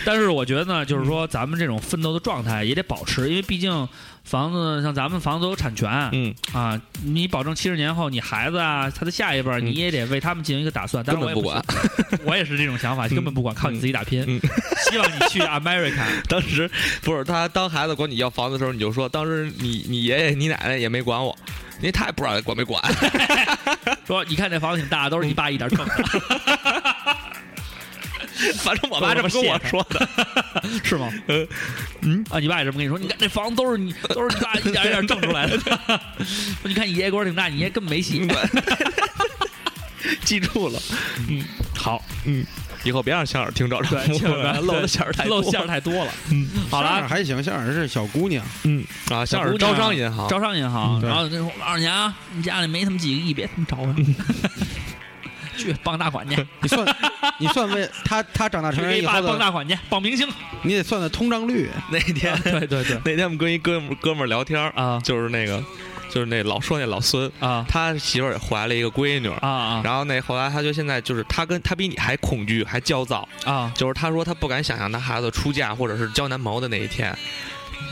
Speaker 1: 但是我觉得呢，就是说咱们这种奋斗的状态也得保持，因为毕竟房子像咱们房子都有产权，
Speaker 2: *laughs* 嗯，
Speaker 1: 啊，你保证七十年后你孩子啊，他的下一辈儿，
Speaker 2: 嗯
Speaker 1: 你也得为他们进行一个打算。但
Speaker 2: 根
Speaker 1: 是我也
Speaker 2: 本不管。 *laughs*
Speaker 1: 是， *laughs* 我也是这种想法，根本不管，靠你自己打拼。
Speaker 2: 嗯
Speaker 1: *laughs* 希望你去
Speaker 2: *laughs*
Speaker 1: America，
Speaker 2: 当时不是他当孩子管你要房子的时候，你就说当时你你爷爷你奶奶也没管我，因为他也不知道管没管。 *laughs*
Speaker 1: 说你看这房子挺大，都是你爸一点挣的，
Speaker 2: 反正我妈这么跟我说的，
Speaker 1: *laughs* 是吗？嗯啊，你爸也这么跟你说，你看这房子都是你都是你爸一点一点挣出来的。 *laughs* 说你看你爷爷官儿挺大，你爷根本没 *laughs*
Speaker 2: 嗯
Speaker 1: 戏。
Speaker 2: *laughs* 记住了，
Speaker 1: 好，
Speaker 2: 嗯以后别让小耳听 *laughs* 着
Speaker 1: 对，千万
Speaker 2: 了，
Speaker 1: 别
Speaker 2: 露的馅儿太多
Speaker 1: 露馅儿太多了。嗯，好了
Speaker 4: 夏啊尔，还行，夏尔是小姑娘，
Speaker 2: 嗯啊，小耳招商银行，
Speaker 1: 招商银行，
Speaker 4: 嗯对
Speaker 1: 然后跟我说老师娘啊，你家里没他们几个亿，别他妈找
Speaker 2: *laughs*
Speaker 1: 我， *laughs* 去傍大款去，
Speaker 4: 你算
Speaker 1: *laughs*
Speaker 4: 你算为他他
Speaker 2: 哎
Speaker 4: 长大
Speaker 1: 去
Speaker 4: 成人
Speaker 1: 给
Speaker 4: 以
Speaker 1: 爸
Speaker 4: 后
Speaker 1: 傍
Speaker 4: 的，
Speaker 1: 大款去，傍明星。
Speaker 4: 你得算算通胀率，
Speaker 2: 那天、
Speaker 1: *laughs* 对对对，
Speaker 2: 那天我们跟一哥们儿哥们儿聊天儿
Speaker 1: 啊
Speaker 2: 就是那个就是那老说那老孙，
Speaker 1: 啊
Speaker 2: 他媳妇儿也怀了一个闺女儿。
Speaker 1: 啊啊
Speaker 2: 然后那后来他就现在就是他跟他比你还恐惧还焦躁，
Speaker 1: 啊！
Speaker 2: 就是他说他不敢想象他孩子出嫁或者是交男朋友的那一天，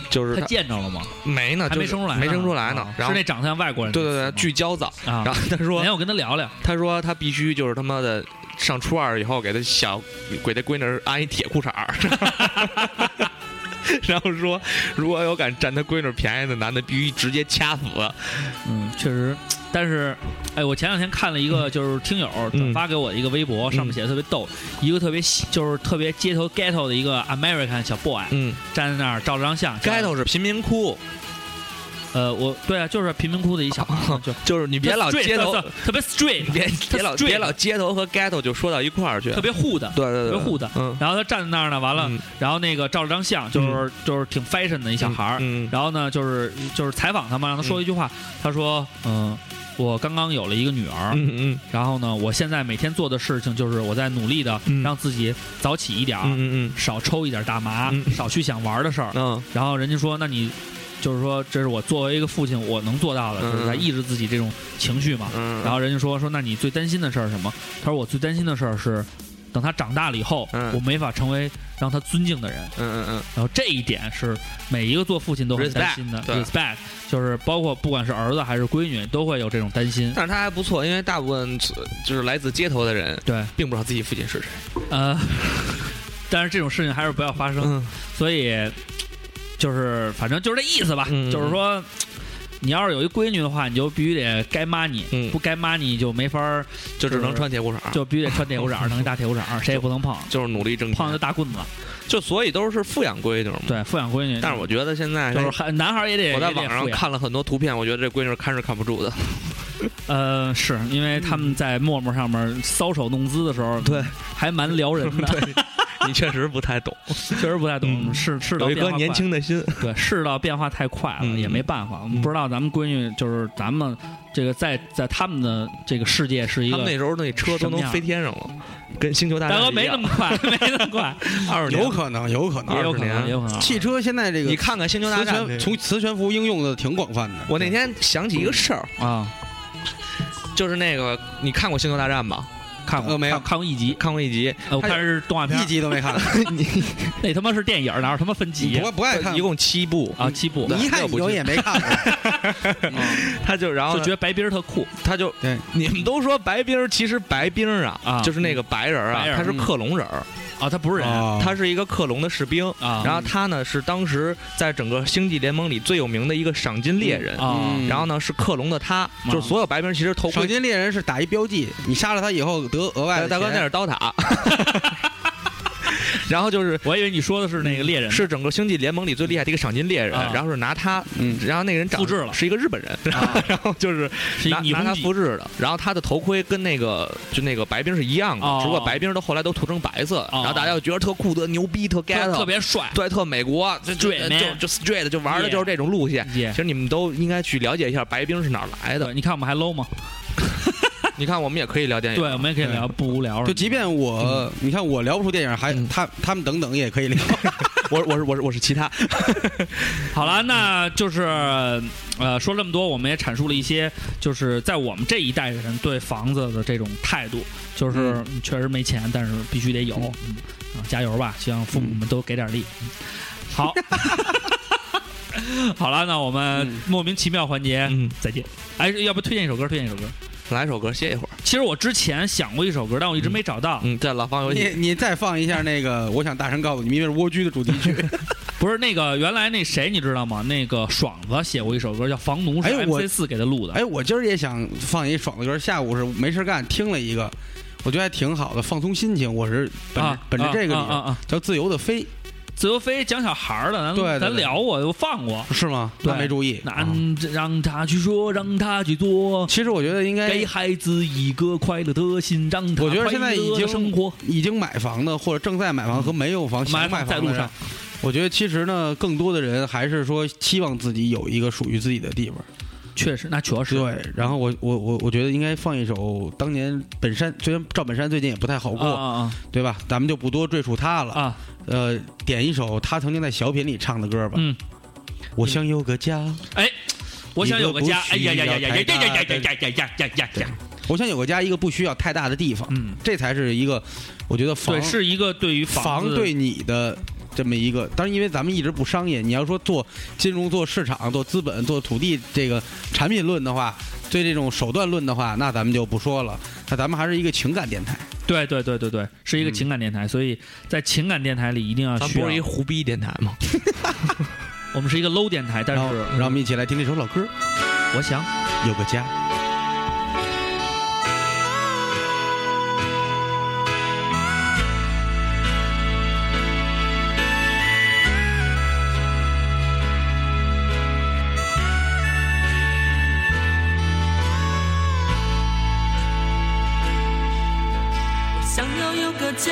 Speaker 2: 就是
Speaker 1: 他
Speaker 2: 他
Speaker 1: 见着了吗？
Speaker 2: 没呢，
Speaker 1: 还
Speaker 2: 就
Speaker 1: 没
Speaker 2: 是
Speaker 1: 生出来呢，
Speaker 2: 没生出来呢
Speaker 1: 啊。
Speaker 2: 然后
Speaker 1: 是那长得像外国人的
Speaker 2: 对
Speaker 1: 那次
Speaker 2: 对
Speaker 1: 吗，
Speaker 2: 对，巨焦躁。
Speaker 1: 啊
Speaker 2: 然后他
Speaker 1: 哪
Speaker 2: 说
Speaker 1: 天我跟他聊聊，
Speaker 2: 他说他必须就是他妈的上初二以后给他小给他闺女儿安一铁裤衩儿， *laughs* 然后说如果有敢占他闺女便宜的男的，必须直接掐死。
Speaker 1: 嗯，确实，但是，哎，我前两天看了一
Speaker 2: 嗯
Speaker 1: 个，就是听友转发给我的一个微博，上面写的特别逗，一个特别喜就是特别街头 ghetto 的一个 American 小 boy
Speaker 2: 嗯
Speaker 1: 站在那儿照了张相
Speaker 2: ，ghetto 是贫民窟，
Speaker 1: 呃，我对啊，就是贫民窟的一小孩儿，就
Speaker 2: 就是你别老街头，
Speaker 1: 特别 straight，
Speaker 2: 别别老别老
Speaker 1: straight
Speaker 2: 街头和 ghetto 就说到一块儿去
Speaker 1: 特。别护的。
Speaker 2: 对对
Speaker 1: 特别
Speaker 2: 对，
Speaker 1: 护的
Speaker 2: 嗯，
Speaker 1: 然后他站在那儿呢，完了，
Speaker 2: 嗯
Speaker 1: 然后那个照了张相，就是就是挺 fashion 的一小孩儿。
Speaker 2: 嗯
Speaker 1: 然后呢，就是就是采访他嘛，让他说一句话，他说：“嗯，我刚刚有了一个女儿，
Speaker 2: 嗯嗯
Speaker 1: 然后呢，我现在每天做的事情就是我在努力的
Speaker 2: 嗯
Speaker 1: 让自己早起一点儿，
Speaker 2: 嗯嗯
Speaker 1: 少抽一点大麻，
Speaker 2: 嗯
Speaker 1: 少去想玩的事儿。
Speaker 2: 嗯
Speaker 1: 然后人家说，那你就是说，这是我作为一个父亲我能做到的，
Speaker 2: 嗯
Speaker 1: 就是在抑制自己这种情绪嘛。
Speaker 2: 嗯，
Speaker 1: 然后人家说说，那你最担心的事儿是什么？他说我最担心的事儿是，等他长大了以后，
Speaker 2: 嗯
Speaker 1: 我没法成为让他尊敬的人。
Speaker 2: 嗯嗯
Speaker 1: 然后这一点是每一个做父亲都很
Speaker 2: Respect，
Speaker 1: 担心的
Speaker 2: 对
Speaker 1: respect，就是包括不管是儿子还是闺女，都会有这种担心。
Speaker 2: 但是他还不错，因为大部分就是来自街头的人，
Speaker 1: 对，
Speaker 2: 并不知道自己父亲是谁。
Speaker 1: 呃， *laughs* 但是这种事情还是不要发生。
Speaker 2: 嗯
Speaker 1: 所以就是反正就是这意思吧，
Speaker 2: 嗯
Speaker 1: 就是说。你要是有一闺女的话，你就必须得该骂你，
Speaker 2: 嗯
Speaker 1: 不该骂你就没法儿，
Speaker 2: 就只能穿铁裤衩儿，
Speaker 1: 就必须得穿铁裤衩儿，弄一大铁裤衩儿，谁也不能碰，
Speaker 2: 就是努力挣
Speaker 1: 碰了就
Speaker 2: 钱，
Speaker 1: 大棍子。
Speaker 2: 就所以都是富养闺女嘛。
Speaker 1: 对，富养闺女，
Speaker 2: 但是我觉得现在
Speaker 1: 就是还男孩儿也得
Speaker 2: 我在
Speaker 1: 也得
Speaker 2: 网上
Speaker 1: 富养
Speaker 2: 看了很多图片，我觉得这闺女看是看不住的。
Speaker 1: 呃，是因为他们在陌陌上面搔首弄姿的时候，
Speaker 2: 嗯对，
Speaker 1: 还蛮撩人
Speaker 2: *laughs*
Speaker 1: 的，
Speaker 2: 你确实不太懂，
Speaker 1: 确实不太懂，
Speaker 2: 嗯
Speaker 1: 世世道
Speaker 2: 有一
Speaker 1: 变
Speaker 2: 颗
Speaker 1: 化
Speaker 2: 年
Speaker 1: 快
Speaker 2: 轻的心。
Speaker 1: 对，世道变化太快了，
Speaker 2: 嗯
Speaker 1: 也没办法。我们
Speaker 2: 嗯
Speaker 1: 不知道咱们闺女就是咱们这个在在他们的这个世界是一
Speaker 2: 他们
Speaker 1: 个
Speaker 2: 那时候那车都能飞天上了，跟星球大
Speaker 1: 大
Speaker 2: 战
Speaker 1: 哥
Speaker 2: 一
Speaker 1: 没那
Speaker 2: 样
Speaker 1: 么快， *laughs* 没那么快，
Speaker 2: *laughs* 二十年
Speaker 4: 有可能，有可能。
Speaker 1: 也有可
Speaker 2: 20
Speaker 1: 能，
Speaker 2: 年
Speaker 1: 也有可能。
Speaker 4: 汽车现在这个
Speaker 2: 你看看星球大
Speaker 4: 磁
Speaker 2: 战
Speaker 4: 悬
Speaker 2: 那个。
Speaker 4: 从磁悬浮应用的挺广泛的。
Speaker 2: 我那天想起一个事儿，
Speaker 1: 啊，
Speaker 2: 就是那个你看过星球大战吧？
Speaker 1: 看过
Speaker 4: 呃没有
Speaker 1: 看看过一集，
Speaker 2: 看过一集，
Speaker 1: 呃我看是动画片
Speaker 4: 一，集都没看，
Speaker 1: 那他妈是电影，哪有他妈分
Speaker 4: 你
Speaker 1: 集
Speaker 4: 不不爱看
Speaker 2: 一，共七部
Speaker 1: 啊？呃七部，
Speaker 4: 你一看你就也没 *laughs* 看过。
Speaker 2: 他就然后
Speaker 1: 就觉得白冰儿特酷
Speaker 2: 他就
Speaker 4: 对
Speaker 2: 你们都说白冰儿，其实白冰儿啊，
Speaker 1: 啊
Speaker 2: 就是那个白人儿
Speaker 1: 白
Speaker 2: 啊，
Speaker 1: 人儿嗯
Speaker 2: 他是克隆人儿，
Speaker 1: 啊，他不是人
Speaker 4: 哦
Speaker 2: 他是一个克隆的士兵。
Speaker 1: 啊，
Speaker 2: 然后他呢是当时在整个星际联盟里最有名的一个赏金猎人，
Speaker 1: 啊
Speaker 4: 嗯
Speaker 2: 然后呢是克隆的他，就是所有白兵其实头
Speaker 4: 赏
Speaker 2: 盔。
Speaker 4: 金猎人是打一标记，你杀了他以后得额外
Speaker 2: 哎
Speaker 4: 的
Speaker 2: 大哥，那
Speaker 4: 钱
Speaker 2: 是刀塔。
Speaker 1: *laughs*
Speaker 2: 然后就是
Speaker 1: 我还以为你说的是那个猎人呢，
Speaker 2: 是整个星际联盟里最厉害的一个赏金猎人，
Speaker 1: 啊
Speaker 2: 然后是拿他，
Speaker 4: 嗯
Speaker 2: 然后那个人长
Speaker 1: 复制了啊
Speaker 2: 是一个日本人，然后就是
Speaker 1: 是一
Speaker 2: 拿
Speaker 1: 女
Speaker 2: 拿
Speaker 1: 红
Speaker 2: 他
Speaker 1: 几
Speaker 2: 复制的，然后他的头盔跟那个就那个白冰是一样的
Speaker 1: 哦，
Speaker 2: 只不过白冰都后来都涂成白色，
Speaker 1: 哦
Speaker 2: 然后大家就觉得特酷、特牛逼、特 get，
Speaker 1: 特特别帅，
Speaker 2: 对，特美国，就就
Speaker 1: Straight
Speaker 2: 就
Speaker 1: man
Speaker 2: 就就 straight 就玩的就是这种路线。
Speaker 1: 耶
Speaker 2: 其实你们都应该去了解一下白冰是哪儿来的。
Speaker 1: 对，你看我们还 low 吗？
Speaker 2: 你看，我们也可以聊电影，
Speaker 1: 对，我们也可以聊不无聊了，
Speaker 4: 就即便我，你看我聊不出电影，还
Speaker 2: 嗯
Speaker 4: 他他们等等也可以聊。
Speaker 2: 我我是我是我是其他，
Speaker 1: 好了，那就是呃，说了这么多，我们也阐述了一些，就是在我们这一代人对房子的这种态度，就是嗯确实没钱，但是必须得有，嗯，啊加油吧，希望父母们都给点力。嗯好， *laughs* 好了，那我们
Speaker 4: 嗯
Speaker 1: 莫名其妙环节
Speaker 2: 嗯，
Speaker 1: 再见。哎，要不推荐一首歌？推荐一首歌。
Speaker 2: 来首歌歇一会儿，
Speaker 1: 其实我之前想过一首歌，但我一直没找到。
Speaker 2: 嗯，在老方游
Speaker 4: 你
Speaker 2: 戏，
Speaker 4: 你再放一下那个，我想大声告诉你们，因为是蜗居的主题
Speaker 2: *laughs*
Speaker 4: 曲。
Speaker 1: 不是那个，原来那谁你知道吗？那个爽子写过一首歌叫《房奴》，
Speaker 4: 哎
Speaker 1: 是
Speaker 4: 我
Speaker 1: MC 四给他录的。
Speaker 4: 哎，我今儿也想放一爽的歌，下午是没事干听了一个，我觉得还挺好的，放松心情。我是本着
Speaker 1: 啊
Speaker 4: 本着
Speaker 1: 啊
Speaker 4: 这个
Speaker 1: 啊
Speaker 4: 理
Speaker 1: 啊
Speaker 4: 由
Speaker 1: 啊
Speaker 4: 叫《自由的飞
Speaker 1: 自由飞讲小孩儿的，咱
Speaker 4: 对对啊
Speaker 1: 咱
Speaker 4: 对
Speaker 1: 聊过，又放过。》，
Speaker 4: 是吗？
Speaker 1: 对
Speaker 4: 那没注意。
Speaker 1: 那
Speaker 4: 啊
Speaker 1: 让他去说，让他去做，
Speaker 4: 其实我觉得应该
Speaker 1: 给孩子一个快乐的心，让他
Speaker 4: 我觉得现在已经
Speaker 1: 快乐地生活。
Speaker 4: 已经买房的或者正在买房和没有房
Speaker 1: 买
Speaker 4: 想
Speaker 1: 房
Speaker 4: 买
Speaker 1: 在
Speaker 4: 房
Speaker 1: 路
Speaker 4: 的人
Speaker 1: 上，
Speaker 4: 我觉得其实呢，更多的人还是说期望自己有一个属于自己的地方。
Speaker 1: 确实，那确实啊
Speaker 4: 对，然后我我我我觉得应该放一首当年本山，虽然赵本山最近也不太好过，
Speaker 1: 啊
Speaker 4: 对吧？咱们就不多赘述他了。
Speaker 1: 啊啊！
Speaker 4: 呃，点一首他曾经在小品里唱的歌吧。
Speaker 1: 嗯，
Speaker 4: 我想有个家，
Speaker 1: 我想有个家，哎
Speaker 4: 一
Speaker 1: 呀
Speaker 4: 个
Speaker 1: 呀
Speaker 4: 不需要
Speaker 1: 呀呀呀呀
Speaker 4: 太大
Speaker 1: 呀
Speaker 4: 的
Speaker 1: 呀呀呀呀呀呀呀！
Speaker 4: 我想有个家，一个不需要太大的地方，
Speaker 1: 嗯，
Speaker 4: 这才是一个，我觉得房
Speaker 1: 对，是一个对于
Speaker 4: 房
Speaker 1: 子
Speaker 4: 对你的这么一个。当然，因为咱们一直不商业，你要说做金融、做市场、做资本、做土地这个产品论的话，对这种手段论的话，那咱们就不说了。那咱们还是一个情感电台。
Speaker 1: 对对对对对，是一个
Speaker 4: 嗯
Speaker 1: 情感电台，所以在情感电台里一定要
Speaker 2: 咱
Speaker 1: 需
Speaker 2: 不
Speaker 1: 要
Speaker 2: 是一。胡逼电台吗？
Speaker 1: 我们是一个 low 电台，但
Speaker 4: 然后，
Speaker 1: 是
Speaker 4: 让我们一起来听这首老歌
Speaker 1: 我想
Speaker 4: 《有个家》。
Speaker 8: 想要有个家，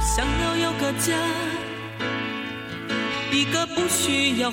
Speaker 8: 想要有个家，一个不需要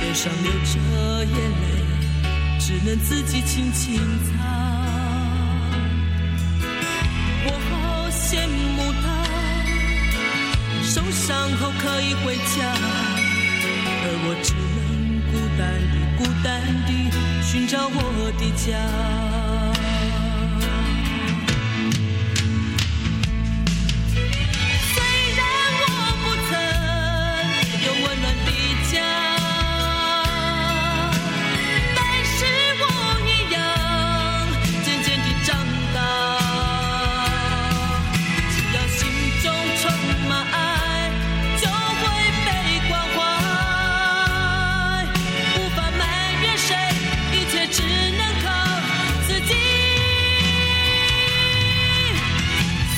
Speaker 8: 脸上流着眼泪，只能自己轻轻擦。我好羡慕他，受伤后可以回家，而我只能孤单地、孤单地寻找我的家。虽然我不曾有温暖的家，但是我一样渐渐地长大。只要心中充满爱，就会被关怀。无法埋怨谁，一切只能靠自己。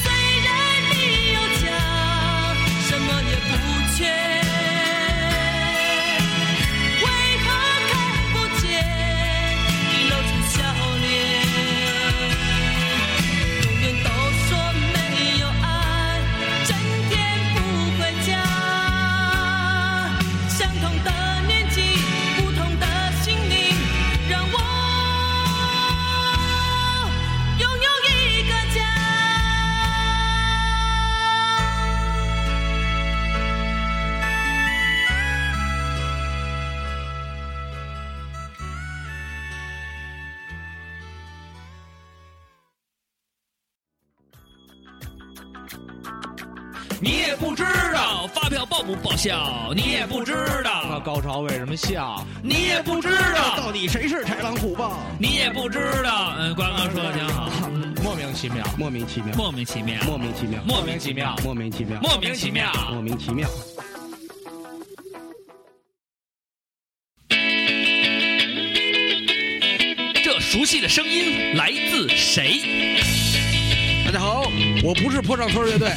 Speaker 8: 虽然你有家，什么也不缺，为何看不见你露出笑脸？永远都说没有爱，整天不回家。相同的年纪，不同的心灵，让我拥有一个家。
Speaker 1: 你也不知道发票报不报销，你也不知道
Speaker 7: 高潮为什么笑？
Speaker 1: 你也不知道，
Speaker 4: 到底谁是豺狼虎豹？
Speaker 1: 你也不知道。嗯，瓜哥说的挺好，
Speaker 7: 莫名其妙，
Speaker 4: 莫名其妙，
Speaker 1: 莫名其妙，
Speaker 4: 莫名其妙，
Speaker 1: 莫名其妙，
Speaker 4: 莫名其妙，
Speaker 1: 莫名其妙。
Speaker 4: 莫名其妙。
Speaker 1: 这熟悉的声音来自谁？
Speaker 4: 大家好，我不是坡上村乐队，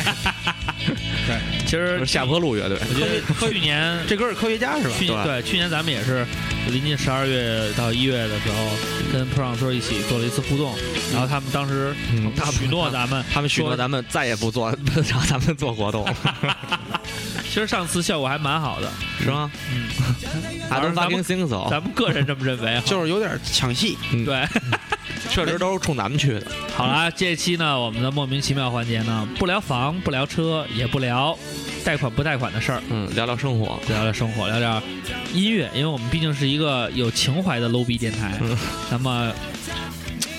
Speaker 1: 其实
Speaker 2: 下坡路乐队，
Speaker 1: 我觉 *laughs* 得去年
Speaker 4: 这歌是科学家是吧？
Speaker 1: 去
Speaker 2: 对
Speaker 1: 对去年咱们也是临近十二月到一月的时候，跟坡上车一起做了一次互动，然后他们当时
Speaker 2: 嗯他们
Speaker 1: 许诺咱们，
Speaker 2: 他们许诺咱们再也不做，不让咱们做活动，
Speaker 1: 其实上次效果还蛮好的，
Speaker 2: 是吗？
Speaker 1: 嗯，
Speaker 2: I don't
Speaker 1: 咱们
Speaker 2: fucking think so，
Speaker 1: 咱们个人这么认
Speaker 2: *laughs*
Speaker 1: 为啊，
Speaker 4: 就是有点抢戏，
Speaker 1: 对。
Speaker 2: 确实都是冲咱们去的。
Speaker 1: 好了，这期呢，我们的莫名其妙环节呢，不聊房，不聊车，也不聊贷款不贷款的事儿，
Speaker 2: 嗯，聊聊生活，
Speaker 1: 聊聊生活，聊聊音乐，因为我们毕竟是一个有情怀的 low 逼电台。
Speaker 2: 嗯
Speaker 1: 那么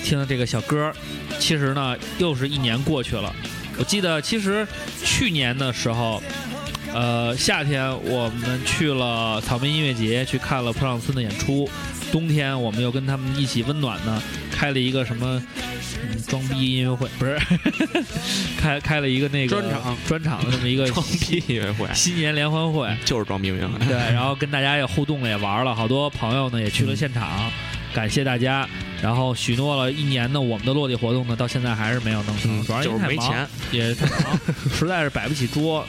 Speaker 1: 听了这个小歌儿，其实呢，又是一年过去了。我记得其实去年的时候，呃，夏天我们去了草莓音乐节，去看了普朗森的演出。冬天我们又跟他们一起温暖呢，开了一个什么、嗯、装逼音乐会，不是， *laughs* 开开了一个那个
Speaker 4: 专场
Speaker 1: 专场的这么一个
Speaker 2: 装
Speaker 1: *laughs*
Speaker 2: 逼音乐会，
Speaker 1: 新年联欢会。
Speaker 2: 就是装逼音乐 *laughs* 会。
Speaker 1: 对，然后跟大家也互动了，也玩了，好多朋友呢也去了现场，感谢大家。然后许诺了一年呢，我们的落地活动呢，到现在还是没有弄成，
Speaker 2: 嗯
Speaker 1: 主要因
Speaker 2: 就
Speaker 1: 为
Speaker 2: 是
Speaker 1: 太
Speaker 2: 没
Speaker 1: 忙，
Speaker 2: 钱，
Speaker 1: 也太忙， *laughs* 实在是摆不起桌，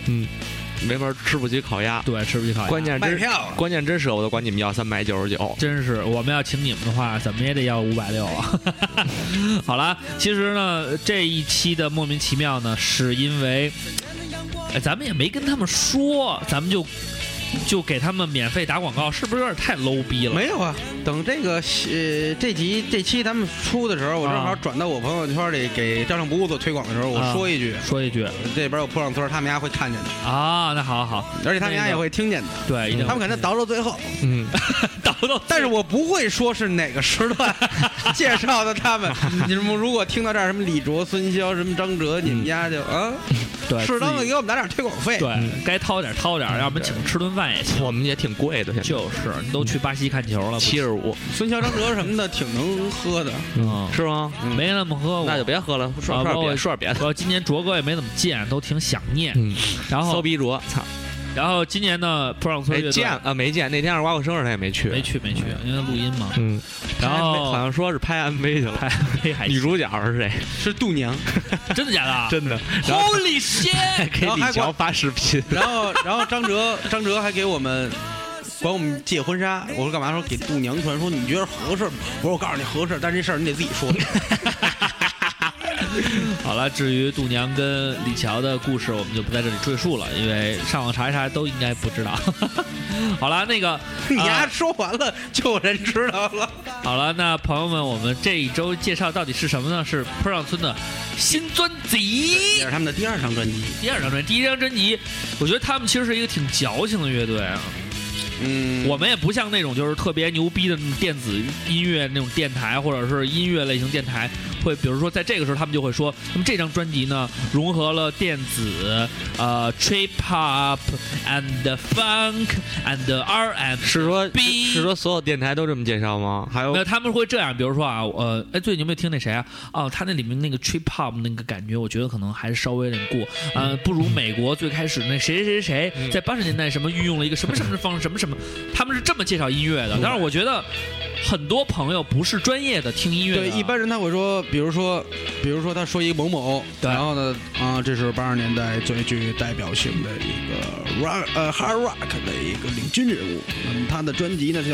Speaker 2: 没法吃不起烤鸭，
Speaker 1: 对，吃不起烤鸭。
Speaker 2: 关键
Speaker 4: 卖
Speaker 2: 真
Speaker 4: 票了。
Speaker 2: 关键真舍不得管你们要三百九十九，
Speaker 1: 真是，我们要请你们的话，怎么也得要五百六啊！ *laughs* 好啦，其实呢，这一期的莫名其妙呢，是因为，哎，咱们也没跟他们说，咱们就就给他们免费打广告，是不是有点太 low 逼了？
Speaker 4: 没有啊，等这个呃这集这期咱们出的时候，我正好
Speaker 1: 啊
Speaker 4: 转到我朋友圈里给照相不误做推广的时候，
Speaker 1: 啊
Speaker 4: 我说一句，
Speaker 1: 说一句
Speaker 4: 这边有破浪村，他们家会看见的，
Speaker 1: 啊，那好好，
Speaker 4: 而且他们家也会听见的，
Speaker 1: 对，一定
Speaker 2: *laughs*
Speaker 4: 他们可能倒到最后，
Speaker 2: 嗯，
Speaker 1: 到都
Speaker 4: 但是我不会说是哪个时
Speaker 1: *laughs*
Speaker 4: 段介绍的他们。你们如果听到这儿，什么李卓、孙骁、什么张哲，你们家就啊，
Speaker 1: 对
Speaker 4: 适
Speaker 1: 嗯
Speaker 4: 当
Speaker 1: 自
Speaker 4: 的
Speaker 1: 己
Speaker 4: 给我们拿点推广费。
Speaker 2: 嗯
Speaker 1: 对该掏点掏点，要不然请吃顿饭也行。
Speaker 2: 我们也挺贵的，现在
Speaker 1: 就是你都去巴西看球了，
Speaker 2: 七十五
Speaker 4: 孙骁、张哲什么的挺能喝的，
Speaker 1: 嗯，
Speaker 2: 是吗？
Speaker 1: 没那么喝过，
Speaker 2: 那就别喝了，说
Speaker 1: 啊
Speaker 2: 说
Speaker 1: 包
Speaker 2: 点别
Speaker 1: 括
Speaker 2: 说点别的。
Speaker 1: 然后今年卓哥也没怎么见，都挺想念。
Speaker 2: 嗯，
Speaker 1: 然
Speaker 2: 骚
Speaker 1: 后，
Speaker 2: 逼卓，操！
Speaker 1: 然后今年呢，普朗村
Speaker 2: 哎，
Speaker 1: 乐队
Speaker 2: 见啊没见？那天二瓜过生日，他也没去，
Speaker 1: 没。去没去，因为录音嘛。
Speaker 2: 嗯，
Speaker 1: 然
Speaker 2: 好
Speaker 1: 后
Speaker 2: 像说是拍 MV 去了。
Speaker 1: 拍黑海，
Speaker 2: 女主角是谁？
Speaker 4: 是
Speaker 1: *laughs*
Speaker 4: 度娘。
Speaker 1: 真的假啊的？ *laughs*
Speaker 2: 真的，然后
Speaker 1: Holy shit！
Speaker 2: 给
Speaker 4: 然后
Speaker 2: 李
Speaker 4: 还
Speaker 2: 乔
Speaker 4: 管
Speaker 2: 发视频。
Speaker 4: 然后，然后张哲，张哲还给我们管我们借婚纱。我说干嘛？说给度娘传，说你觉得合适吗？我说我告诉你合适，但这事儿你得自 *laughs* 己说。啊
Speaker 1: 好了，至于度娘跟李乔的故事，我们就不在这里赘述了，因为上网查一查都应该不知道。 *laughs* 好了，那个
Speaker 4: 你丫说完了就有人知道了。
Speaker 1: 好了，那朋友们，我们这一周介绍到底是什么呢？是坡上村的新专
Speaker 4: 也
Speaker 1: 辑
Speaker 4: 是，他们的第二张专辑。
Speaker 1: 第二张专辑。第一张专辑，我觉得他们其实是一个挺矫情的乐队啊。
Speaker 4: 嗯
Speaker 1: 我们也不像那种就是特别牛逼的那种电子音乐那种电台，或者是音乐类型电台，会比如说在这个时候他们就会说，那么这张专辑呢融合了电子、呃 trip hop and funk and R and
Speaker 2: 是说，
Speaker 1: 逼
Speaker 2: 是说所有电台都这么介绍吗？还有
Speaker 1: 没有，他们会这样，比如说啊，我呃，哎，最近有没有听那谁啊？哦，他那里面那个 trip hop 那个感觉，我觉得可能还是稍微有点过，呃，不如美国最开始那谁谁谁
Speaker 4: 嗯
Speaker 1: 谁在八十年代什么运用了一个什么什么方式，什么什么，他们是这么介绍音乐的。但是我觉得很多朋友不是专业的听音乐的，
Speaker 4: 对，一般人他会说，比如说，比如说他说一个某某，
Speaker 1: 对
Speaker 4: 然后呢，啊，这是八十年代最具代表性的一个 rock 呃 hard rock 的一个领军人物。那么他的专辑呢，就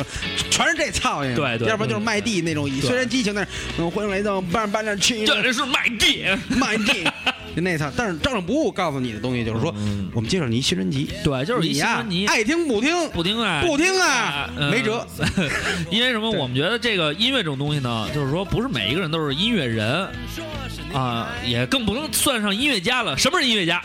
Speaker 4: 全是这操性，
Speaker 1: 对对
Speaker 4: 要不然就是麦地那种，虽然激情，但是嗯，欢迎来到八十八点七
Speaker 1: 这里是麦地，
Speaker 4: 麦地就那操。但是照常不误告诉你的东西就是说，我们介绍你一新专辑，
Speaker 1: 嗯对，就是一
Speaker 4: 你
Speaker 1: 新
Speaker 4: 呀
Speaker 1: 闻你
Speaker 4: 爱听不听，
Speaker 1: 不听啊，
Speaker 4: 不听啊
Speaker 1: 嗯
Speaker 4: 没辙。
Speaker 1: *laughs* 因为什么？
Speaker 4: 对
Speaker 1: 我们觉得这个音乐这种东西呢，就是说不是每一个人都是音乐人啊，也更不能算上音乐家了。什么是音乐家？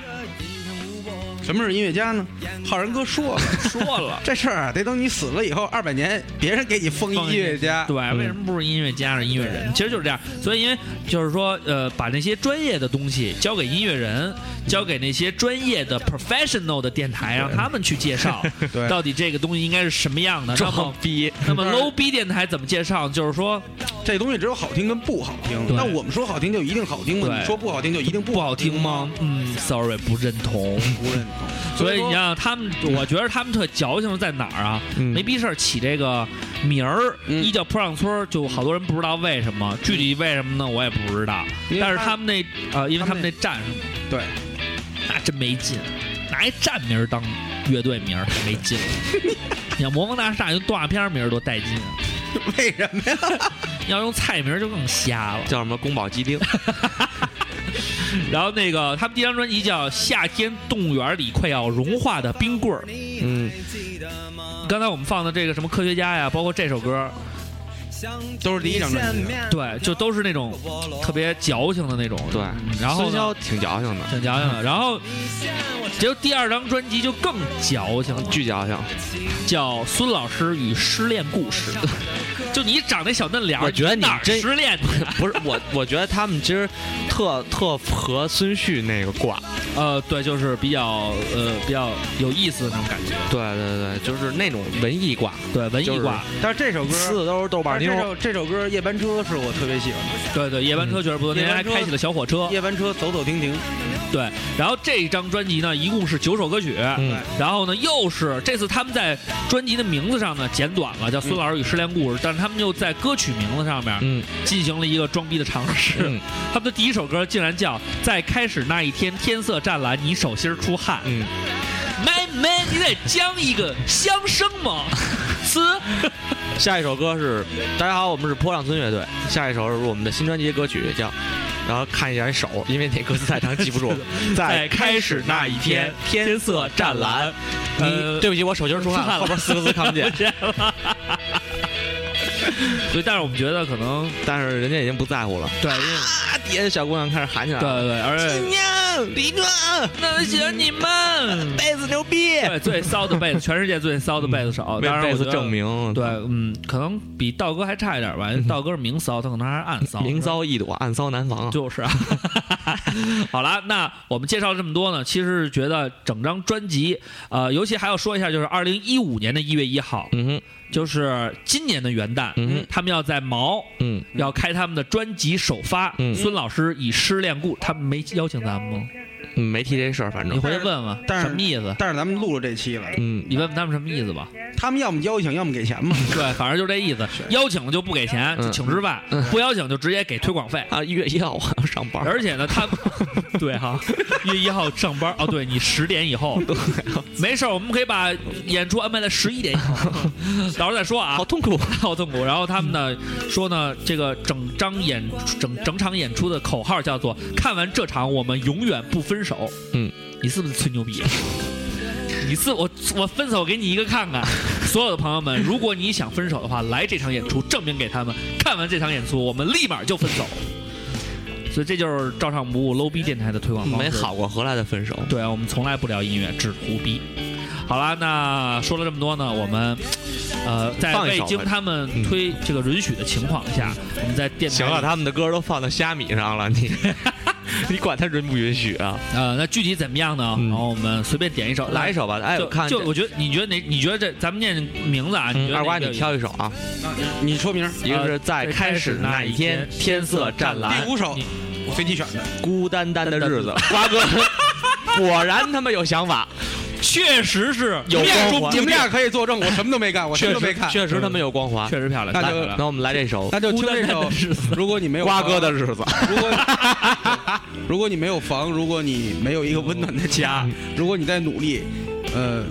Speaker 4: 什么是音乐家呢？浩然哥说
Speaker 1: *laughs*
Speaker 4: 了。。
Speaker 1: 说了
Speaker 4: 这事儿啊，得等你死了以后二百年，别人给你封音乐家。嗯
Speaker 1: 对，为什么不是音乐家是音乐人？其实就是这样，所以因为就是说，呃，把那些专业的东西交给音乐人，交给那些专业的 professional 的电台，让他们去介绍
Speaker 4: *laughs* 对
Speaker 1: 到底这个东西应该是什么样的。那么
Speaker 2: 逼，
Speaker 1: 那么 low 逼电台怎么介绍？就是说
Speaker 4: 这东西只有好听跟不好听。
Speaker 1: 对
Speaker 4: 那我们说好听就一定好听吗？
Speaker 1: 对
Speaker 4: 你说不好听就一定
Speaker 1: 不
Speaker 4: 不
Speaker 1: 好听吗？？嗯，sorry，不认同。
Speaker 4: 嗯不嗯认同。
Speaker 1: 所以
Speaker 4: 说
Speaker 1: 你让他们，我觉得他们特矫情在哪儿啊？没逼事儿起这个名儿，
Speaker 4: 嗯
Speaker 1: 一叫坡上村儿，就好多人不知道为什么，具体为什么呢？我也不知道。
Speaker 4: 因为
Speaker 1: 但是
Speaker 4: 他
Speaker 1: 他们那呃，因为他
Speaker 4: 他
Speaker 1: 们
Speaker 4: 们
Speaker 1: 那站是吗？
Speaker 4: 对，
Speaker 1: 那真没劲，拿一站名儿当乐队名儿太没
Speaker 4: *laughs*
Speaker 1: 劲了。你像《魔方大厦》用动画片名儿多带劲啊，
Speaker 4: *laughs* 为什么呀？
Speaker 1: 要用菜名儿就更瞎了。
Speaker 2: 叫什么宫保 *laughs* 鸡丁？
Speaker 1: 然后那个他们第一张专辑叫《夏天动物园里快要融化的冰棍儿》。
Speaker 2: 嗯， *laughs*
Speaker 1: 刚才我们放的这个什么科学家呀，包括这首歌，
Speaker 4: 都是第一张专辑。啊
Speaker 1: 对，就都是那种特别矫情的那种。
Speaker 2: 对
Speaker 1: 嗯。然后
Speaker 2: 孙
Speaker 1: 呢
Speaker 2: 骁挺矫情 *laughs* 的，
Speaker 1: 挺矫情的。然后，结果第二张专辑就更矫情了，
Speaker 2: 巨矫情。
Speaker 1: 叫《孙老师与失恋故事》。 *laughs* 就你长那小嫩脸儿，
Speaker 2: 我觉得你
Speaker 1: 哪儿
Speaker 2: 真
Speaker 1: 失恋？啊
Speaker 2: 不是我，我觉得他们其实特特合孙旭那个挂。
Speaker 1: *laughs* 呃，对，就是比较呃比较有意思的那种感觉，
Speaker 2: 对对对，就是那种文艺挂，
Speaker 1: 对，文
Speaker 2: 就
Speaker 1: 艺
Speaker 2: 是
Speaker 1: 挂，
Speaker 4: 但是这首歌，
Speaker 2: 呲的都是豆瓣
Speaker 4: 但是这
Speaker 2: 妞。
Speaker 4: 首这首歌《夜班车》是我特别喜欢的。
Speaker 1: 对对，夜班车确实不错，那
Speaker 4: 夜
Speaker 1: 天还
Speaker 4: 班车
Speaker 1: 开起了小火车，
Speaker 4: 夜班车走走停停，
Speaker 1: 对。然后这张专辑呢，一共是九首歌曲，
Speaker 2: 嗯，
Speaker 1: 然后呢，又是这次他们在专辑的名字上呢简短了，叫《孙老师与失恋故事》，但是他们又在歌曲名字上面
Speaker 2: 嗯
Speaker 1: 进行了一个装逼的尝试。
Speaker 2: 嗯
Speaker 1: 他们的第一首歌竟然叫《在开始那一天，天色湛蓝，你手心出汗》。
Speaker 2: 嗯，
Speaker 1: My man，你得将一个相声吗？呲，
Speaker 2: 嗯下一首歌是大家好，我们是坡上村乐队，下一首是我们的新专辑歌曲叫。然后看一下手，因为那歌词太长记不 *laughs* 住。
Speaker 1: *laughs* 在开始那一天，天色湛蓝，。
Speaker 2: 你对不起，我手心出呃汗了，后边四个字看不见
Speaker 1: 见了。对，但是我们觉得可能
Speaker 2: 但是人家已经不在乎了。
Speaker 1: 对，因为
Speaker 2: 啊！底下小姑娘开始喊起来
Speaker 1: 对
Speaker 2: 了。
Speaker 1: 对对，而且
Speaker 2: 娘李准，
Speaker 1: 那谢你们。
Speaker 2: 贝斯牛逼，
Speaker 1: 对，最骚的贝斯，全世界最骚的贝斯手，
Speaker 2: 为
Speaker 1: 当然
Speaker 2: 贝
Speaker 1: 我
Speaker 2: 斯
Speaker 1: 觉得
Speaker 2: 证。明，
Speaker 1: 对，嗯，可能比道哥还差一点吧。道哥是明骚，他可能还是暗骚。
Speaker 2: 嗯明骚易躲，暗骚难防啊。
Speaker 1: 就是啊。 *laughs* 好了，那我们介绍这么多呢，其实是觉得整张专辑，呃，尤其还要说一下，就是二零一五年的一月一号，
Speaker 2: 嗯哼，
Speaker 1: 就是今年的元旦，
Speaker 2: 嗯哼
Speaker 1: 他们要在毛
Speaker 2: 嗯，
Speaker 1: 要开他们的专辑首发。
Speaker 2: 嗯
Speaker 1: 孙老师以失恋故，他们没邀请咱们吗？
Speaker 2: 嗯没提这事儿，反
Speaker 1: 你
Speaker 2: 正，
Speaker 1: 回去问问，
Speaker 4: 但是
Speaker 1: 什么意思？
Speaker 4: 但是咱们录了这期了，
Speaker 2: 嗯，
Speaker 1: 你问问他们什么意思吧。
Speaker 4: 他们要么邀请，要么给钱嘛。
Speaker 1: 对，反正就这意思。邀请了就不给钱，就
Speaker 2: 嗯
Speaker 1: 请吃饭；不邀请就直接给推广费。
Speaker 2: 啊，一月一号我还要上班，
Speaker 1: 而且呢，他对哈，一月一号上班哦，对你十点以后，没事儿，我们可以把演出安排在十一点以后，到时候再说啊
Speaker 2: *laughs* 好。痛苦。
Speaker 1: 好痛 *laughs* 苦。然后他们呢说呢，这个整张演整整场演出的口号叫做“看完这场我们永远不分手”。
Speaker 2: 嗯，
Speaker 1: 你是不是吹牛
Speaker 2: *laughs*
Speaker 1: 逼？你是我我分手给你一个看看。所有的朋友们，如果你想分手的话，来这场演出，证明给他们。看完这场演出，我们立马就分手。所以这就是照常不误 low 逼电台的推广方式。
Speaker 2: 没嗯好过何来的分手。
Speaker 1: 对啊，我们从来不聊音乐，只胡逼。好啦，那说了这么多呢，我们呃在
Speaker 2: 放一
Speaker 1: 未
Speaker 2: 首吧嗯
Speaker 1: 经他们推这个允许的情况下，我们在电台
Speaker 2: 行了，他们的歌都放到虾米上
Speaker 1: *laughs*
Speaker 2: 了，你你管他允不允许啊？
Speaker 1: 呃，那具体怎么样呢？
Speaker 2: 嗯
Speaker 1: 然后我们随便点一首
Speaker 2: 来一。首吧，哎，
Speaker 1: 就
Speaker 2: 我看
Speaker 1: 就
Speaker 2: 这
Speaker 1: 我觉得，你觉得哪？你觉得这咱们念名字啊？你呃觉
Speaker 2: 嗯
Speaker 1: 得
Speaker 2: 二瓜
Speaker 1: 哪个
Speaker 2: 你挑一首啊，
Speaker 4: 你说明
Speaker 2: 一个是在开始那一天，天色湛蓝
Speaker 4: 第，五首，我随机选的。
Speaker 2: 孤单单的日子，瓜哥果然他妈有想法，
Speaker 1: 确实是
Speaker 2: *laughs* 有
Speaker 1: 面
Speaker 2: 光
Speaker 1: 中
Speaker 2: 环
Speaker 4: 你们俩可以作证，我什么都没干，我什么
Speaker 2: 确
Speaker 4: 都没
Speaker 2: 实 *laughs*
Speaker 4: 看。
Speaker 2: 确实他妈有光环。
Speaker 1: 确实漂亮。
Speaker 4: 那
Speaker 1: 太
Speaker 4: 就
Speaker 1: 漂亮
Speaker 2: 那我们来这首
Speaker 4: 那就听这首。如果你没有
Speaker 2: 瓜
Speaker 4: 房
Speaker 2: 哥的，日子，
Speaker 4: 如果如果你没有 *laughs* 房，如果你没有一个温暖的家，
Speaker 2: 嗯
Speaker 4: 如果你在努力，呃，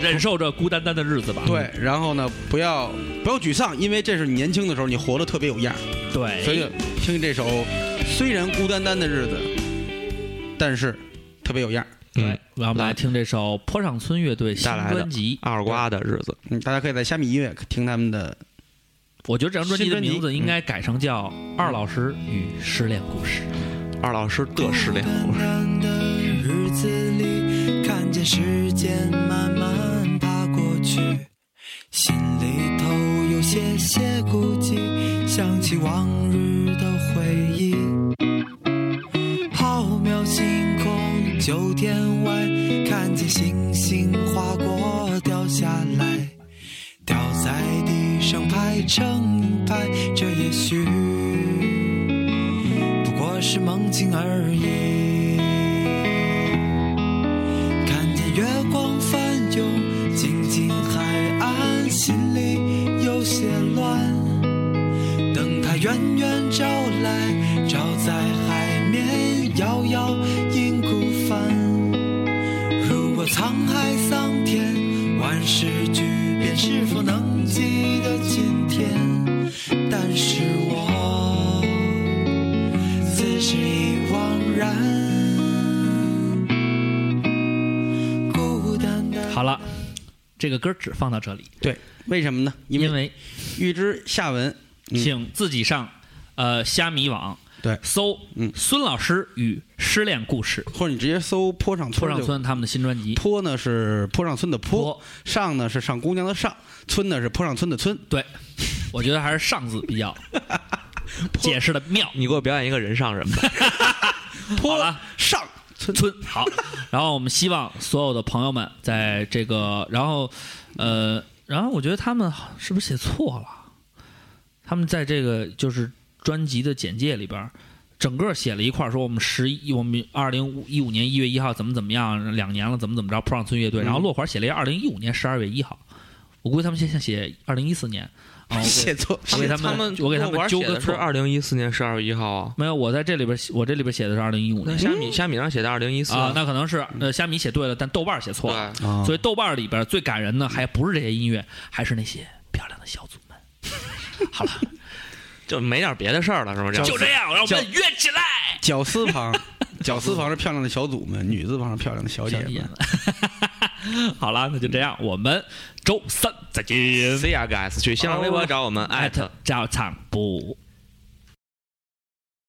Speaker 1: 忍受着孤单单的日子吧。
Speaker 4: 对，然后呢，不要不要沮丧，因为这是你年轻的时候，你活得特别有样儿。
Speaker 1: 嗯对，
Speaker 4: 所以听这首虽然孤单单的日子，但是特别有样儿。
Speaker 1: 对
Speaker 2: 嗯，
Speaker 1: 让我们来
Speaker 2: 来
Speaker 1: 听这首坡上村乐队新
Speaker 2: 带来的
Speaker 1: 专辑。
Speaker 2: 二瓜的日子，
Speaker 4: 嗯，大家可以在虾米音乐听他们的
Speaker 1: 我觉得这张专辑的
Speaker 4: 新专辑嗯
Speaker 1: 名字应该改成叫《二老师与失恋故事》。
Speaker 2: 二老师的失恋故事。
Speaker 6: 单的日子里，看见时间慢慢爬过去，心里头有些些孤寂，想起往日的回忆。浩渺星空，九天外，看见星星划过掉下来，掉在地上排成排，这也许不过是梦境而已。看见月光翻涌，静静海岸，心里有些乱。等它远远照来，照在海面，摇摇引孤帆。如果沧海桑田，万事俱变，是否能记得今天？但是我此时已惘然，孤单单。
Speaker 1: 好了，这个歌只放到这里，
Speaker 4: 对，为什么呢？因
Speaker 1: 因
Speaker 4: 为
Speaker 1: 为
Speaker 4: 预知下文，嗯
Speaker 1: 请自己上呃虾米网
Speaker 4: 对
Speaker 1: 搜
Speaker 4: 嗯
Speaker 1: 孙老师与失恋故事，
Speaker 4: 或者你直接搜坡上
Speaker 1: 坡
Speaker 4: 村
Speaker 1: 上
Speaker 4: 就。
Speaker 1: 村他们的新专辑。
Speaker 4: 坡呢是坡上村的坡
Speaker 1: 坡，
Speaker 4: 上呢是上姑娘的上，村呢是坡上村的村。
Speaker 1: 对，我觉得还是上字比
Speaker 4: *laughs*
Speaker 1: 较解释的妙。
Speaker 2: 你给我表演一个人上 *laughs* 人吧，
Speaker 1: 好
Speaker 4: 坡
Speaker 1: 了
Speaker 4: 上村
Speaker 1: 村好，然后我们希望所有的朋友们在这个，然后呃，然后我觉得他们是不是写错了？他们在这个就是专辑的简介里边儿，整个写了一块儿说我们十一，我们二零一五年一月一号怎么怎么样，两年了怎么怎么着，普朗村乐队，然后落款写了一二零一五年十二月一号，我估计他们现在写二零一四年啊，我
Speaker 2: *laughs*
Speaker 4: 写错，
Speaker 1: 我给他们我给他们
Speaker 2: 我玩
Speaker 1: 纠
Speaker 2: 写
Speaker 1: 个
Speaker 2: 的
Speaker 1: 错
Speaker 2: 是二零一四年十二月一号啊。
Speaker 1: 没有，我在这里边写我这里边写的是二零一五
Speaker 2: 那
Speaker 1: 年
Speaker 2: 虾米虾米上写的二零一四
Speaker 1: 啊，那可能是呃虾米写对了，但豆瓣儿写错了。
Speaker 2: 对，
Speaker 4: 啊
Speaker 1: 所以豆瓣儿里边儿最感人的还不是这些音乐，还是那些漂亮的小组们。好了，
Speaker 2: 就没点别的事儿了是吗？
Speaker 1: 就这样，让我们约起来。
Speaker 4: 绞
Speaker 1: *laughs*
Speaker 4: 丝旁，绞丝旁是漂亮的小组们，女字旁是漂亮的小姐
Speaker 1: 小姐
Speaker 4: 们。
Speaker 1: 们 *laughs* 好了，那就这样，我们周三再见。
Speaker 2: ，See ya guys，去新浪微博找我们艾特。
Speaker 1: 照常不误。